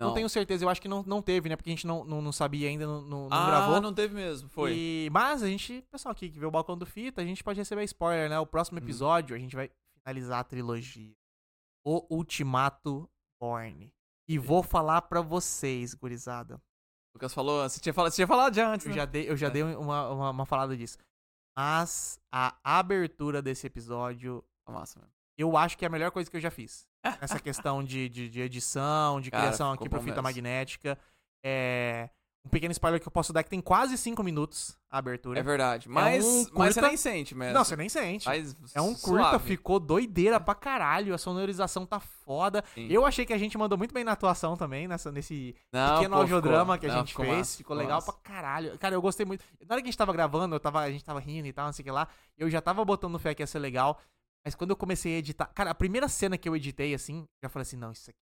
S2: Não, um tenho certeza, eu acho que não, não teve, né? Porque a gente não, não, não sabia ainda, não, não, não
S3: ah,
S2: gravou.
S3: não teve mesmo, foi.
S2: E- mas a gente, pessoal aqui que vê o Balcão do Fita, a gente pode receber spoiler, né? O próximo
S3: Hum.
S2: episódio a gente vai finalizar a trilogia. O Ultimato Born. E vou falar pra vocês, gurizada.
S3: O Lucas falou, você tinha falado, você tinha falado já antes,
S2: Eu
S3: né?
S2: já dei, eu já dei uma, uma, uma falada disso. Mas a abertura desse episódio,
S3: Tá massa mesmo.
S2: eu acho que é a melhor coisa que eu já
S3: *laughs*
S2: fiz. Nessa questão de, de, de edição, de
S3: Cara,
S2: criação
S3: ficou
S2: aqui pra
S3: bom
S2: fita
S3: mesmo.
S2: magnética. É. Um pequeno spoiler que eu posso dar que tem quase 5 minutos a abertura.
S3: É verdade. Mas, mas você
S2: um curta-
S3: nem sente mesmo.
S2: Não, você nem sente.
S3: Mas
S2: É um curta,
S3: suave.
S2: ficou doideira pra caralho. A sonorização tá foda.
S3: Sim.
S2: Eu achei que a gente mandou muito bem na atuação também, nessa, nesse
S3: Não,
S2: pequeno
S3: pô,
S2: audiodrama
S3: ficou-
S2: que a
S3: não,
S2: gente fez.
S3: massa,
S2: ficou legal
S3: massa.
S2: pra caralho. Cara, eu gostei muito. Na hora que a gente tava gravando, eu tava, a gente tava rindo e tal, não sei o que lá. Eu já tava botando fé que ia ser legal. Mas quando eu comecei a editar. Cara, a primeira cena que eu editei, assim, eu já falei assim: não, isso aqui.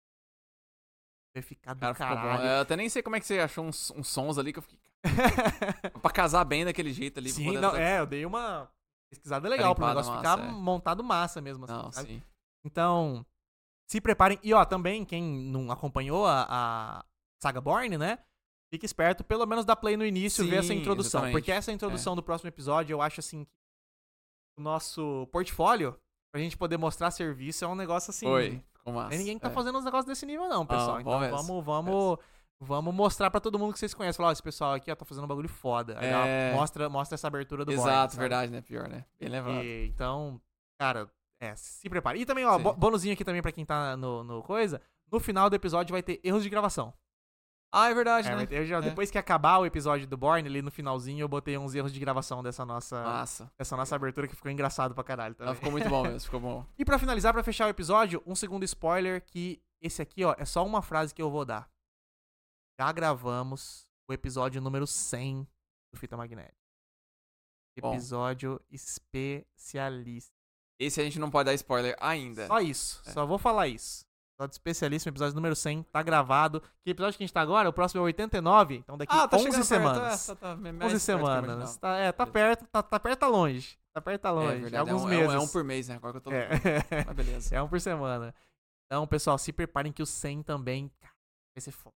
S2: Vai ficar do
S3: Cara, ficou bom.
S2: caralho.
S3: É, Eu até nem sei como é que você achou uns, uns sons ali que eu fiquei.
S2: *laughs*
S3: pra casar bem daquele jeito ali. pra
S2: Sim,
S3: poder
S2: não,
S3: fazer-
S2: é, eu dei uma pesquisada legal pro
S3: Garimpada
S2: negócio
S3: massa,
S2: ficar
S3: é.
S2: montado massa mesmo, assim,
S3: Não,
S2: sabe?
S3: sim.
S2: Então, se preparem. E ó, também, quem não acompanhou a, a Saga Born, né? Fique esperto, pelo menos dá play no início, vê essa
S3: Sim,
S2: introdução.
S3: exatamente. É.
S2: Porque essa introdução do próximo episódio, eu acho assim que o nosso portfólio, pra gente poder mostrar serviço, é um negócio assim.
S3: Foi. Ficou massa.
S2: Tem ninguém que tá
S3: é.
S2: fazendo uns negócios desse nível, não, pessoal.
S3: Ah, bom
S2: então
S3: mesmo,
S2: vamos, vamos, vamos mostrar pra todo mundo que vocês conhecem. Falar, ó, esse pessoal aqui ó, tá fazendo um bagulho foda. Aí dá-
S3: É.
S2: mostra, mostra essa abertura do Born,
S3: Exato,
S2: sabe?
S3: verdade, né? Pior, né? Bem lembrado.
S2: E, então, cara, é, se prepare. E também, ó,
S3: Sim.
S2: bo- bônusinho aqui também pra quem tá no, no coisa. No final do episódio vai ter erros de gravação.
S3: Ah, é verdade,
S2: É,
S3: né?
S2: vai ter erros de gravação. Depois que acabar o episódio do Born, ali no finalzinho, eu botei uns erros de gravação dessa nossa,
S3: Massa.
S2: dessa nossa abertura que ficou engraçado pra caralho.
S3: Não,
S2: Também.
S3: ficou muito bom mesmo, ficou bom.
S2: *laughs* E pra finalizar, pra fechar o episódio, um segundo spoiler que esse aqui, ó, é só uma frase que eu vou dar. Já gravamos o episódio número 100 do Fita Magnética.
S3: Bom.
S2: Episódio especialista.
S3: Esse a gente não pode dar spoiler ainda.
S2: Só isso.
S3: É.
S2: Só vou falar isso. Episódio especialíssimo, episódio número 100, tá gravado. Que episódio que a gente tá agora? O próximo é 89, então daqui
S3: Ah, tá
S2: 11
S3: é,
S2: semanas. 11 semanas. Tá, é, tá
S3: então. Beleza.
S2: perto, tá, tá perto, tá longe. Tá perto, tá
S3: É,
S2: longe.
S3: verdade,
S2: Alguns
S3: é, um, é um-
S2: meses.
S3: é um por mês, né? Agora que eu tô.
S2: *laughs* É.
S3: Mas beleza.
S2: É um por semana. Então, pessoal, se preparem que o 100 também cara, vai ser foda.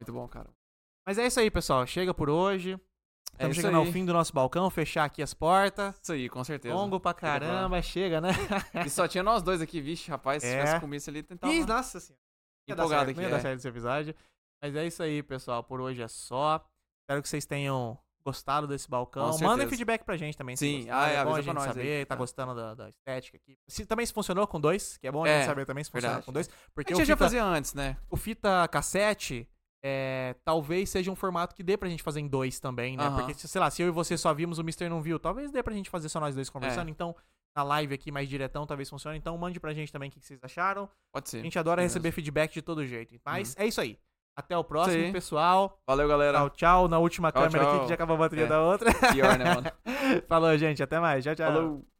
S3: Muito bom, cara.
S2: Mas é isso aí, pessoal. Chega por hoje.
S3: É
S2: Estamos
S3: isso
S2: chegando
S3: aí.
S2: ao fim do nosso balcão, fechar aqui as portas.
S3: Isso aí, com certeza.
S2: Longo pra
S3: Chega pra lá.
S2: caramba, chega, né?
S3: E só tinha nós dois aqui, vixe, rapaz. Se
S2: É.
S3: tivesse comido isso ali, tentava.
S2: Ih, nossa senhora. Não ia dar
S3: empolgado
S2: certo,
S3: aqui.
S2: Não ia dar
S3: é.
S2: certo esse episódio. Mas é isso aí, pessoal. Por hoje é só. Espero que vocês tenham gostado desse balcão.
S3: Com
S2: Mandem
S3: certeza.
S2: feedback pra gente também. se
S3: Sim,
S2: gostaram.
S3: ah, é,
S2: é bom a
S3: avisa pra
S2: gente
S3: nós aí.
S2: saber. Tá
S3: É.
S2: gostando da, da estética aqui. Se, também se funcionou com dois, que é bom a
S3: É,
S2: gente saber também se funcionou
S3: verdade.
S2: com dois. Porque
S3: A
S2: o
S3: gente já
S2: fita,
S3: fazia antes, né?
S2: o fita cassete é, talvez seja um formato que dê pra gente fazer em dois também, né?
S3: Aham.
S2: Porque, se- sei lá, se eu e você só vimos, o Mr. não viu, talvez dê pra gente fazer só nós dois
S3: É.
S2: conversando. Então, na live aqui mais diretão, talvez funcione. Então, mande pra gente também o que que vocês acharam.
S3: Pode ser.
S2: A gente adora
S3: Sim Uhum.
S2: receber feedback de todo jeito. Mas é isso aí. Até o próximo,
S3: Sim.
S2: pessoal.
S3: Valeu, galera.
S2: Tchau, tchau. Na última
S3: Tchau,
S2: câmera aqui
S3: tchau.
S2: que já acabou a bateria
S3: É.
S2: da outra. *laughs*
S3: Pior, né, mano?
S2: Falou, gente. Até mais. Tchau, tchau.
S3: Falou.